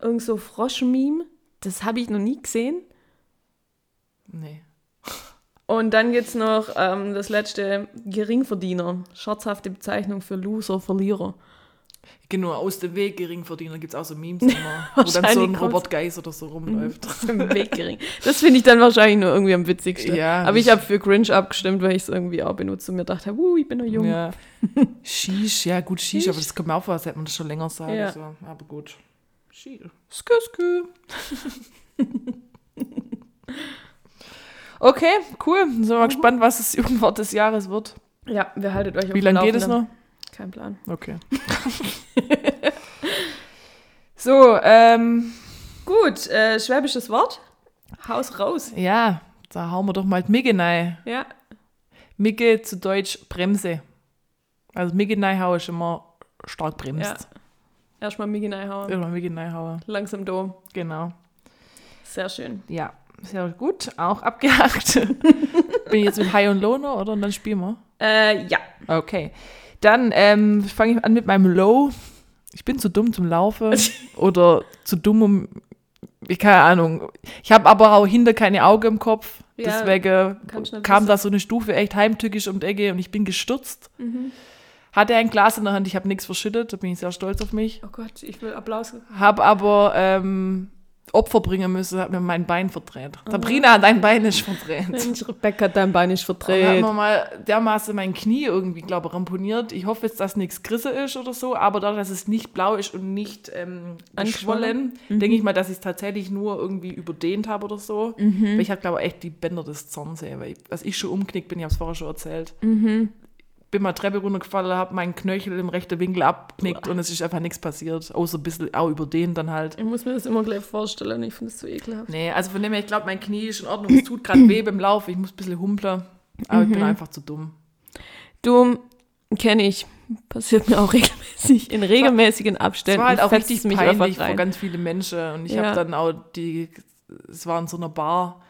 Speaker 3: Irgend so Frosch-Meme. Das habe ich noch nie gesehen.
Speaker 4: Nee.
Speaker 3: Und dann gibt es noch ähm, das letzte, Geringverdiener. Scherzhafte Bezeichnung für Loser, Verlierer.
Speaker 4: Genau, aus dem Weg, Geringverdiener, gibt es auch so Memes immer, wo dann so ein
Speaker 3: Wahrscheinlich Mhm.
Speaker 4: Robert Geis oder so rumläuft.
Speaker 3: Im Weg gering. Das finde ich dann wahrscheinlich nur irgendwie am witzigsten.
Speaker 4: Ja,
Speaker 3: Aber ich
Speaker 4: das-
Speaker 3: habe für Grinch abgestimmt, weil ich es irgendwie auch benutze und mir dachte, wuh, ich bin noch jung.
Speaker 4: Ja. Shish, ja gut, Shish,
Speaker 3: Shish.
Speaker 4: aber das kommt mir auch vor, als hätte man das schon länger sagen.
Speaker 3: Ja.
Speaker 4: So. Aber gut. Shish. Skü, skü. okay, cool. Sind
Speaker 3: Mhm.
Speaker 4: wir mal gespannt, was das Jugendwort des Jahres wird.
Speaker 3: Ja, wir haltet euch auf
Speaker 4: genau, Wie
Speaker 3: dem
Speaker 4: lange geht es
Speaker 3: Laufenden.
Speaker 4: noch?
Speaker 3: Kein Plan.
Speaker 4: Okay. so, ähm,
Speaker 3: Gut, äh, schwäbisches Wort. Haus raus.
Speaker 4: ja, da hauen wir doch mal die Migge rein.
Speaker 3: Ja,
Speaker 4: Migge zu Deutsch Bremse. Also Migge rein hauen ist immer stark bremst.
Speaker 3: Erstmal Migi Neihauen.
Speaker 4: Irgendwann Wiki Neuhauer.
Speaker 3: Langsam do.
Speaker 4: Genau.
Speaker 3: Sehr schön.
Speaker 4: Ja, sehr gut. Auch abgehakt. Bin ich jetzt mit High und Loner oder? Und dann spielen wir.
Speaker 3: Äh, ja.
Speaker 4: Okay. Dann ähm, fange ich an mit meinem Low. Ich bin zu dumm zum Laufen oder zu dumm, um. Ich keine Ahnung. Ich habe aber auch hinter keine Augen im Kopf.
Speaker 3: Ja,
Speaker 4: Deswegen
Speaker 3: kannst nicht
Speaker 4: kam
Speaker 3: wissen.
Speaker 4: da so eine Stufe echt heimtückisch um die Ecke und ich bin gestürzt. Hatte ein Glas in der Hand, ich habe nichts verschüttet, da bin ich sehr stolz auf mich.
Speaker 3: Oh Gott, ich will Applaus.
Speaker 4: Habe aber ähm, Opfer bringen müssen, hat mir mein Bein verdreht. Sabrina, dein Bein ist verdreht.
Speaker 3: Mensch, Rebecca, dein Bein ist
Speaker 4: Da hat
Speaker 3: verdreht.
Speaker 4: man mal dermaßen mein Knie irgendwie, glaube ich, ramponiert. Ich hoffe jetzt, dass nichts Grisse ist oder so, aber dadurch, dass es nicht blau ist und nicht ähm,
Speaker 3: Angeschwollen.
Speaker 4: angeschwollen, denke ich mal, dass ich es tatsächlich nur irgendwie überdehnt habe oder so. Weil ich habe, glaube ich, echt die Bänder des Zorns, ey, weil ich, als ich schon umknickt bin, ich habe es vorher schon erzählt. Bin mal Treppe runtergefallen, habe meinen Knöchel im rechten Winkel abknickt und es ist einfach nichts passiert, außer ein bisschen auch überdehnt dann halt.
Speaker 3: Ich muss mir das immer gleich vorstellen. Ich finde es so ekelhaft.
Speaker 4: Nee, also von dem her, ich glaube, mein Knie ist in Ordnung. Es tut gerade weh beim Lauf, ich muss ein bisschen humpeln, aber ich bin einfach zu dumm.
Speaker 3: Dumm kenne ich. Passiert mir auch regelmäßig. In regelmäßigen
Speaker 4: Es
Speaker 3: Abständen.
Speaker 4: war halt auch
Speaker 3: fetzt
Speaker 4: richtig
Speaker 3: mich
Speaker 4: peinlich
Speaker 3: einfach
Speaker 4: vor
Speaker 3: rein.
Speaker 4: ganz viele Menschen. Und ich
Speaker 3: Ja.
Speaker 4: habe dann auch die, es war in so einer Bar,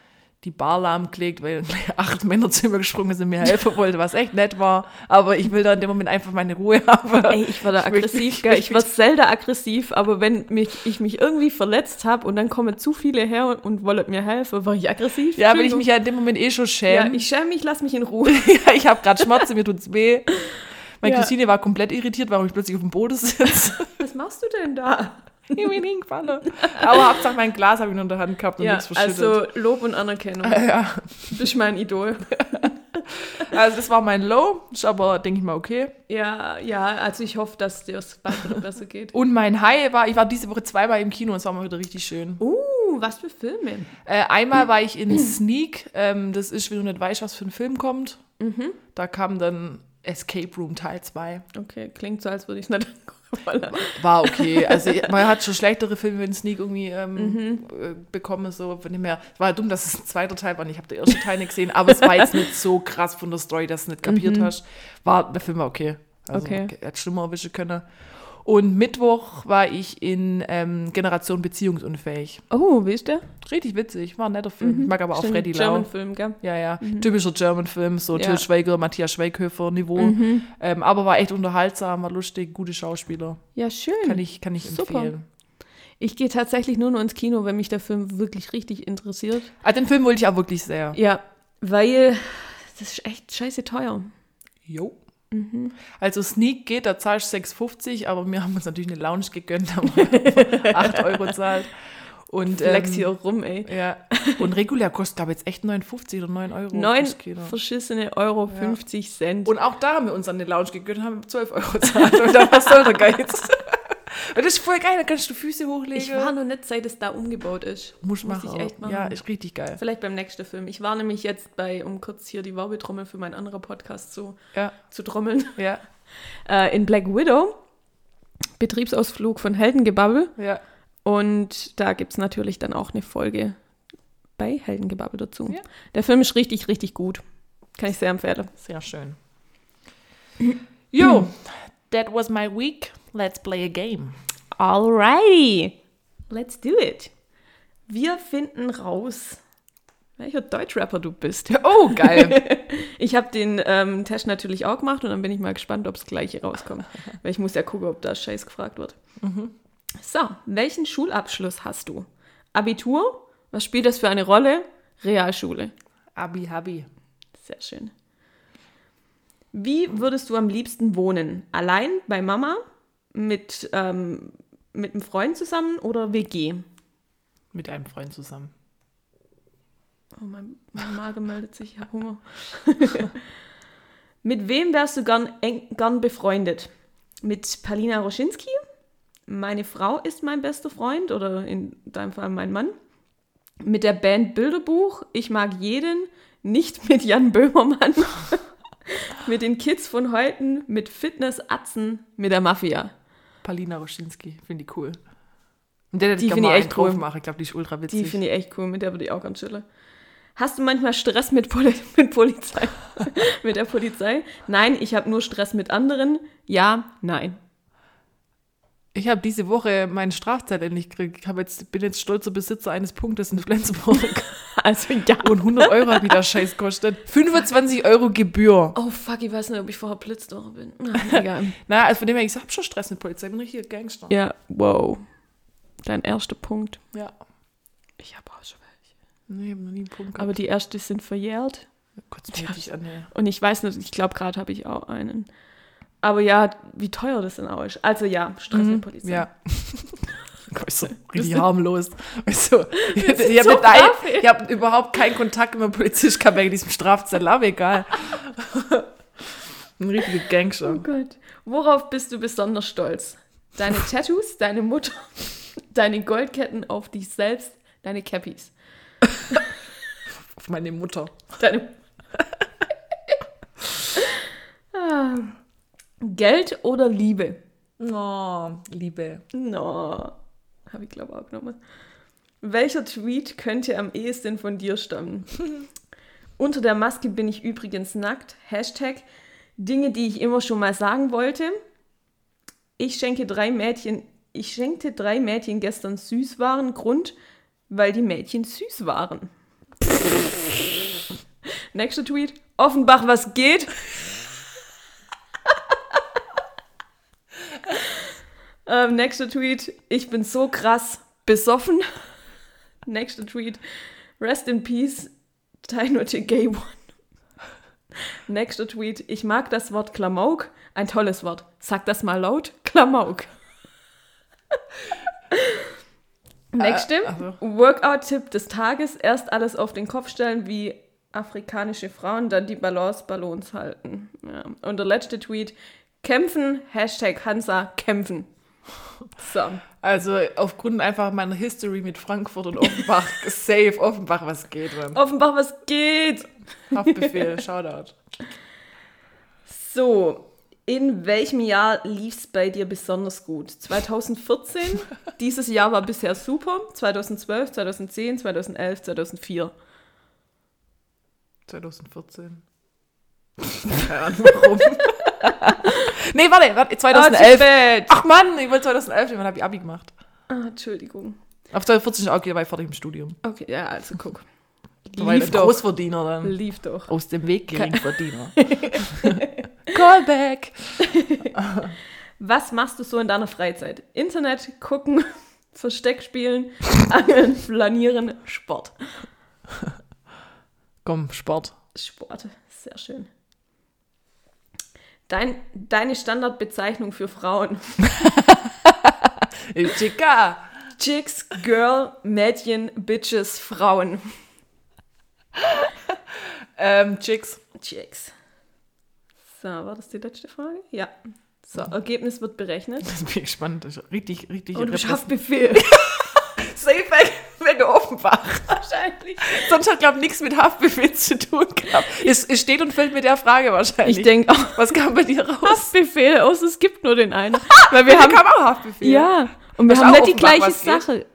Speaker 4: die Bar lahmgelegt, weil acht Männer zu mir gesprungen sind, mir helfen wollten, was echt nett war. Aber ich will da in dem Moment einfach meine Ruhe haben.
Speaker 3: Ey, ich war da
Speaker 4: möchte-
Speaker 3: aggressiv,
Speaker 4: ich
Speaker 3: gell?
Speaker 4: möchte-
Speaker 3: Ich war selten aggressiv, aber wenn mich, ich mich irgendwie verletzt habe und dann kommen zu viele her und, und wollen mir helfen, war ich aggressiv.
Speaker 4: ja, weil ich mich
Speaker 3: Entschuldigung.
Speaker 4: ja in dem Moment eh schon
Speaker 3: ja,
Speaker 4: schäme.
Speaker 3: ich schäme mich, lass mich in Ruhe.
Speaker 4: Ja, ich habe gerade Schmerzen, mir tut's weh. Meine
Speaker 3: Ja.
Speaker 4: Cousine war komplett irritiert, warum ich plötzlich auf dem Boden sitze.
Speaker 3: Was machst du denn da?
Speaker 4: ich bin hingefallen. Aber Hauptsache mein Glas habe ich noch in der Hand gehabt und
Speaker 3: Ja,
Speaker 4: nichts verschüttet.
Speaker 3: also Lob und Anerkennung.
Speaker 4: ja.
Speaker 3: Bist mein Idol.
Speaker 4: also das war mein Low, ist aber, denke ich mal, okay.
Speaker 3: Ja, ja, also ich hoffe, dass dir es bald wieder besser geht.
Speaker 4: Und mein High war, ich war diese Woche zweimal im Kino, es war mal wieder richtig schön.
Speaker 3: Uh, was für Filme.
Speaker 4: Äh, einmal war ich in Sneak, ähm, das ist, wenn du nicht weißt, was für ein Film kommt.
Speaker 3: Mhm.
Speaker 4: Da kam dann Escape Room Teil 2.
Speaker 3: Okay, klingt so, als würde ich es nicht angucken wollen.
Speaker 4: War okay. Also man hat schon schlechtere Filme in Sneak irgendwie ähm,
Speaker 3: Mhm.
Speaker 4: äh, bekommen. So. Von dem her, es war dumm, dass es ein zweiter Teil war. und Ich habe den ersten Teil nicht gesehen, aber es war jetzt nicht so krass von der Story, dass du nicht kapiert hast. War, der Film war okay. Also,
Speaker 3: Mhm. Okay.
Speaker 4: er Hätte schlimmer erwischen können. Und Mittwoch war ich in ähm, Generation Beziehungsunfähig.
Speaker 3: Oh, wie ist der?
Speaker 4: Richtig witzig, war ein netter Film. Ich mag aber auch
Speaker 3: Mhm. Stimmt,
Speaker 4: Freddy Lau.
Speaker 3: German-Film, gell?
Speaker 4: Ja, ja, typischer German-Film, so
Speaker 3: Mhm. Ja. Mhm.
Speaker 4: Till Schweiger, Matthias Schweighöfer Niveau. Ähm, aber war echt unterhaltsam, war lustig, gute Schauspieler.
Speaker 3: Ja, schön.
Speaker 4: Kann ich, kann ich
Speaker 3: Mhm. Super.
Speaker 4: empfehlen.
Speaker 3: Ich gehe tatsächlich nur noch ins Kino, wenn mich der Film wirklich richtig interessiert.
Speaker 4: Ah, den Film wollte ich auch wirklich sehr.
Speaker 3: Ja, weil das ist echt scheiße teuer.
Speaker 4: Jo.
Speaker 3: Mhm.
Speaker 4: Also Sneak geht, da zahlst du 6,50, aber wir haben uns natürlich eine Lounge gegönnt, haben 8 Euro gezahlt. Und, ähm,
Speaker 3: Flex hier rum, ey.
Speaker 4: Ja. Und regulär kostet, glaube ich, jetzt echt 9,50 oder 9 Euro.
Speaker 3: Neun
Speaker 4: fürs Kino.
Speaker 3: verschissene Euro 50 Cent.
Speaker 4: Und auch da haben wir uns an den Lounge gegönnt, haben 12 Euro gezahlt. Und dann was soll der Geiz? Weil das ist voll geil, da kannst du Füße hochlegen.
Speaker 3: ich war noch nicht, seit es da umgebaut ist.
Speaker 4: Muss
Speaker 3: Muss
Speaker 4: machen.
Speaker 3: ich echt machen.
Speaker 4: Ja, ist richtig geil.
Speaker 3: Vielleicht beim nächsten Film. Ich war nämlich jetzt bei, um kurz hier die Werbetrommel für meinen anderen Podcast zu,
Speaker 4: Ja,
Speaker 3: zu trommeln,
Speaker 4: ja,
Speaker 3: äh, in Black Widow. Betriebsausflug von Heldengebabbel.
Speaker 4: ja.
Speaker 3: Und da gibt es natürlich dann auch eine Folge bei Heldengebabbel dazu.
Speaker 4: Ja.
Speaker 3: Der Film ist richtig, richtig gut. Kann ich sehr empfehlen.
Speaker 4: Sehr schön. Yo, that was my week. Let's play a game.
Speaker 3: Alrighty, let's do it. Wir finden raus, welcher Deutschrapper du bist.
Speaker 4: Oh, geil.
Speaker 3: Ich habe den ähm, Test natürlich auch gemacht und dann bin ich mal gespannt, ob das gleiche rauskommt. Weil ich muss ja gucken, ob da Scheiß gefragt wird. So, welchen Schulabschluss hast du? Abitur? Was spielt das für eine Rolle? Realschule.
Speaker 4: Abi, Habi.
Speaker 3: Sehr schön. Wie würdest du am liebsten wohnen? Allein bei Mama? Mit, ähm, mit einem Freund zusammen oder WG?
Speaker 4: Mit einem Freund zusammen.
Speaker 3: Oh, mein, mein Magen meldet sich, ich habe Hunger. mit wem wärst du gern, eng, gern befreundet? Mit Palina Roschinski? Meine Frau ist mein bester Freund oder in deinem Fall mein Mann. Mit der Band Bilderbuch, ich mag jeden, nicht mit Jan Böhmermann. mit den Kids von heute, mit Fitness-Atzen, mit der Mafia.
Speaker 4: Palina Roschinski, finde ich cool. Und der, der
Speaker 3: Die finde ich echt cool.
Speaker 4: Machen. Ich glaube, die ist ultra
Speaker 3: Die
Speaker 4: witzig.
Speaker 3: finde ich echt cool, mit der würde ich auch ganz chillen. Hast du manchmal Stress mit, Poli mit Polizei? mit der Polizei? Nein, ich habe nur Stress mit anderen. Ja, nein.
Speaker 4: Ich habe diese Woche meinen Strafzettel endlich gekriegt. Ich hab jetzt, bin jetzt stolzer Besitzer eines Punktes in Flensburg.
Speaker 3: Also ja.
Speaker 4: Und 100 Euro hat wieder Scheiß kostet. 25 Euro Gebühr.
Speaker 3: Oh fuck, ich weiß nicht, ob ich vorher Blitzdorf bin. Nein, egal.
Speaker 4: Na, also von dem her, ich hab schon Stress mit Polizei. Ich bin ein richtiger Gangster.
Speaker 3: ja, wow. Dein erster Punkt.
Speaker 4: Ja.
Speaker 3: Ich habe auch schon welche.
Speaker 4: Nee, ich hab noch nie einen Punkt gehabt.
Speaker 3: Aber die ersten sind verjährt.
Speaker 4: Kotzt mich richtig an, ey.
Speaker 3: Und ich weiß nicht, ich glaube, gerade habe ich auch einen. Aber ja, wie teuer das denn auch ist. Also ja, Stress mit Polizei.
Speaker 4: Ja. Weißt du, richtig harmlos. Weißt du, ich, ich
Speaker 3: so
Speaker 4: habe
Speaker 3: brav, ey.
Speaker 4: hab überhaupt keinen Kontakt mit dem Polizist, kann wegen diesem Strafzettel, aber egal. Ein richtiger
Speaker 3: Oh
Speaker 4: Gangster.
Speaker 3: Gott. Worauf bist du besonders stolz? Deine Tattoos, deine Mutter, deine Goldketten auf dich selbst, deine Cappies.
Speaker 4: Auf meine Mutter.
Speaker 3: Deine Ah. Geld oder Liebe?
Speaker 4: Oh, Liebe.
Speaker 3: No. Habe ich glaube auch genommen. Welcher Tweet könnte am ehesten von dir stammen? Unter der Maske bin ich übrigens nackt. Hashtag Dinge, die ich immer schon mal sagen wollte. Ich schenke drei Mädchen, ich schenkte drei Mädchen gestern Süßwaren. Grund, weil die Mädchen süß waren. Nächster Tweet. Offenbach, was geht? Ähm, nächster Tweet, ich bin so krass besoffen. nächster Tweet, rest in peace, Taino the Gay One. nächster Tweet, ich mag das Wort Klamauk, ein tolles Wort. Sag das mal laut, Klamauk. Nächste,
Speaker 4: also.
Speaker 3: Workout-Tipp des Tages, erst alles auf den Kopf stellen wie afrikanische Frauen, dann die Balance Ballons halten. Ja. Und der letzte Tweet, kämpfen, Hashtag Hansa, kämpfen. So.
Speaker 4: Also aufgrund einfach meiner History mit Frankfurt und Offenbach, safe, Offenbach, was geht, man.
Speaker 3: Offenbach, was geht?
Speaker 4: Haftbefehl, Shoutout.
Speaker 3: So, in welchem Jahr lief es bei dir besonders gut? 2014, dieses Jahr war bisher super. 2012, 2010, 2011, 2004.
Speaker 4: 2014. Keine Ahnung warum. nee, warte, warte,
Speaker 3: Ah,
Speaker 4: 2011.
Speaker 3: zu spät.
Speaker 4: Ach Mann, ich wollte 2011, wann habe ich Abi gemacht?
Speaker 3: Ah, Entschuldigung.
Speaker 4: Auf 2014 ist auch okay, war ich fertig im Studium.
Speaker 3: Okay, ja, also guck.
Speaker 4: Da war ich
Speaker 3: Lief
Speaker 4: ein
Speaker 3: doch.
Speaker 4: Großverdiener dann.
Speaker 3: Lief doch.
Speaker 4: Aus dem Weg Geringverdiener. Callback.
Speaker 3: Was machst du so in deiner Freizeit? Internet, gucken, Versteck spielen, angeln, flanieren, Sport.
Speaker 4: Komm, Sport.
Speaker 3: Sport, sehr schön. Dein, deine Standardbezeichnung für Frauen.
Speaker 4: Ey, Chica.
Speaker 3: Chicks, Girl, Mädchen, Bitches, Frauen.
Speaker 4: Ähm, Chicks.
Speaker 3: Chicks. So, war das die letzte Frage? Ja. So, Ergebnis wird berechnet.
Speaker 4: Das bin ich gespannt. Das ist richtig, richtig
Speaker 3: Und
Speaker 4: repräsent-
Speaker 3: Haftbefehl.
Speaker 4: Safe weg, weg Offenbach.
Speaker 3: Wahrscheinlich.
Speaker 4: Sonst hat, glaube ich, nichts mit Haftbefehl zu tun gehabt. Es, es steht und fällt mit der Frage wahrscheinlich.
Speaker 3: Ich denke auch.
Speaker 4: Was kam bei dir raus?
Speaker 3: Haftbefehl aus, es gibt nur den einen. Weil wir
Speaker 4: Bei
Speaker 3: haben
Speaker 4: dir kam auch Haftbefehl.
Speaker 3: Ja, und wir
Speaker 4: Hast
Speaker 3: haben
Speaker 4: du auch
Speaker 3: nicht die
Speaker 4: offenbar
Speaker 3: gleiche
Speaker 4: was geht?
Speaker 3: Sache.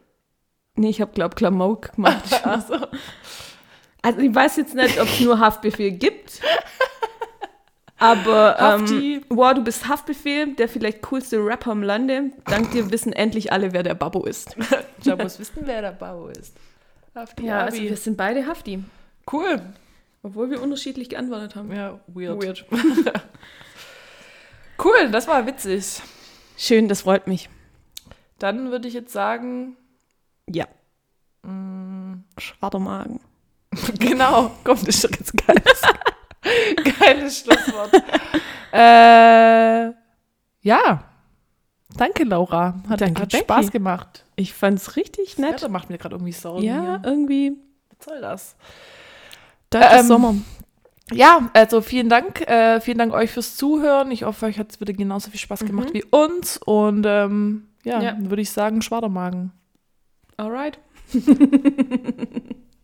Speaker 3: Nee, ich habe, glaube Klamauk gemacht. also. also ich weiß jetzt nicht, ob es nur Haftbefehl gibt. Aber ähm,
Speaker 4: Hafti.
Speaker 3: wow, du bist Haftbefehl, der vielleicht coolste Rapper im Lande. Dank dir wissen endlich alle, wer der Babbo ist.
Speaker 4: Da muss wissen, wer der Bau ist. Hafti
Speaker 3: Ja, also
Speaker 4: Abi.
Speaker 3: wir sind beide Hafti,
Speaker 4: cool.
Speaker 3: obwohl wir unterschiedlich geantwortet haben.
Speaker 4: Ja, weird. Cool, das war witzig.
Speaker 3: Schön, das freut mich.
Speaker 4: Dann würde ich jetzt sagen,
Speaker 3: Ja.
Speaker 4: Mm.
Speaker 3: Schwarzer Magen.
Speaker 4: genau, komm, das ist doch ganz geiles, geiles Schlusswort. äh, ja, danke Laura, hat,
Speaker 3: Danke,
Speaker 4: hat
Speaker 3: Becky.
Speaker 4: Spaß gemacht.
Speaker 3: Ich fand's richtig
Speaker 4: Das
Speaker 3: nett.
Speaker 4: Wetter macht mir gerade irgendwie Sorgen.
Speaker 3: Ja,
Speaker 4: hier.
Speaker 3: irgendwie.
Speaker 4: was soll das?
Speaker 3: Deutscher
Speaker 4: Ähm,
Speaker 3: Sommer.
Speaker 4: Ja, also vielen Dank, äh, vielen Dank euch fürs Zuhören. Ich hoffe, euch hat es wieder genauso viel Spaß gemacht wie uns. Und ähm, ja,
Speaker 3: Mhm. Ja.
Speaker 4: dann würde ich sagen, Schwadermagen.
Speaker 3: Alright.